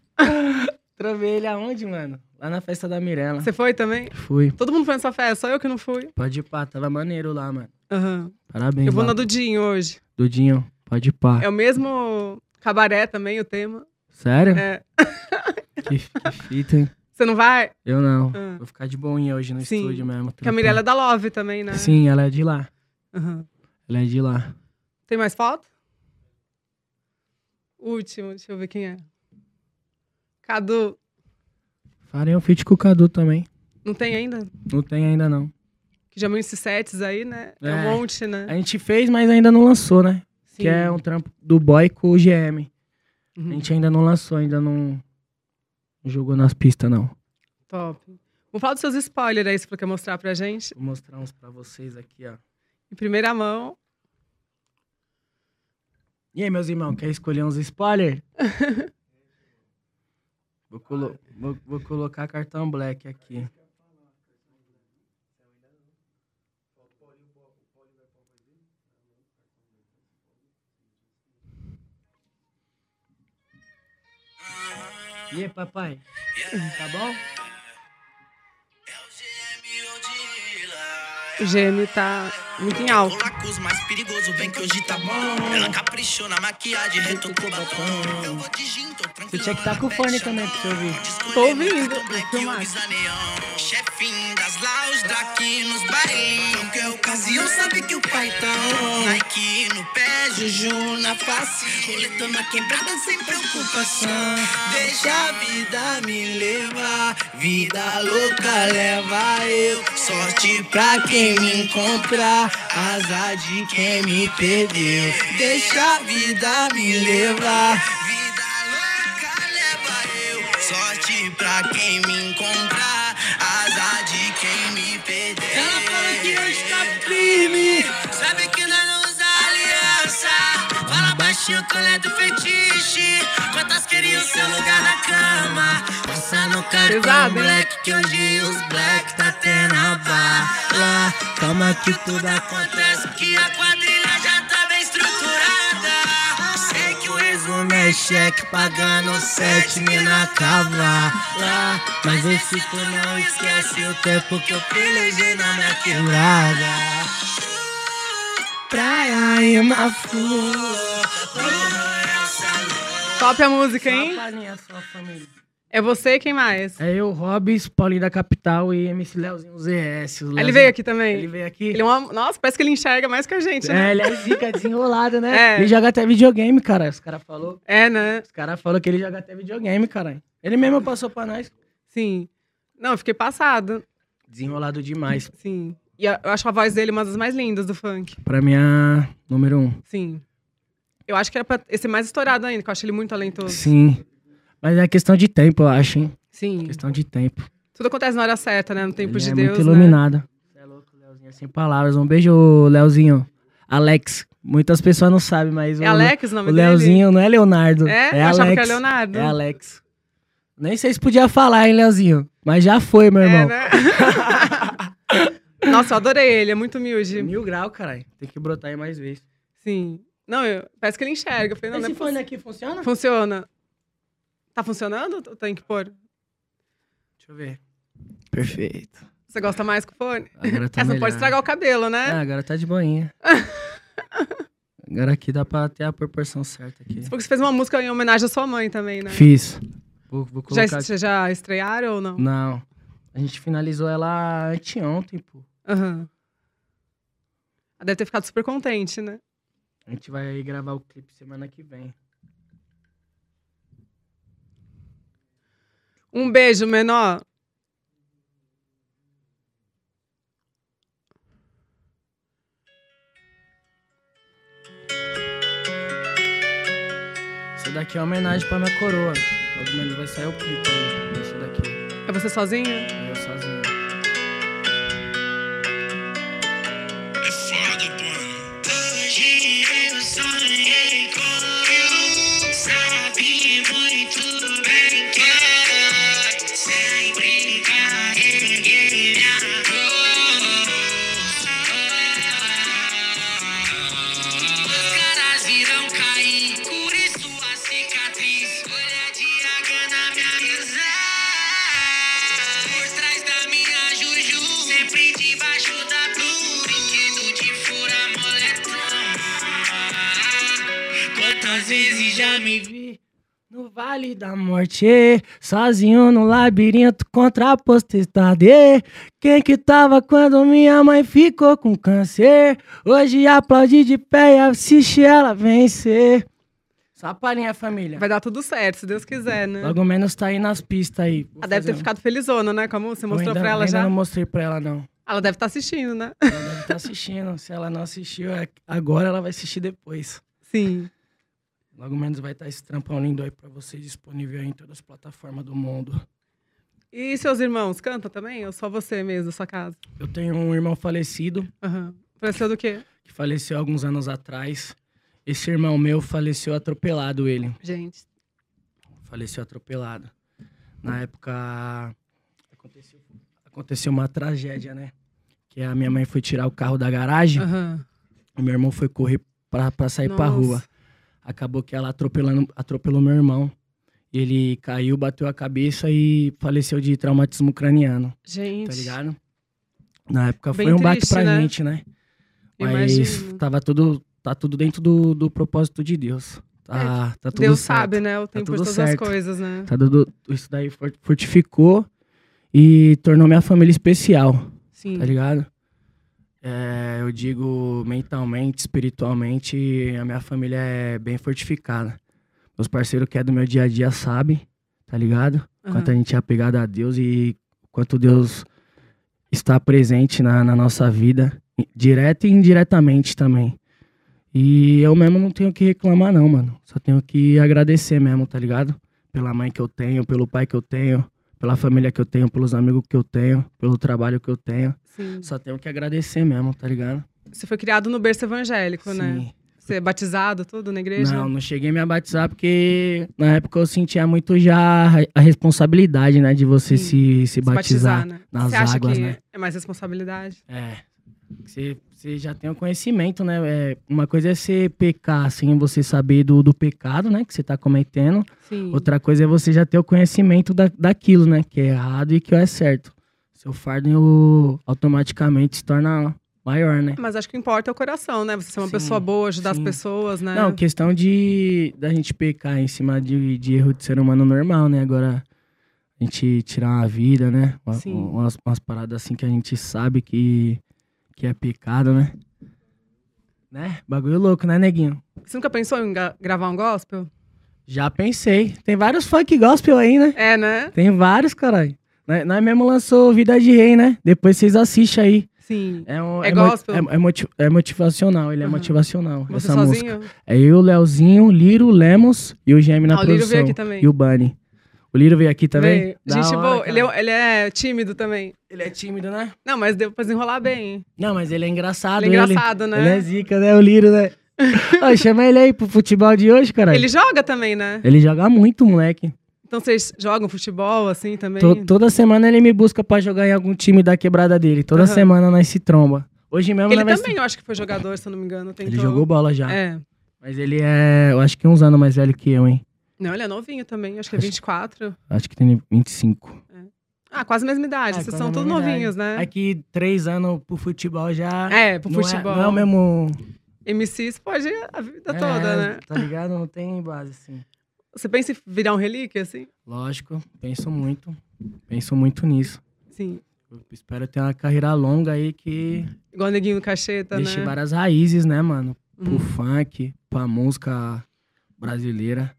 Speaker 1: Trovei ele aonde, mano? Lá na festa da Mirella.
Speaker 2: Você foi também?
Speaker 1: Fui.
Speaker 2: Todo mundo foi nessa festa, só eu que não fui.
Speaker 1: Pode ir pá, tava maneiro lá, mano.
Speaker 2: Aham.
Speaker 1: Parabéns,
Speaker 2: Eu vou
Speaker 1: lá.
Speaker 2: na do Dinho hoje.
Speaker 1: Dudinho. Pode ir pá.
Speaker 2: É o mesmo cabaré também, o tema.
Speaker 1: Sério?
Speaker 2: É.
Speaker 1: Que, que fita, hein?
Speaker 2: Você não vai?
Speaker 1: Eu não.
Speaker 2: Ah.
Speaker 1: Vou ficar de boinha hoje no
Speaker 2: Sim.
Speaker 1: estúdio mesmo.
Speaker 2: Porque a Mirella é da Love também, né?
Speaker 1: Sim, ela é de lá.
Speaker 2: Aham.
Speaker 1: Ela é de lá.
Speaker 2: Tem mais foto? Último, deixa eu ver quem é. Cadu,
Speaker 1: Farei um feat com o Cadu também.
Speaker 2: não tem ainda?
Speaker 1: Não tem ainda, não.
Speaker 2: Que já viu esses sets aí, né? É,
Speaker 1: É.
Speaker 2: um monte, né?
Speaker 1: A gente fez, mas ainda não lançou, né?
Speaker 2: Sim.
Speaker 1: Que é um trampo do boy com o GM. A
Speaker 2: Uhum.
Speaker 1: gente ainda não lançou, ainda não não jogou nas pistas, não.
Speaker 2: Top. Vamos falar dos seus spoilers aí, se você quer mostrar pra gente.
Speaker 1: Vou mostrar uns pra vocês aqui, ó.
Speaker 2: Em primeira mão.
Speaker 1: E aí, meus irmãos, quer escolher uns spoilers? vou, colo- vou- vou colocar cartão black aqui. E aí, papai? Tá bom?
Speaker 2: O GM tá muito em alta.
Speaker 3: Colacos mais perigoso, vem que hoje tá bom. Ela caprichou na maquiagem, retocou batom. Eu vou de gin, tô tranquilo.
Speaker 1: Você tinha que estar com o fone também pra você ouvir.
Speaker 2: Tô ouvindo. Filmar.
Speaker 3: Chefinho das laus daqui nos bares. Qualquer é ocasião sabe que o pai tá on. Nike no pé, Juju na face. Coletando a quebrada sem preocupação. Deixa a vida me levar. Vida louca leva eu. Sorte pra quem me encontrar. Azar de quem me perdeu. Deixa a vida me levar. Vida louca leva eu. Sorte pra quem me encontrar. Azar de quem me perdeu. Ela fala que hoje tá firme. Sabe que nós não usa aliança. Fala baixinho que ela é do fetiche. Quantas queriam seu lugar na cama? Passa no cartão
Speaker 2: Pesado, hein?
Speaker 3: black que hoje os black tá tendo a bala. Calma que tudo acontece que a quadrilha já tá bem estruturada. Sei que o resumo é Sai cheque pagando sete mina cava lá. Mas esse tu não esquece o tempo que eu pelejei na minha quebrada. Praia e Mafu.
Speaker 2: Top a música,
Speaker 1: Só
Speaker 2: hein?
Speaker 1: a palhinha, só a família.
Speaker 2: É você e quem mais?
Speaker 1: É eu, Hobbs, Paulinho da Capital e MC Leozinho ZS. O
Speaker 2: Ah, Ele
Speaker 1: Leozinho-
Speaker 2: veio aqui também.
Speaker 1: Ele veio aqui.
Speaker 2: Ele é uma- Nossa, parece que ele enxerga mais que a gente,
Speaker 1: É,
Speaker 2: né?
Speaker 1: ele é zica, desenrolado, né?
Speaker 2: É.
Speaker 1: Ele joga até videogame, cara. Os caras falou,
Speaker 2: É, né?
Speaker 1: os cara falou que ele joga até videogame, cara. Ele mesmo passou pra nós.
Speaker 2: Sim. Não, eu fiquei passada.
Speaker 1: Desenrolado demais.
Speaker 2: Sim. E a- eu acho a voz dele uma das mais lindas do funk.
Speaker 1: Pra mim, é número um.
Speaker 2: Sim. Eu acho que era pra ser mais estourado ainda, que eu acho ele muito talentoso.
Speaker 1: Sim. Mas é questão de tempo, eu acho, hein?
Speaker 2: Sim.
Speaker 1: É Questão de tempo.
Speaker 2: Tudo acontece na hora certa, né? No tempo
Speaker 1: Ele
Speaker 2: de
Speaker 1: é
Speaker 2: Deus.
Speaker 1: muito iluminado. Você é louco, Leozinho. é Sem palavras. Um beijo, Leozinho. Alex. Muitas pessoas não sabem, mas
Speaker 2: Né? É
Speaker 1: o,
Speaker 2: Alex o nome
Speaker 1: o
Speaker 2: dele?
Speaker 1: Leozinho não é Leonardo.
Speaker 2: É?
Speaker 1: é
Speaker 2: eu achava
Speaker 1: Alex.
Speaker 2: que era Leonardo.
Speaker 1: É Alex. Nem sei se podia falar, hein, Leozinho? Mas já foi, meu
Speaker 2: É,
Speaker 1: irmão.
Speaker 2: né? Nossa, eu adorei ele, é muito humilde.
Speaker 1: Mil grau, caralho. Tem que brotar aí mais vezes.
Speaker 2: Sim. Não, eu- parece que ele enxerga. Eu falei, não, não é
Speaker 1: Esse
Speaker 2: possível.
Speaker 1: fone aqui funciona?
Speaker 2: Funciona. Tá funcionando ou tem que pôr?
Speaker 1: Deixa eu ver. Perfeito.
Speaker 2: Você gosta mais com fone?
Speaker 1: Agora tá
Speaker 2: Essa não
Speaker 1: melhor.
Speaker 2: pode estragar o cabelo, né?
Speaker 1: Ah, agora tá de boinha. agora aqui dá pra ter a proporção certa aqui.
Speaker 2: Porque você fez uma música em homenagem à sua mãe também, né?
Speaker 1: Fiz. Vou, vou
Speaker 2: Já,
Speaker 1: colocar... Hum.
Speaker 2: es- vocês já estrearam ou não?
Speaker 1: Não. A gente finalizou ela anteontem, pô.
Speaker 2: Aham. Ela Deve ter ficado super contente, né?
Speaker 1: A gente vai gravar o clipe semana que vem.
Speaker 2: Um beijo, menor.
Speaker 1: Isso daqui é uma homenagem pra minha coroa. Logo menos vai sair o clipe aí. Isso daqui.
Speaker 2: É você sozinha?
Speaker 1: Eu sozinho.
Speaker 3: É foda, pô. Hoje eu sonhei com eu. Sabe muito bem que era. sempre carreguei minha cruz. Os caras irão cair, cure sua cicatriz. Olha de água na minha risada. Por trás da minha juju, sempre debaixo da blusa. Brinquedo de fura moletom. Quantas vezes já me vi?
Speaker 1: vi no vale da morte, sozinho no labirinto contra a postestade. Quem que tava quando minha mãe ficou com câncer? Hoje aplaudi de pé e assiste ela vencer. Só a palhinha, família.
Speaker 2: Vai dar tudo certo, se Deus quiser, né?
Speaker 1: Logo menos tá aí nas pistas aí. Vou
Speaker 2: Ela Ah, deve ter
Speaker 1: fazer um-
Speaker 2: ficado felizona, né? Como você
Speaker 1: Eu
Speaker 2: mostrou
Speaker 1: ainda, né,
Speaker 2: pra ela
Speaker 1: ainda
Speaker 2: já.
Speaker 1: não mostrei pra ela, não.
Speaker 2: Ela deve estar assistindo, né?
Speaker 1: Ela deve estar assistindo. Se ela não assistiu, é- agora ela vai assistir depois.
Speaker 2: Sim.
Speaker 1: Logo menos vai estar esse trampão lindo aí pra vocês disponível aí em todas as plataformas do mundo.
Speaker 2: E seus irmãos, cantam também? Ou só você mesmo, da sua casa?
Speaker 1: Eu tenho um irmão falecido,
Speaker 2: Aham. Pareceu do quê?
Speaker 1: que faleceu alguns anos atrás. Esse irmão meu faleceu atropelado, ele.
Speaker 2: Gente.
Speaker 1: Faleceu atropelado. Na época, aconteceu, aconteceu uma tragédia, né? Que a minha mãe foi tirar o carro da garagem,
Speaker 2: Aham.
Speaker 1: e meu irmão foi correr pra, pra sair pra
Speaker 2: Nossa.
Speaker 1: rua. Acabou que ela atropelando, atropelou meu irmão. Ele caiu, bateu a cabeça e faleceu de traumatismo craniano.
Speaker 2: Gente.
Speaker 1: tá ligado? Na época
Speaker 2: Bem
Speaker 1: foi um bate
Speaker 2: triste,
Speaker 1: pra
Speaker 2: né?
Speaker 1: gente, né? Mas
Speaker 2: Imagino.
Speaker 1: tava tudo, tá tudo dentro do, do propósito de Deus. Tá, tá tudo
Speaker 2: É, Deus
Speaker 1: certo.
Speaker 2: sabe, né? O tempo
Speaker 1: tudo
Speaker 2: de todas
Speaker 1: certo.
Speaker 2: as coisas, né?
Speaker 1: Tá tudo, isso daí for- fortificou e tornou minha família especial,
Speaker 2: Sim.
Speaker 1: tá ligado? É, eu digo mentalmente, espiritualmente, a minha família é bem fortificada. Meus parceiros que é do meu dia a dia sabem, tá ligado?
Speaker 2: Aham.
Speaker 1: quanto a gente é apegado a Deus e quanto Deus está presente na, na nossa vida, i- direto e indiretamente também. E eu mesmo não tenho o que reclamar, não, mano. Só tenho que agradecer mesmo, tá ligado? Pela mãe que eu tenho, pelo pai que eu tenho, pela família que eu tenho, pelos amigos que eu tenho, pelo trabalho que eu tenho.
Speaker 2: Sim.
Speaker 1: Só tenho que agradecer mesmo, tá ligado?
Speaker 2: Você foi criado no berço evangélico, né? Você é batizado, tudo, na igreja?
Speaker 1: Não, não cheguei a me abatizar porque na época eu sentia muito já a- a responsabilidade, né, de você
Speaker 2: Sim.
Speaker 1: se, se
Speaker 2: Se batizar,
Speaker 1: batizar.
Speaker 2: né?
Speaker 1: nas
Speaker 2: Você acha
Speaker 1: águas,
Speaker 2: que
Speaker 1: né?
Speaker 2: é mais responsabilidade?
Speaker 1: É. Você, você já tem o conhecimento, né? É, uma coisa é você pecar sem você saber do, do pecado, né? Que você tá cometendo.
Speaker 2: Sim.
Speaker 1: Outra coisa é você já ter o conhecimento da, daquilo, né? Que é errado e que é certo. Seu fardo eu, automaticamente se torna maior, né?
Speaker 2: Mas acho que o que importa é o coração, né? Você ser uma
Speaker 1: Sim,
Speaker 2: pessoa boa, ajudar as
Speaker 1: sim.
Speaker 2: pessoas, né?
Speaker 1: Não, questão de da gente pecar em cima de, de erro de ser humano normal, né? Agora, a gente tirar uma vida, né? Uma-
Speaker 2: Sim.
Speaker 1: Umas, umas paradas assim que a gente sabe que, que é pecado, né? Né? Bagulho louco, né, neguinho?
Speaker 2: Você nunca pensou em ga- gravar um gospel?
Speaker 1: Já pensei. Tem vários funk gospel aí, né?
Speaker 2: É, né?
Speaker 1: Tem vários, caralho. Nós, nós mesmo lançou Vida de Rei, né? Depois vocês assistem aí.
Speaker 2: Sim.
Speaker 1: É, um,
Speaker 2: É
Speaker 1: mo-
Speaker 2: gospel?
Speaker 1: é- é moti- é motivacional, ele é
Speaker 2: Aham.
Speaker 1: motivacional.
Speaker 2: Você
Speaker 1: essa música.
Speaker 2: sozinho?
Speaker 1: É eu, o Leozinho, o Liro, o Lemos e o Gêmeo na
Speaker 2: Ah, o Liro
Speaker 1: produção.
Speaker 2: veio aqui também.
Speaker 1: E o Bunny. O Liro veio aqui também?
Speaker 2: Veio.
Speaker 1: Da
Speaker 2: Gente
Speaker 1: hora,
Speaker 2: boa,
Speaker 1: cara.
Speaker 2: ele é, ele é tímido também.
Speaker 1: Ele é tímido, né?
Speaker 2: Não, mas deu pra desenrolar bem.
Speaker 1: Não, mas ele é engraçado.
Speaker 2: Ele é engraçado, né?
Speaker 1: Ele é zica, né? O Liro, né? Ó, chama ele aí pro futebol de hoje, caralho.
Speaker 2: Ele joga também, né?
Speaker 1: Ele joga muito, moleque.
Speaker 2: Então vocês jogam futebol assim também?
Speaker 1: To- toda semana ele me busca pra jogar em algum time da quebrada dele. Toda
Speaker 2: Aham.
Speaker 1: semana nós se tromba. Hoje mesmo
Speaker 2: Ele
Speaker 1: nós vai se-
Speaker 2: também, eu acho que foi jogador, se eu não me engano. Tentou...
Speaker 1: Ele jogou tá? bola já.
Speaker 2: É.
Speaker 1: Mas ele é, eu acho que uns anos mais velho que eu, hein?
Speaker 2: Não, ele é novinho também, acho que é
Speaker 1: Acho-
Speaker 2: 24.
Speaker 1: Acho que tem 25.
Speaker 2: Ah, quase a mesma idade.
Speaker 1: É,
Speaker 2: Vocês
Speaker 1: quase
Speaker 2: são
Speaker 1: a
Speaker 2: todos
Speaker 1: mesma idade.
Speaker 2: novinhos, né?
Speaker 1: É que três anos pro futebol já.
Speaker 2: É, pro
Speaker 1: não
Speaker 2: futebol.
Speaker 1: É, não é o mesmo.
Speaker 2: MC, você pode ir a vida
Speaker 1: é,
Speaker 2: toda, né?
Speaker 1: Tá ligado? Não tem base, assim.
Speaker 2: Você pensa em virar um relíquia, assim?
Speaker 1: Lógico, penso muito. Penso muito nisso.
Speaker 2: Sim.
Speaker 1: Eu espero ter uma carreira longa aí que
Speaker 2: Igual o neguinho do cacheta,
Speaker 1: deixe
Speaker 2: né?
Speaker 1: várias raízes, né, mano? Pro
Speaker 2: Uhum.
Speaker 1: funk, pra música brasileira.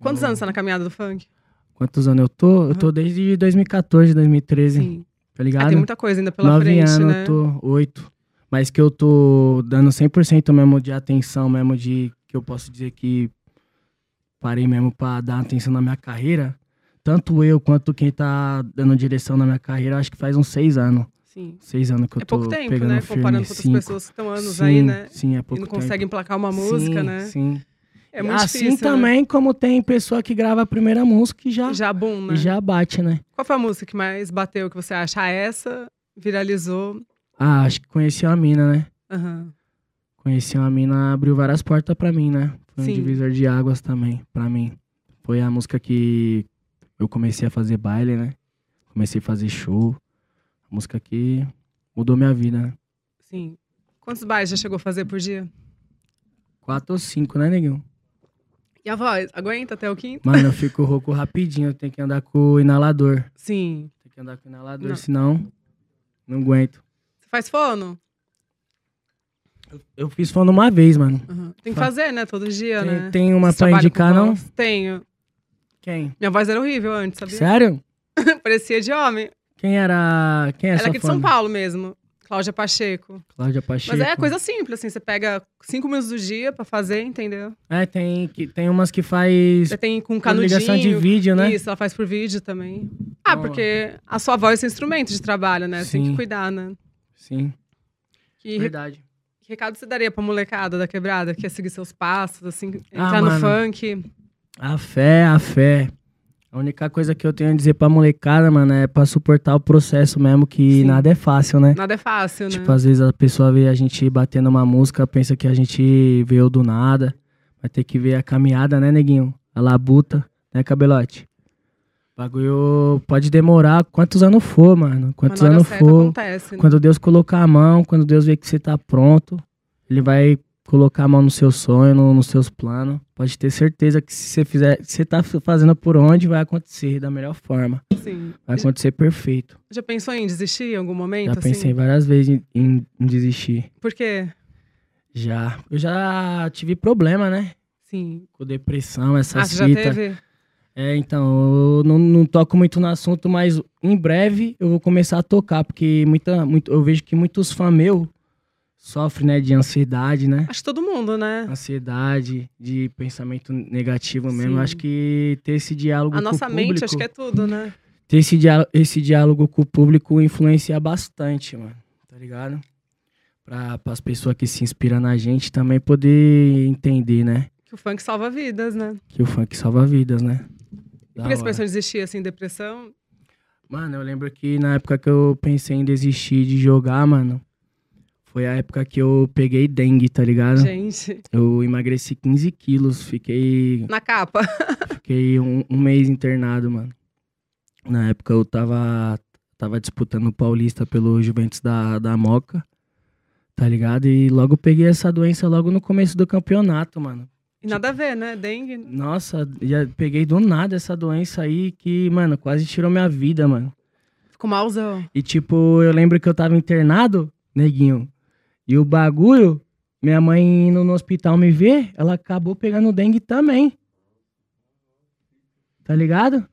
Speaker 2: Quantos
Speaker 1: Eu-
Speaker 2: anos você tá na caminhada do funk?
Speaker 1: Quantos anos eu tô? Eu tô desde 2014, 2013, tá
Speaker 2: Ah,
Speaker 1: ligado?
Speaker 2: tem muita coisa ainda pela
Speaker 1: Nove
Speaker 2: frente,
Speaker 1: anos
Speaker 2: né?
Speaker 1: eu tô, oito. Mas que eu tô dando 100% mesmo de atenção, mesmo de que eu posso dizer que parei mesmo pra dar atenção na minha carreira. Tanto eu quanto quem tá dando direção na minha carreira, acho que faz uns seis anos.
Speaker 2: Sim.
Speaker 1: Seis anos que eu
Speaker 2: É
Speaker 1: tô
Speaker 2: pouco tempo,
Speaker 1: pegando
Speaker 2: né?
Speaker 1: firme.
Speaker 2: Comparando com outras
Speaker 1: Cinco.
Speaker 2: pessoas que estão anos
Speaker 1: sim,
Speaker 2: aí, né?
Speaker 1: Sim, é
Speaker 2: E
Speaker 1: pouco
Speaker 2: não
Speaker 1: tempo.
Speaker 2: conseguem placar uma
Speaker 1: Sim,
Speaker 2: música, né?
Speaker 1: Sim.
Speaker 2: É muito
Speaker 1: assim
Speaker 2: difícil. né?
Speaker 1: também como tem pessoa que grava a primeira música e já,
Speaker 2: Já bom, né?
Speaker 1: e já bate, né?
Speaker 2: Qual foi a música que mais bateu que você acha? Ah, essa viralizou.
Speaker 1: Ah, acho que conheci a mina, né?
Speaker 2: Aham.
Speaker 1: Conheci uma mina, abriu várias portas pra mim, né? Foi
Speaker 2: Sim.
Speaker 1: um divisor de águas também, pra mim. Foi a música que eu comecei a fazer baile, né? Comecei a fazer show. A música que mudou minha vida, né?
Speaker 2: Sim. Quantos bailes já chegou a fazer por dia?
Speaker 1: Quatro ou cinco, né, neguinho?
Speaker 2: E a voz? Aguenta até o quinto?
Speaker 1: Mano, eu fico rouco rapidinho, eu tenho que andar com o inalador.
Speaker 2: Sim.
Speaker 1: Tem que andar com o inalador,
Speaker 2: Não.
Speaker 1: senão não aguento.
Speaker 2: Você faz fono?
Speaker 1: Eu fiz fono uma vez, mano.
Speaker 2: Aham. Tem que
Speaker 1: Fa-
Speaker 2: fazer, né? Todo dia,
Speaker 1: Tem,
Speaker 2: né?
Speaker 1: tem uma
Speaker 2: Você
Speaker 1: pra
Speaker 2: trabalha com
Speaker 1: indicar, não?
Speaker 2: voz? Tenho.
Speaker 1: Quem?
Speaker 2: Minha voz era horrível antes, sabia?
Speaker 1: Sério?
Speaker 2: Parecia de homem.
Speaker 1: Quem era. Quem é
Speaker 2: Ela
Speaker 1: sua
Speaker 2: é aqui de São
Speaker 1: fã?
Speaker 2: Paulo mesmo. Cláudia Pacheco.
Speaker 1: Cláudia Pacheco.
Speaker 2: Mas é coisa simples, assim. Você pega cinco minutos do dia pra fazer, entendeu?
Speaker 1: É, tem, que, tem umas que faz
Speaker 2: Você tem com um
Speaker 1: por
Speaker 2: canudinho.
Speaker 1: ligação de vídeo, né?
Speaker 2: Isso, ela faz por vídeo também. Ah,
Speaker 1: Boa.
Speaker 2: porque a sua voz é instrumento de trabalho, né? Você tem que
Speaker 1: Sim.
Speaker 2: cuidar, né?
Speaker 1: Sim,
Speaker 2: Que re-
Speaker 1: verdade.
Speaker 2: que recado você daria pra molecada da quebrada que quer seguir seus passos, assim,
Speaker 1: Ah,
Speaker 2: entrar no
Speaker 1: mano.
Speaker 2: funk?
Speaker 1: A fé, a fé. A única coisa que eu tenho a dizer pra molecada, mano, é pra suportar o processo mesmo, que
Speaker 2: Sim.
Speaker 1: nada é fácil, né?
Speaker 2: Nada é fácil, né?
Speaker 1: Tipo, às vezes a pessoa vê a gente batendo uma música, pensa que a gente veio do nada. Vai ter que ver a caminhada, né, neguinho? A labuta, né, cabelote? O bagulho pode demorar quantos anos for, mano.
Speaker 2: Mas
Speaker 1: Quantos
Speaker 2: na hora
Speaker 1: anos
Speaker 2: certa
Speaker 1: for.
Speaker 2: acontece, né?
Speaker 1: Quando Deus colocar a mão, quando Deus vê que você tá pronto, Ele vai colocar a mão no seu sonho, no- nos seus planos. Pode ter certeza que se você fizer, se você tá f- fazendo por onde, vai acontecer da melhor forma.
Speaker 2: Sim.
Speaker 1: Vai acontecer perfeito.
Speaker 2: Já pensou em desistir em algum momento?
Speaker 1: já pensei
Speaker 2: Assim?
Speaker 1: várias vezes em, em- em desistir.
Speaker 2: Por quê?
Speaker 1: Já. Eu já tive problema, né?
Speaker 2: Sim.
Speaker 1: Com depressão, essa
Speaker 2: ah, você já
Speaker 1: fita.
Speaker 2: teve?
Speaker 1: É, então, eu não, não toco muito no assunto, mas em breve eu vou começar a tocar, porque muita, muito, eu vejo que muitos fãs meu sofrem, né, de ansiedade, né?
Speaker 2: Acho que todo mundo, né?
Speaker 1: Ansiedade, de pensamento negativo mesmo.
Speaker 2: Sim.
Speaker 1: Eu Acho que ter esse diálogo
Speaker 2: A nossa
Speaker 1: com o
Speaker 2: mente,
Speaker 1: público,
Speaker 2: acho que é tudo, né?
Speaker 1: ter esse, diá- esse diálogo com o público influencia bastante, mano. Tá ligado? Para as pessoas que se inspiram na gente também poder entender, né?
Speaker 2: Que o funk salva vidas, né?
Speaker 1: Que o funk salva vidas, né? Da
Speaker 2: Por que você
Speaker 1: hora.
Speaker 2: pensou em desistir, assim, depressão?
Speaker 1: Mano, eu lembro que na época que eu pensei em desistir de jogar, mano, Foi a época que eu peguei dengue, tá ligado?
Speaker 2: Gente,
Speaker 1: Eu emagreci 15 quilos, fiquei,
Speaker 2: na capa.
Speaker 1: fiquei um, um mês internado, mano. Na época eu tava, tava disputando o Paulista pelo Juventus da, da Moca, tá ligado? E logo peguei essa doença logo no começo do campeonato, mano.
Speaker 2: E nada a ver, né? Dengue.
Speaker 1: Nossa, já peguei do nada essa doença aí que, mano, quase tirou minha vida, mano.
Speaker 2: Ficou malzão.
Speaker 1: E tipo, eu lembro que eu tava internado, neguinho. E o bagulho, minha mãe indo no hospital me ver, ela acabou pegando dengue também. Tá ligado?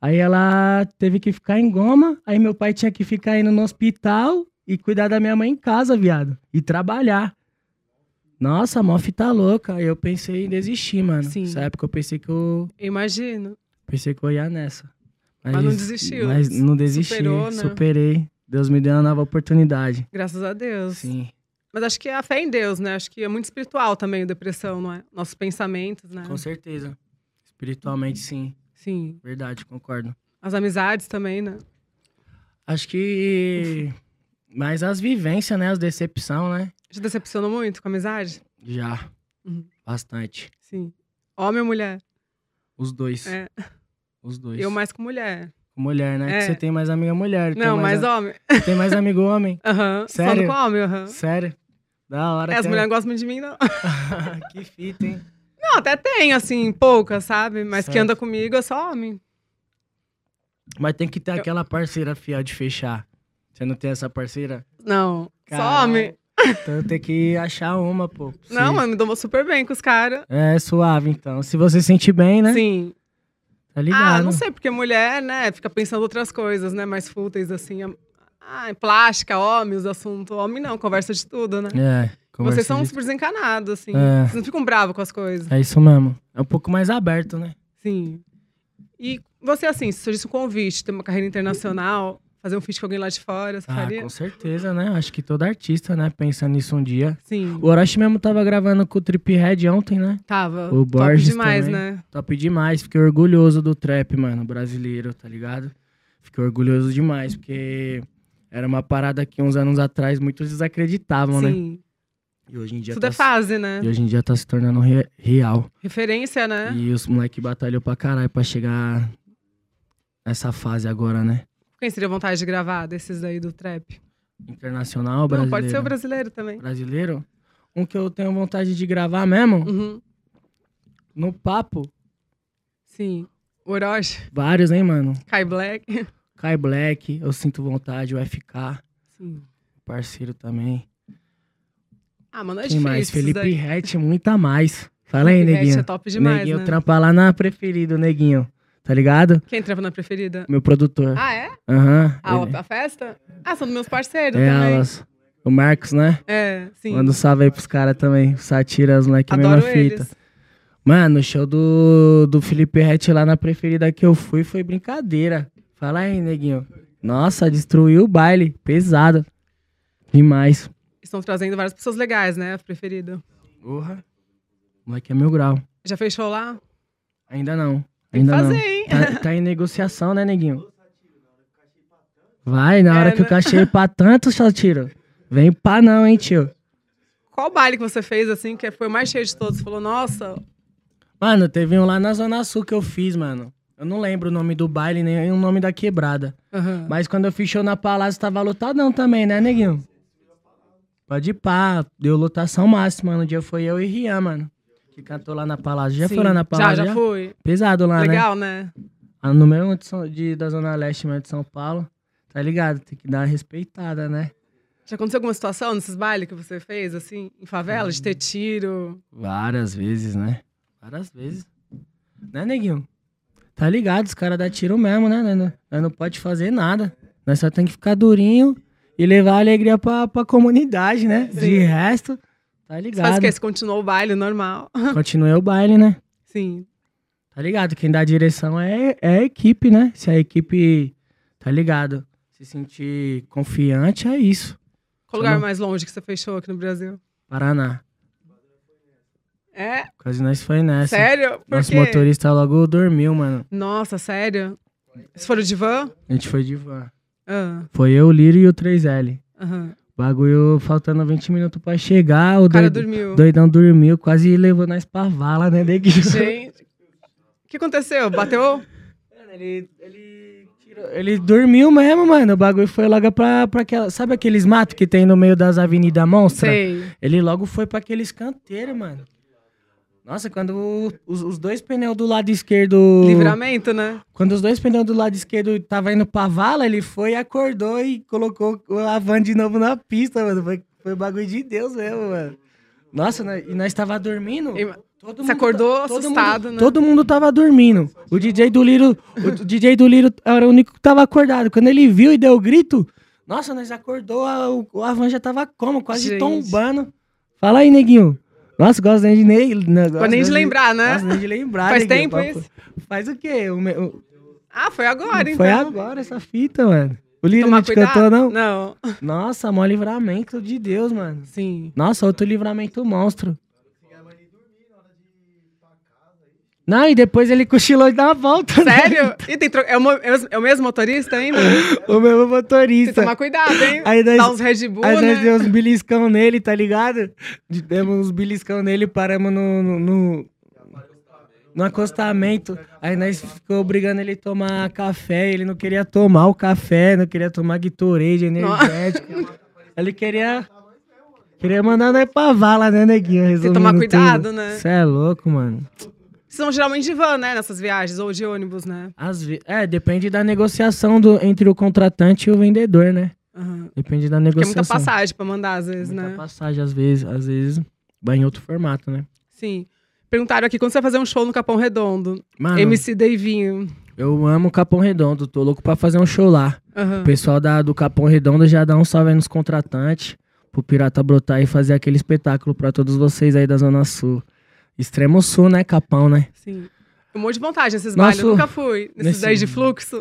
Speaker 1: Aí ela teve que ficar em goma, aí meu pai tinha que ficar indo no hospital e cuidar da minha mãe em casa, viado. E trabalhar. Nossa, a Mof tá louca. Aí eu pensei em desistir, mano.
Speaker 2: Sim.
Speaker 1: Nessa época eu pensei que eu
Speaker 2: Eu Imagino.
Speaker 1: Pensei que eu ia nessa.
Speaker 2: Mas não desistiu.
Speaker 1: Mas não desisti.
Speaker 2: Superou, né?
Speaker 1: Superei. Deus me deu uma nova oportunidade.
Speaker 2: Graças a Deus.
Speaker 1: Sim,
Speaker 2: Mas acho que é a fé em Deus, né? Acho que é muito espiritual também a depressão, não é? Nossos pensamentos, né?
Speaker 1: com certeza. Espiritualmente, sim.
Speaker 2: Sim.
Speaker 1: Verdade, concordo.
Speaker 2: As amizades também, né?
Speaker 1: Acho que. Mas as vivências, né? As decepções, né?
Speaker 2: Te decepcionou muito com a amizade?
Speaker 1: Já.
Speaker 2: Uhum.
Speaker 1: Bastante.
Speaker 2: Sim. Homem ou mulher?
Speaker 1: Os dois.
Speaker 2: É.
Speaker 1: Os dois.
Speaker 2: Eu mais com mulher.
Speaker 1: Mulher, né?
Speaker 2: É.
Speaker 1: Que você tem mais amiga mulher. tem
Speaker 2: não,
Speaker 1: mais
Speaker 2: mais
Speaker 1: a-
Speaker 2: homem.
Speaker 1: Tem mais amigo homem.
Speaker 2: Aham. Só
Speaker 1: Sério?
Speaker 2: com homem, aham.
Speaker 1: Sério. Da hora.
Speaker 2: É, as
Speaker 1: tem- Ah,
Speaker 2: mulheres não gostam muito de mim, não.
Speaker 1: que fita, hein?
Speaker 2: Não, até tem, assim, poucas, sabe? Mas que
Speaker 1: Certo.
Speaker 2: anda comigo é só homem.
Speaker 1: Mas tem que ter aquela parceira fiel de fechar. Você não tem essa parceira?
Speaker 2: Não. Só
Speaker 1: Caralho.
Speaker 2: homem.
Speaker 1: Então tem que achar uma, pô.
Speaker 2: Não,
Speaker 1: Se-
Speaker 2: mas me dou super bem com os caras.
Speaker 1: É suave, então. Se você sentir bem, né?
Speaker 2: Sim.
Speaker 1: Tá ligado?
Speaker 2: Ah, não sei, porque mulher, né, fica pensando outras coisas, né? Mais fúteis, assim. am- Ah, em plástica, homem, os assuntos. Homem não, conversa de tudo, né?
Speaker 1: É. conversa
Speaker 2: Vocês são
Speaker 1: de-
Speaker 2: super desencanados, assim.
Speaker 1: É.
Speaker 2: Vocês não ficam bravos com as coisas.
Speaker 1: É isso mesmo. É um pouco mais aberto, né?
Speaker 2: Sim. E você, assim, se surgisse um convite, ter uma carreira internacional, fazer um feat com alguém lá de fora, você
Speaker 1: Ah,
Speaker 2: faria?
Speaker 1: com certeza, né? Acho que todo artista, né? Pensa nisso um dia.
Speaker 2: Sim.
Speaker 1: O Orochi mesmo tava gravando com o Trip Head ontem, né?
Speaker 2: Tava.
Speaker 1: o
Speaker 2: top
Speaker 1: Borges
Speaker 2: demais,
Speaker 1: também.
Speaker 2: né?
Speaker 1: Top demais. Fiquei orgulhoso do trap, mano, brasileiro, tá ligado? Fiquei orgulhoso demais, porque era uma parada que uns anos atrás muitos desacreditavam, né?
Speaker 2: Sim.
Speaker 1: E hoje em dia
Speaker 2: Tudo
Speaker 1: tá
Speaker 2: é
Speaker 1: se-
Speaker 2: fase, né?
Speaker 1: E hoje em dia tá se tornando re- real.
Speaker 2: Referência, né?
Speaker 1: E os moleque batalhou pra caralho pra chegar nessa fase agora, né?
Speaker 2: Quem seria vontade de gravar desses daí do trap?
Speaker 1: Internacional,
Speaker 2: Não,
Speaker 1: brasileiro.
Speaker 2: pode ser o brasileiro também.
Speaker 1: brasileiro. Um que eu tenho vontade de gravar mesmo,
Speaker 2: Uhum.
Speaker 1: no papo,
Speaker 2: Sim. Orochi,
Speaker 1: vários, hein, mano?
Speaker 2: Kai Black.
Speaker 1: Kai Black, eu sinto vontade, o FK,
Speaker 2: Sim.
Speaker 1: parceiro também.
Speaker 2: Ah, mano, é
Speaker 1: Quem
Speaker 2: difícil.
Speaker 1: mais?
Speaker 2: isso
Speaker 1: Felipe
Speaker 2: daí.
Speaker 1: Rett, muita mais. Fala aí,
Speaker 2: Felipe Ret
Speaker 1: neguinho.
Speaker 2: é top demais,
Speaker 1: neguinho
Speaker 2: né?
Speaker 1: trampa lá na preferida, o neguinho. Tá ligado?
Speaker 2: Quem trampa na preferida?
Speaker 1: Meu produtor.
Speaker 2: Ah, é?
Speaker 1: Aham.
Speaker 2: Ah,
Speaker 1: ele-
Speaker 2: a, a festa? Ah, são dos meus parceiros
Speaker 1: é
Speaker 2: também.
Speaker 1: elas. O Marcos, né?
Speaker 2: É, sim.
Speaker 1: Manda um salve aí pros caras também. Satira, os moleque, mesma
Speaker 2: Adoro
Speaker 1: fita.
Speaker 2: eles.
Speaker 1: Mano, o show do, do Felipe Rett lá na preferida que eu fui foi brincadeira. Fala aí, neguinho. Nossa, destruiu o baile. Pesado. Demais.
Speaker 2: Estão trazendo várias pessoas legais, né? A preferida.
Speaker 1: Porra. Moleque é mil grau.
Speaker 2: Já fechou lá?
Speaker 1: Ainda não.
Speaker 2: Tem que
Speaker 1: Ainda
Speaker 2: fazer,
Speaker 1: não.
Speaker 2: hein?
Speaker 1: Tá, tá em negociação, né, neguinho? Vai, na hora
Speaker 2: É,
Speaker 1: que o
Speaker 2: né?
Speaker 1: cachê ir pra tanto, só tiro. Vem pra não, hein, tio.
Speaker 2: Qual baile que você fez, assim, que foi o mais cheio de todos? Você falou, nossa,
Speaker 1: Mano, teve um lá na Zona Sul que eu fiz, mano. Eu não lembro o nome do baile, nem o nome da quebrada.
Speaker 2: aham.
Speaker 1: Mas quando eu fiz show na Palácio, tava lotadão também, né, neguinho? Pode ir pá, deu lotação máxima. No dia foi eu e Rian, mano. Que cantou lá na Palácio. Já
Speaker 2: Sim.
Speaker 1: foi lá na Palácio?
Speaker 2: Já, já fui.
Speaker 1: Pesado lá, né?
Speaker 2: Legal, né?
Speaker 1: A número um de São- de- da Zona Leste, mas de São Paulo. Tá ligado? Tem que dar uma respeitada, né?
Speaker 2: Já aconteceu alguma situação nesses bailes que você fez, assim, em favela, de ter tiro?
Speaker 1: Várias vezes, né? Várias vezes. Né, neguinho? Tá ligado, os caras dá tiro mesmo, né? Nós não- Nós não pode fazer nada. Nós só tem que ficar durinho e levar a alegria pra, pra comunidade, né? De resto, tá
Speaker 2: Você faz o
Speaker 1: ligado.
Speaker 2: quê? Você continuou o baile normal?
Speaker 1: Continua o baile, né?
Speaker 2: Sim.
Speaker 1: Tá ligado? Quem dá a direção é, é a equipe, né? Se a equipe, tá ligado? Se sentir confiante, é isso.
Speaker 2: Qual lugar
Speaker 1: Não.
Speaker 2: mais longe que você fechou aqui no Brasil?
Speaker 1: Paraná.
Speaker 2: É?
Speaker 1: Quase nós foi
Speaker 3: Assim,
Speaker 1: nessa.
Speaker 2: Sério? Por
Speaker 1: Nosso
Speaker 2: quê?
Speaker 1: motorista logo dormiu, mano.
Speaker 2: Nossa, sério? Vocês foram de van?
Speaker 1: A gente foi de van.
Speaker 2: Ah,
Speaker 1: Foi eu, o Liro e o 3L.
Speaker 2: aham.
Speaker 3: Bagulho faltando 20 minutos pra chegar. O
Speaker 2: O cara
Speaker 3: doid-
Speaker 2: dormiu.
Speaker 3: doidão dormiu, quase levou nós pra vala, né, neguinho?
Speaker 2: Gente. O que aconteceu? Bateu?
Speaker 3: Mano, Ele, ele, tirou- ele dormiu mesmo, mano. O bagulho foi logo pra, pra aquela. Sabe aqueles matos que tem no meio das avenidas monstra?
Speaker 2: Sei.
Speaker 3: Ele logo foi pra aqueles canteiros, mano. Nossa, quando o- os, os dois pneus do lado esquerdo.
Speaker 2: Livramento, né?
Speaker 3: Quando os dois pneus do lado esquerdo tava indo pra vala, ele foi, acordou e colocou a van de novo na pista, mano. Foi, foi bagulho de Deus mesmo, mano. Nossa, nós- e nós tava dormindo.
Speaker 2: E-
Speaker 3: Todo
Speaker 2: Você acordou
Speaker 3: ta- todo
Speaker 2: assustado,
Speaker 3: mundo,
Speaker 2: né?
Speaker 3: Todo mundo tava dormindo. O DJ do Liro, o DJ do Liro era o único que tava acordado. Quando ele viu e deu o grito, nossa, nós acordou, a, o, o Avan já tava como, quase
Speaker 2: Gente.
Speaker 3: tombando. Fala aí, neguinho. Nossa, gosto nem de nem, né, gosto
Speaker 2: Pode nem de lembrar, né?
Speaker 3: Gosto nem de lembrar.
Speaker 2: Faz
Speaker 3: neguinho.
Speaker 2: tempo isso?
Speaker 3: Faz o quê? O me- o-
Speaker 2: Ah, foi agora, então.
Speaker 3: foi agora essa fita, mano. O Liro
Speaker 2: Tomar
Speaker 3: não te
Speaker 2: cuidado?
Speaker 3: cantou, não?
Speaker 2: Não.
Speaker 3: Nossa, mó livramento de Deus, mano.
Speaker 2: Sim.
Speaker 3: Nossa, outro livramento monstro. Não, e depois ele cochilou e dá uma volta. né?
Speaker 2: Sério? E tem tro... é, o mo- é o- é o mesmo motorista ainda?
Speaker 3: O mesmo
Speaker 2: Tem que
Speaker 3: motorista.
Speaker 2: tomar cuidado, hein?
Speaker 3: tá. Aí nós-
Speaker 2: Dá uns Red Bull,
Speaker 3: Aí
Speaker 2: né?
Speaker 3: nós deu uns beliscão nele, tá ligado? De- Demos uns beliscão nele e paramos no, no, no, no acostamento. Aí nós ficou obrigando ele a tomar café. Ele não queria tomar o café, não queria tomar Gatorade energético. ele queria... Queria mandar nós pra vala, né, neguinho? Tem
Speaker 2: que tomar cuidado, né?
Speaker 3: Você é louco, mano.
Speaker 2: São geralmente de van, né? Nessas viagens, ou de ônibus, né?
Speaker 3: Às ve- É, depende da negociação do, entre o contratante e o vendedor, né?
Speaker 2: Aham.
Speaker 3: Depende da
Speaker 2: Porque é
Speaker 3: negociação.
Speaker 2: muita passagem pra mandar, às vezes,
Speaker 3: Muita
Speaker 2: né?
Speaker 3: passagem, às vezes, às vezes vai em outro formato, né?
Speaker 2: Sim. Perguntaram aqui, quando você vai fazer um show no Capão Redondo?
Speaker 3: Mano,
Speaker 2: MC Davinho.
Speaker 3: eu amo Capão Redondo, tô louco pra fazer um show lá.
Speaker 2: Aham.
Speaker 3: O pessoal da, do Capão Redondo já dá um salve aí nos contratantes, pro Pirata brotar e fazer aquele espetáculo pra todos vocês aí da Zona Sul. Extremo Sul, né, Capão, né?
Speaker 2: Sim. Um monte de vontade nesses
Speaker 3: Nossa,
Speaker 2: bailes. Eu nunca fui. Nesses
Speaker 3: nesse-
Speaker 2: daí de fluxo.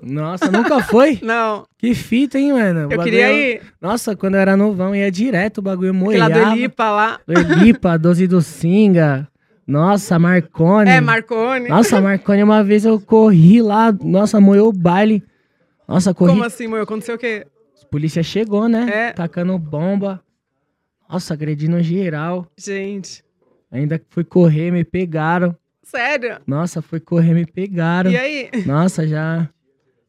Speaker 3: Nossa, nunca foi?
Speaker 2: Não.
Speaker 3: que fita, hein, mano? O
Speaker 2: Eu
Speaker 3: bagulho- é um
Speaker 2: queria ir.
Speaker 3: Nossa, quando eu era novão, ia direto o bagulho
Speaker 2: Aquela
Speaker 3: molhava.
Speaker 2: do Elipa lá.
Speaker 3: Do Elipa, 12 do Singa. Nossa, Marconi.
Speaker 2: É, Marconi.
Speaker 3: Nossa, Marconi, uma vez eu corri lá, nossa, moeu o baile. Nossa, corri.
Speaker 2: Como assim, amor? Aconteceu o quê?
Speaker 3: Os polícia chegou, né?
Speaker 2: É.
Speaker 3: Tacando bomba. Nossa, agredindo geral.
Speaker 2: Gente.
Speaker 3: Ainda fui correr, me pegaram.
Speaker 2: Sério?
Speaker 3: Nossa, fui correr, me pegaram.
Speaker 2: E aí?
Speaker 3: Nossa, já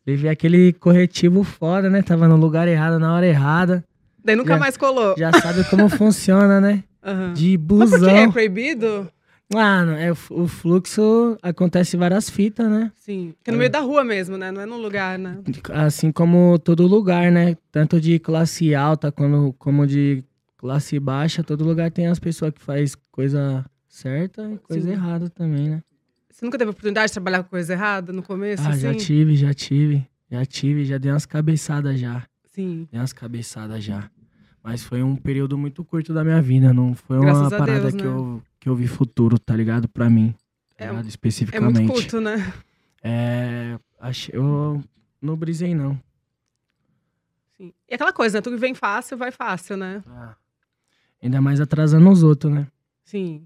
Speaker 3: levei aquele corretivo foda, né? Tava no lugar errado, na hora errada.
Speaker 2: Daí nunca
Speaker 3: Já-
Speaker 2: mais colou.
Speaker 3: Já sabe como funciona, né?
Speaker 2: Aham.
Speaker 3: De
Speaker 2: Mas por
Speaker 3: busão.
Speaker 2: quê? É proibido?
Speaker 3: Ah, não, é, o f- o fluxo acontece várias fitas, né?
Speaker 2: Sim. Porque é no meio da rua mesmo, né? Não é num lugar, né?
Speaker 3: Assim como todo lugar, né? Tanto de classe alta como, como de classe baixa, todo lugar tem as pessoas que faz coisa certa e coisa
Speaker 2: Sim.
Speaker 3: errada também, né?
Speaker 2: Você nunca teve oportunidade de trabalhar com coisa errada no começo?
Speaker 3: ah,
Speaker 2: assim?
Speaker 3: já tive, já tive. Já tive, já dei umas cabeçadas já.
Speaker 2: Sim.
Speaker 3: Dei umas cabeçadas já. Mas foi um período muito curto da minha vida, não foi uma
Speaker 2: Graças a
Speaker 3: parada
Speaker 2: Deus,
Speaker 3: que,
Speaker 2: né?
Speaker 3: eu, que eu vi futuro, tá ligado? Pra mim.
Speaker 2: É,
Speaker 3: tá ligado?
Speaker 2: É muito
Speaker 3: Especificamente.
Speaker 2: culto, né?
Speaker 3: É, achei, eu não brisei, não.
Speaker 2: Sim. E aquela coisa, né? Tudo que vem fácil, vai fácil, né?
Speaker 3: Ainda mais atrasando os outros, né?
Speaker 2: Sim.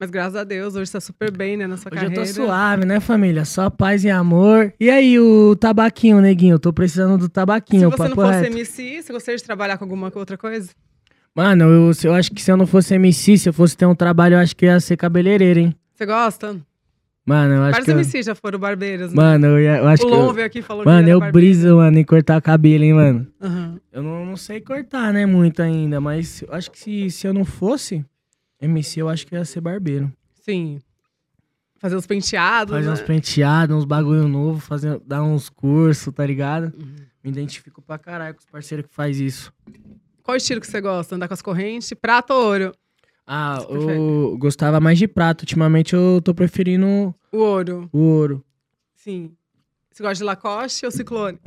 Speaker 2: Mas graças a Deus, hoje tá super bem, né? Na sua
Speaker 3: Hoje eu
Speaker 2: carreira.
Speaker 3: tô suave, né, família? Só paz e amor. E aí, o tabaquinho, neguinho? Eu tô precisando do
Speaker 2: Se
Speaker 3: tabaquinho, o
Speaker 2: você não
Speaker 3: papo
Speaker 2: fosse
Speaker 3: reto.
Speaker 2: MC, você gostaria de trabalhar com alguma outra coisa?
Speaker 3: Mano, eu, se- eu acho que se eu não fosse MC, se eu fosse ter um trabalho, eu acho que eu ia ser cabeleireiro, hein?
Speaker 2: Você gosta?
Speaker 3: Mano, eu acho
Speaker 2: Vários
Speaker 3: que... eu-
Speaker 2: MC já foram barbeiros, né?
Speaker 3: Mano, eu, ia- eu acho
Speaker 2: o
Speaker 3: que... eu-
Speaker 2: Lon veio aqui e falou
Speaker 3: Mano,
Speaker 2: que ele
Speaker 3: eu
Speaker 2: era barbeiro.
Speaker 3: briso, mano, em cortar cabelo, hein, mano?
Speaker 2: Aham.
Speaker 3: Eu não, não sei cortar, né, muito ainda, mas eu acho que se, se eu não fosse MC, eu acho que eu ia ser barbeiro.
Speaker 2: Sim. Fazer os penteados,
Speaker 3: Fazer
Speaker 2: né?
Speaker 3: uns penteados, uns bagulho novo, fazer, dar uns cursos, tá ligado?
Speaker 2: Uhum.
Speaker 3: Me identifico pra caralho com os parceiros que faz isso.
Speaker 2: Qual estilo que você gosta? Andar com as correntes? Prata ou ouro?
Speaker 3: Ah,
Speaker 2: Você prefere?
Speaker 3: eu gostava mais de prata. Ultimamente eu tô preferindo
Speaker 2: O ouro.
Speaker 3: o ouro.
Speaker 2: Sim. Você gosta de Lacoste ou Ciclone?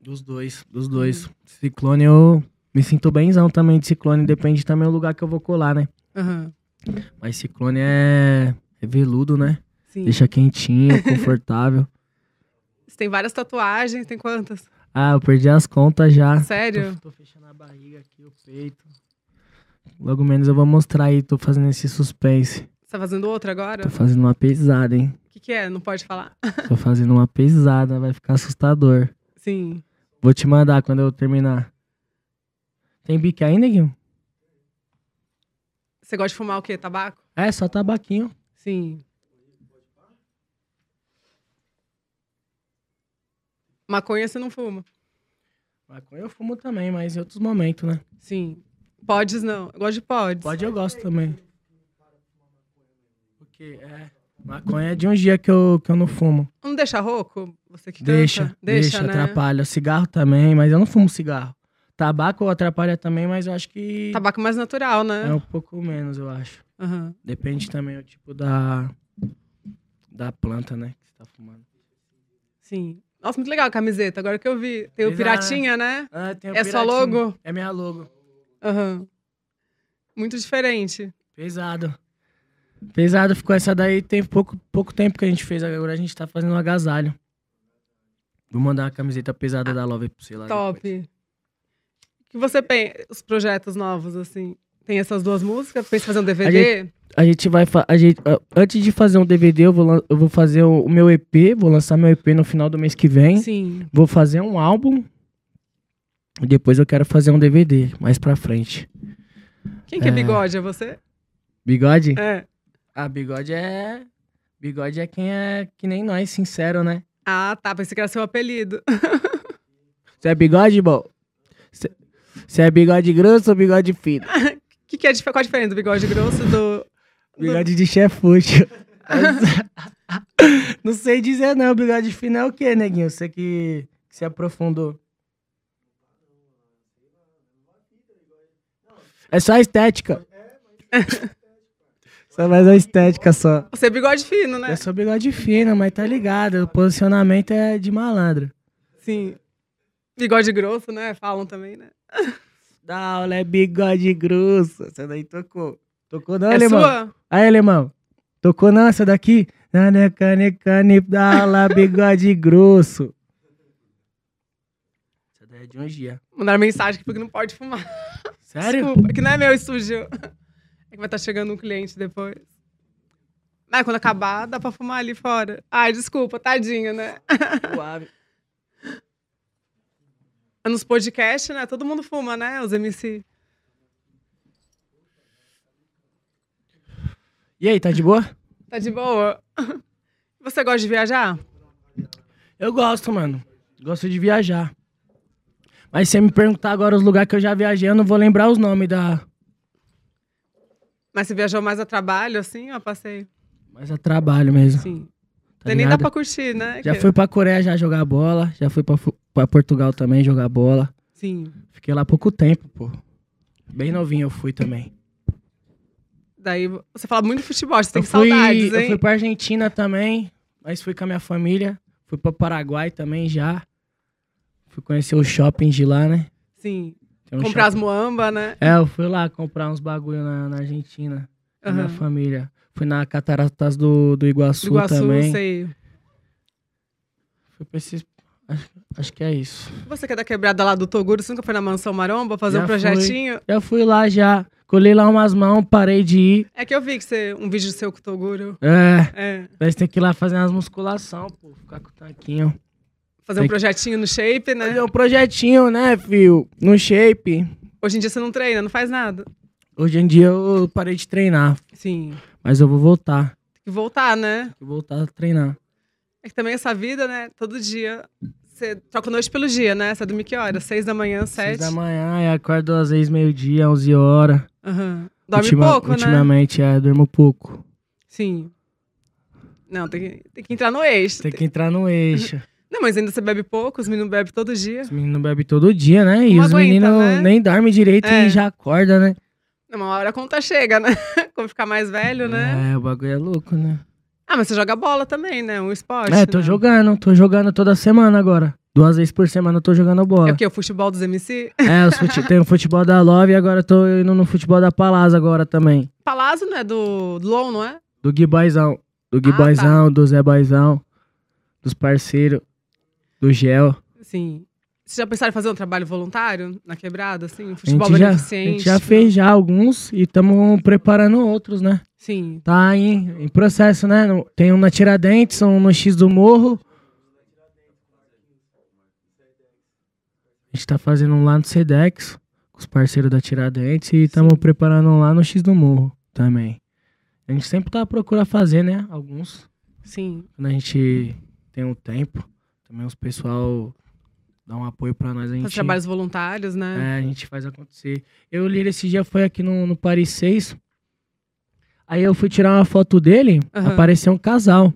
Speaker 3: Dos dois, dos dois. Uhum. Ciclone eu me sinto bemzão também de ciclone. Depende também do lugar que eu vou colar, né?
Speaker 2: Aham.
Speaker 3: Mas ciclone é, é veludo, né?
Speaker 2: Sim.
Speaker 3: Deixa quentinho, confortável.
Speaker 2: Você tem várias tatuagens, tem quantas?
Speaker 3: Ah, eu perdi as contas já.
Speaker 2: Sério?
Speaker 3: Tô, tô fechando a barriga aqui, o peito. Logo menos eu vou mostrar aí, tô fazendo esse suspense.
Speaker 2: Você tá fazendo outra agora?
Speaker 3: Tô fazendo uma pesada, hein?
Speaker 2: O que, que é? Não pode falar.
Speaker 3: Tô fazendo uma pesada, vai ficar assustador.
Speaker 2: Sim.
Speaker 3: Vou te mandar quando eu terminar.
Speaker 1: Tem bique ainda, Guinho?
Speaker 2: Você gosta de fumar o quê? Tabaco?
Speaker 1: É, só tabaquinho.
Speaker 2: Sim. Maconha você não fuma.
Speaker 1: Maconha eu fumo também, mas em outros momentos, né?
Speaker 2: Sim. Podes não. Eu gosto de podes.
Speaker 1: Pode eu gosto também. Porque é. Maconha é de um dia que eu, que eu não fumo.
Speaker 2: Não deixa rouco? Você que canta?
Speaker 1: Deixa, deixa,
Speaker 2: né?
Speaker 1: atrapalha. Cigarro também, mas eu não fumo cigarro. Tabaco atrapalha também, mas eu acho que
Speaker 2: Tabaco mais natural, né?
Speaker 1: é um pouco menos, eu acho.
Speaker 2: Aham.
Speaker 1: Depende também o tipo da da planta, né, que você tá fumando.
Speaker 2: Sim. Nossa, muito legal a camiseta. Agora que eu vi. Tem o
Speaker 1: Exato.
Speaker 2: Piratinha, né?
Speaker 1: Ah, tem o
Speaker 2: É sua
Speaker 1: piratinho.
Speaker 2: logo?
Speaker 1: É minha logo.
Speaker 2: Aham. Muito diferente.
Speaker 1: Pesado. Pesado ficou essa daí. Tem pouco, pouco tempo que a gente fez. Agora a gente tá fazendo um agasalho. Vou mandar uma camiseta pesada da Love pra você lá.
Speaker 2: Top.
Speaker 1: depois.
Speaker 2: O que você pensa? Os projetos novos, assim? Tem essas duas músicas? Pensa em fazer um DVD?
Speaker 1: A gente vai. fa- A gente, ah, antes de fazer um DVD, eu vou, lan- eu vou fazer o, o meu EP. Vou lançar meu EP no final do mês que vem.
Speaker 2: Sim.
Speaker 1: Vou fazer um álbum. E depois eu quero fazer um DVD mais pra frente.
Speaker 2: Quem que é
Speaker 1: É.
Speaker 2: bigode? É você?
Speaker 1: Bigode?
Speaker 2: É.
Speaker 1: Ah, bigode é. Bigode é quem é que nem nós, sincero, né?
Speaker 2: Ah, tá. Pensei que era seu apelido.
Speaker 1: Você é bigode, bom? Você é bigode grosso ou bigode fino?
Speaker 2: que que é, dif- qual a diferença do bigode grosso do...
Speaker 1: Bigode de chefucho. não sei dizer não, bigode fino é o quê, neguinho? Você que, que se aprofundou. É só a estética. só mais a estética só.
Speaker 2: Você é bigode fino, né?
Speaker 1: Eu sou bigode fino, mas tá ligado. O posicionamento é de malandro.
Speaker 2: Sim. Bigode grosso, né? Falam também, né?
Speaker 1: Da aula é bigode grosso. Essa daí tocou. Tocou não,
Speaker 2: é
Speaker 1: alemão?
Speaker 2: sua?
Speaker 1: Aí, alemão, tocou não essa daqui? Nanecane, da aula, bigode grosso. Essa daí é de um dia.
Speaker 2: Mandaram mensagem que porque não pode fumar.
Speaker 1: Sério?
Speaker 2: Desculpa, que não é meu estúdio. É que vai estar chegando um cliente depois. Ah, quando acabar, dá pra fumar ali fora. Ai, desculpa, tadinho, né?
Speaker 1: Suave.
Speaker 2: Nos podcasts, né? Todo mundo fuma, né? Os MC.
Speaker 1: E aí, tá de boa?
Speaker 2: Tá de boa? Você gosta de viajar?
Speaker 1: Eu gosto, mano. Gosto de viajar. Mas se você me perguntar agora os lugares que eu já viajei, eu não vou lembrar os nomes da.
Speaker 2: Mas você viajou mais a trabalho, assim, ou a passeio?
Speaker 1: Mas é trabalho mesmo.
Speaker 2: Sim.
Speaker 1: tá
Speaker 2: nem dá
Speaker 1: ligado?
Speaker 2: pra curtir, né?
Speaker 1: Já
Speaker 2: Que-
Speaker 1: fui pra Coreia já jogar bola. Já fui pra, fu- pra Portugal também jogar bola.
Speaker 2: Sim.
Speaker 1: Fiquei lá pouco tempo, pô. Bem novinho eu fui também.
Speaker 2: Daí você fala muito de futebol, você tem
Speaker 1: eu
Speaker 2: que
Speaker 1: fui,
Speaker 2: saudades,
Speaker 1: Eu fui
Speaker 2: hein?
Speaker 1: pra Argentina também, mas fui com a minha família. Fui pra Paraguai também já. Fui conhecer os shoppings de lá, né?
Speaker 2: Sim.
Speaker 1: Tem um
Speaker 2: Comprar as
Speaker 1: shopping-
Speaker 2: moamba, né?
Speaker 1: É, eu fui lá comprar uns bagulho na, na Argentina. Com a minha
Speaker 2: Aham.
Speaker 1: família. Fui na Cataratas do, do, Iguaçu,
Speaker 2: Do Iguaçu,
Speaker 1: também.
Speaker 2: sei.
Speaker 1: Fui pra esses... Acho, acho que é isso.
Speaker 2: Você que é da quebrada lá do Toguro, você nunca foi na Mansão Maromba fazer
Speaker 1: Já
Speaker 2: um projetinho?
Speaker 1: Eu fui lá já, colhei lá umas mãos, parei de ir.
Speaker 2: É que eu vi que você, um vídeo seu com o Toguro.
Speaker 1: É,
Speaker 2: É,
Speaker 1: mas tem que ir lá fazer umas musculação, pô. Ficar com o tanquinho.
Speaker 2: fazer
Speaker 1: Tem que-
Speaker 2: um projetinho no shape, né?
Speaker 1: Fazer um projetinho, né, filho? No shape.
Speaker 2: Hoje em dia você não treina, não faz nada.
Speaker 1: Hoje em dia eu parei de treinar,
Speaker 2: Sim.
Speaker 1: mas eu vou voltar.
Speaker 2: Tem que voltar, né?
Speaker 1: Vou voltar a treinar.
Speaker 2: É que também essa vida, né? Todo dia. Você troca noite pelo dia, né? Você dorme que hora? Seis da manhã,
Speaker 1: Seis
Speaker 2: sete?
Speaker 1: da manhã, eu acordo às vezes meio-dia, 11 horas.
Speaker 2: Aham. Dorme
Speaker 1: Ultima-
Speaker 2: pouco, né?
Speaker 1: Ultimamente, é, durmo pouco.
Speaker 2: Sim. Não, tem que, tem que entrar no eixo.
Speaker 1: Tem que entrar no eixo.
Speaker 2: Não, mas ainda você bebe pouco, os meninos bebem todo dia.
Speaker 1: Os meninos bebem todo dia, né? E
Speaker 2: Não
Speaker 1: os
Speaker 2: aguenta,
Speaker 1: meninos
Speaker 2: né?
Speaker 1: nem dormem direito
Speaker 2: É.
Speaker 1: e já acorda, né?
Speaker 2: Não, Uma hora a conta chega, né? Quando ficar mais velho, né?
Speaker 1: É, o bagulho é louco, né?
Speaker 2: Ah, mas você joga bola também, né? Um esporte.
Speaker 1: é, tô
Speaker 2: né?
Speaker 1: jogando, tô jogando toda semana agora. Duas vezes por semana eu tô jogando
Speaker 2: É
Speaker 1: bola.
Speaker 2: o quê? O futebol dos MC?
Speaker 1: É, os fute- tem o futebol da Love e agora eu tô indo no futebol da Palaz agora também.
Speaker 2: Palazzo, né? Do, do Lon, não é?
Speaker 1: Do Gui Boizão. Do Gui
Speaker 2: Ah,
Speaker 1: Boizão, do Zé Boizão, dos parceiros, do Gel.
Speaker 2: Sim. Assim, Vocês já pensaram em fazer um trabalho voluntário na quebrada, assim? Um
Speaker 1: A gente,
Speaker 2: Futebol
Speaker 1: já, a
Speaker 2: beneficente?
Speaker 1: gente já fez já alguns e estamos preparando outros, né?
Speaker 2: Sim.
Speaker 1: Tá em, em processo, né? No- Tem um na Tiradentes, um no X do Morro. A gente tá fazendo um lá no Sedex. com os parceiros da Tiradentes e estamos preparando um lá no X do Morro também. A gente sempre tá à procura fazer, né? Alguns.
Speaker 2: Sim.
Speaker 1: Quando a gente tem um tempo, também os pessoal dá um apoio pra nós. A
Speaker 2: Faz
Speaker 1: gente,
Speaker 2: trabalhos voluntários, né?
Speaker 1: é, a gente faz acontecer. Eu, Lira, esse dia foi aqui no, no Paris 6. Aí eu fui tirar uma foto dele,
Speaker 2: Aham.
Speaker 1: apareceu um casal.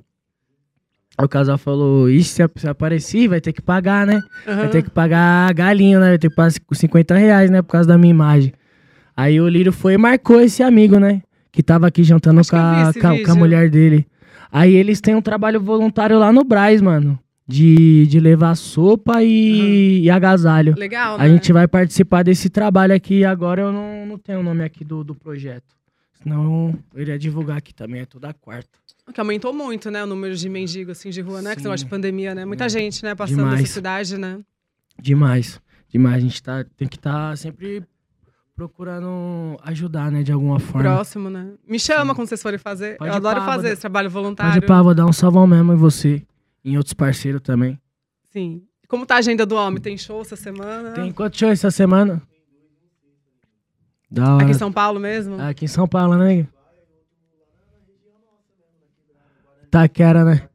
Speaker 1: Aí o casal falou, isso se, ap- se aparecer, vai ter que pagar, né? Vai
Speaker 2: Aham.
Speaker 1: ter que pagar a galinha, né? Vai ter que pagar cinco- 50 reais, né? Por causa da minha imagem. Aí o Lírio foi e marcou esse amigo, né? Que tava aqui jantando
Speaker 2: Acho
Speaker 1: com
Speaker 2: que eu vi
Speaker 1: a,
Speaker 2: esse
Speaker 1: com a- com a
Speaker 2: vídeo.
Speaker 1: mulher dele. Aí eles têm um trabalho voluntário lá no Brás, mano. De, de levar sopa e, e agasalho.
Speaker 2: Legal, né?
Speaker 1: A gente vai participar desse trabalho aqui. Agora eu não, não tenho o nome aqui do, do projeto. Senão eu iria divulgar aqui também. É toda quarta.
Speaker 2: Que aumentou muito, né? O número de mendigo, assim, de rua, né? Que você
Speaker 1: Sim. É.
Speaker 2: gosta de pandemia, né? Muita gente, né? Passando
Speaker 1: Demais.
Speaker 2: essa cidade, né?
Speaker 1: Demais. Demais. A gente tá, tem que estar sempre procurando ajudar, né? De alguma forma.
Speaker 2: Próximo, né? Me chama quando vocês forem fazer.
Speaker 1: Pode
Speaker 2: Eu
Speaker 1: ir
Speaker 2: adoro
Speaker 1: pra
Speaker 2: fazer
Speaker 1: Abra.
Speaker 2: esse trabalho voluntário.
Speaker 1: Pode pá, vou dar um salvão mesmo em você. Em outros parceiros também.
Speaker 2: Sim. Como tá a agenda do homem? Tem show essa semana?
Speaker 1: Tem quantos shows essa semana? Da hora.
Speaker 2: Aqui em São Paulo mesmo?
Speaker 1: Aqui em São Paulo, né? Taquera, né?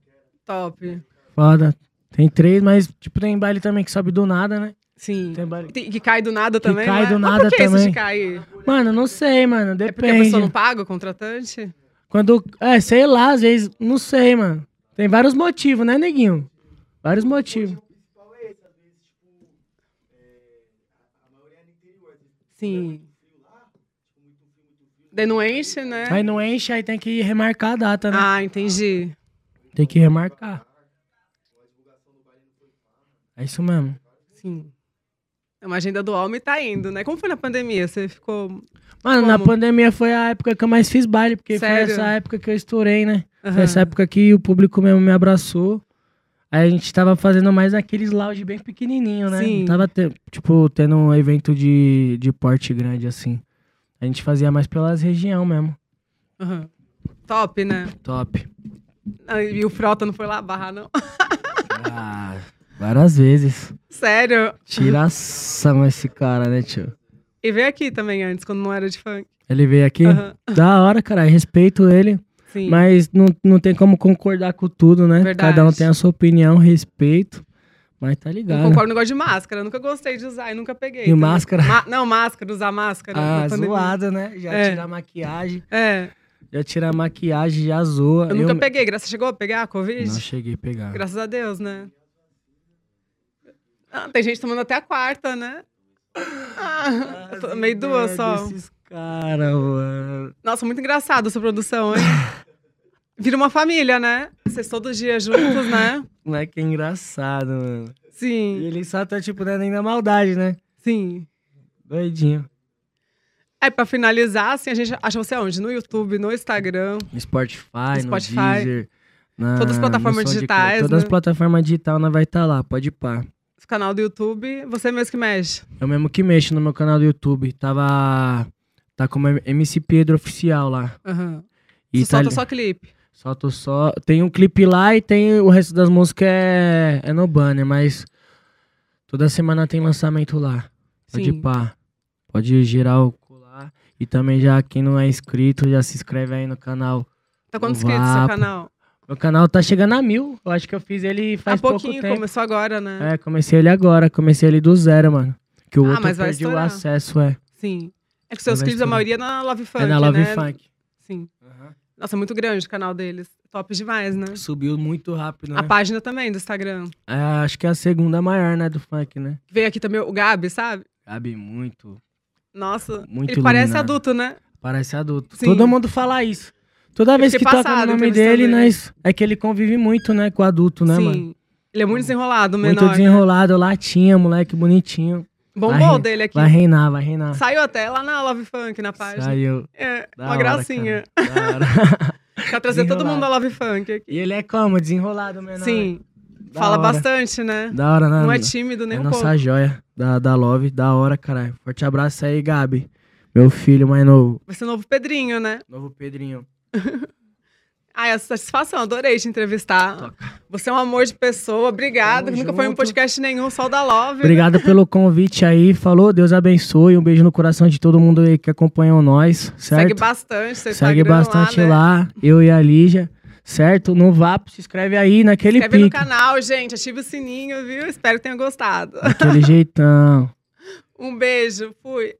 Speaker 2: Top.
Speaker 1: Foda. Tem três, mas tipo, tem baile também que sobe do nada, né?
Speaker 2: Sim.
Speaker 1: Tem baile.
Speaker 2: Tem- que cai do nada
Speaker 1: Que
Speaker 2: também.
Speaker 1: cai
Speaker 2: né?
Speaker 1: do
Speaker 2: Mas
Speaker 1: nada
Speaker 2: por que isso
Speaker 1: também.
Speaker 2: de cair?
Speaker 1: Mano, não sei, mano.
Speaker 2: É porque a pessoa
Speaker 1: Depende.
Speaker 2: não paga o contratante?
Speaker 1: Quando. É, sei lá, às vezes. Não sei, mano. Tem vários motivos, né, neguinho? Vários motivos.
Speaker 2: Sim. Daí não enche, né?
Speaker 1: Aí não enche, aí tem que remarcar a data, né?
Speaker 2: Ah, entendi.
Speaker 1: Tem que remarcar. É isso mesmo.
Speaker 2: Sim. É uma agenda do homem tá indo, né? Como foi na pandemia? Você ficou.
Speaker 1: Mano, na
Speaker 2: Como?
Speaker 1: pandemia foi a época que eu mais fiz baile, porque
Speaker 2: Sério?
Speaker 1: foi essa época que eu estourei, né?
Speaker 2: Aham.
Speaker 1: Foi essa época que o público mesmo me abraçou. Aí a gente tava fazendo mais aqueles lounge bem pequenininho, né?
Speaker 2: Sim.
Speaker 1: Não tava, te- tipo, tendo um evento de, de porte grande, assim. A gente fazia mais pelas região mesmo.
Speaker 2: Aham. Top, né?
Speaker 1: Top.
Speaker 2: Ah, E o Frota não foi lá barrar, não?
Speaker 1: Ah, várias vezes.
Speaker 2: Sério.
Speaker 1: Tiração esse cara, né, tio?
Speaker 2: E veio aqui também antes, quando não era de funk.
Speaker 1: Ele veio aqui.
Speaker 2: Aham.
Speaker 1: Da hora, cara. Respeito ele.
Speaker 2: Sim.
Speaker 1: Mas não, não tem como concordar com tudo, né?
Speaker 2: Verdade.
Speaker 1: Cada um tem a sua opinião, respeito. Mas tá
Speaker 2: Não
Speaker 1: ligado.
Speaker 2: concordo no negócio de máscara. Eu nunca gostei de usar e nunca peguei.
Speaker 1: E máscara?
Speaker 2: Ma- não, máscara, usar máscara.
Speaker 1: Ah,
Speaker 2: na pandemia.
Speaker 1: zoada, né? Já
Speaker 2: É.
Speaker 1: tira a maquiagem.
Speaker 2: É.
Speaker 1: Já tira a maquiagem, já zoa.
Speaker 2: Eu, nunca peguei. Graças chegou a pegar a Covid?
Speaker 1: Não cheguei a pegar.
Speaker 2: Graças a Deus, né? Ah, tem gente tomando até a quarta, né? Ah, eu tomei duas só.
Speaker 1: Esses caras, mano.
Speaker 2: Nossa, muito engraçado essa produção, hein? Vira uma família, né? Vocês todos os dias juntos, né?
Speaker 1: Não é que é engraçado, mano. E
Speaker 2: Sim,
Speaker 1: ele só tá, tipo, né, nem na maldade, né?
Speaker 2: sim.
Speaker 1: Doidinho.
Speaker 2: Aí, pra finalizar, assim, a gente acha você onde? No YouTube, no Instagram.
Speaker 1: No Spotify, no,
Speaker 2: Spotify.
Speaker 1: Deezer. na-
Speaker 2: Todas as plataformas
Speaker 1: no SoundCloud.
Speaker 2: digitais,
Speaker 1: Todas as
Speaker 2: né?
Speaker 1: plataformas digitais nós vai estar lá, pode pá.
Speaker 2: Esse canal do YouTube. Você mesmo que mexe.
Speaker 1: Eu mesmo que mexo no meu canal do YouTube. Tava. Tá como MC Pedro Oficial lá.
Speaker 2: Aham.
Speaker 1: E
Speaker 2: Você solta
Speaker 1: tá
Speaker 2: só clipe.
Speaker 1: Solto só. Tem um clipe lá e tem o resto das músicas é, é no banner, mas toda semana tem lançamento lá. Pode
Speaker 2: Sim.
Speaker 1: pá. Pode girar o cu lá. E também já quem não é inscrito, já se inscreve aí no canal.
Speaker 2: Tá quantos inscritos no seu
Speaker 1: Vapo.
Speaker 2: canal?
Speaker 1: Meu canal tá chegando a mil. Eu acho que eu fiz ele faz
Speaker 2: Há
Speaker 1: pouco
Speaker 2: Tá pouquinho,
Speaker 1: tempo.
Speaker 2: começou agora, né?
Speaker 1: É, comecei ele agora. Comecei ele do zero, mano. Que o
Speaker 2: Ah,
Speaker 1: outro
Speaker 2: mas vai
Speaker 1: perdi o
Speaker 2: estourar.
Speaker 1: acesso, é.
Speaker 2: Sim. É que seus
Speaker 1: Vai
Speaker 2: clipes, a
Speaker 1: estourar.
Speaker 2: maioria é na Love Funk,
Speaker 1: é na Love
Speaker 2: né?
Speaker 1: Funk.
Speaker 2: Sim. Nossa, é muito grande o canal deles. Top demais, né?
Speaker 1: Subiu muito rápido, né?
Speaker 2: A página também do Instagram.
Speaker 1: É, acho que é a segunda maior, né, do funk, né?
Speaker 2: Veio aqui também o Gabi, sabe?
Speaker 1: Cabe muito.
Speaker 2: Nossa,
Speaker 1: Muito
Speaker 2: ele parece
Speaker 1: iluminado.
Speaker 2: adulto, né?
Speaker 1: Parece adulto.
Speaker 2: Sim.
Speaker 1: Todo mundo fala isso. Toda vez que
Speaker 2: fiquei
Speaker 1: toca
Speaker 2: passada
Speaker 1: o nome
Speaker 2: entrevistando
Speaker 1: dele,
Speaker 2: ele.
Speaker 1: nós... é que ele convive muito, né, com adulto, né,
Speaker 2: Sim.
Speaker 1: mano?
Speaker 2: Ele é muito desenrolado, menor.
Speaker 1: Muito desenrolado, latinha, moleque bonitinho.
Speaker 2: Né? Bombou
Speaker 1: Vai-
Speaker 2: dele aqui.
Speaker 1: Vai reinar, vai reinar.
Speaker 2: Saiu até lá na Love Funk, na página.
Speaker 1: Saiu.
Speaker 2: É,
Speaker 1: Da
Speaker 2: uma
Speaker 1: hora,
Speaker 2: gracinha.
Speaker 1: cara. Da hora.
Speaker 2: Quer trazer todo
Speaker 1: Desenrolado.
Speaker 2: mundo da Love Funk aqui.
Speaker 1: e ele é como? Desenrolado, menor.
Speaker 2: Sim.
Speaker 1: Da
Speaker 2: é Fala
Speaker 1: hora.
Speaker 2: bastante, né?
Speaker 1: Da hora, né?
Speaker 2: Não é
Speaker 1: mano?
Speaker 2: tímido nem
Speaker 1: É
Speaker 2: um
Speaker 1: nossa
Speaker 2: pouco.
Speaker 1: joia da, da Love. Da hora, caralho. Forte abraço aí, Gabi. Meu filho mais novo.
Speaker 2: Vai ser o novo Pedrinho, né?
Speaker 1: Novo Pedrinho.
Speaker 2: Ai, a satisfação, adorei te entrevistar. Você é um amor de pessoa, obrigado.
Speaker 1: Tamo
Speaker 2: Nunca foi um
Speaker 1: junto.
Speaker 2: podcast nenhum, só o da Love.
Speaker 1: Obrigado pelo convite aí. Falou, Deus abençoe. Um beijo no coração de todo mundo aí que acompanhou nós, certo?
Speaker 2: né? Segue bastante, seu
Speaker 1: Segue
Speaker 2: Instagram
Speaker 1: bastante
Speaker 2: lá. né?
Speaker 1: lá, eu e a Lígia, certo? No VAP, se inscreve aí naquele
Speaker 2: Inscreve no
Speaker 1: pique.
Speaker 2: canal, gente. Ative o sininho, viu? Espero que tenha gostado.
Speaker 1: Aquele jeitão.
Speaker 2: Um beijo, fui.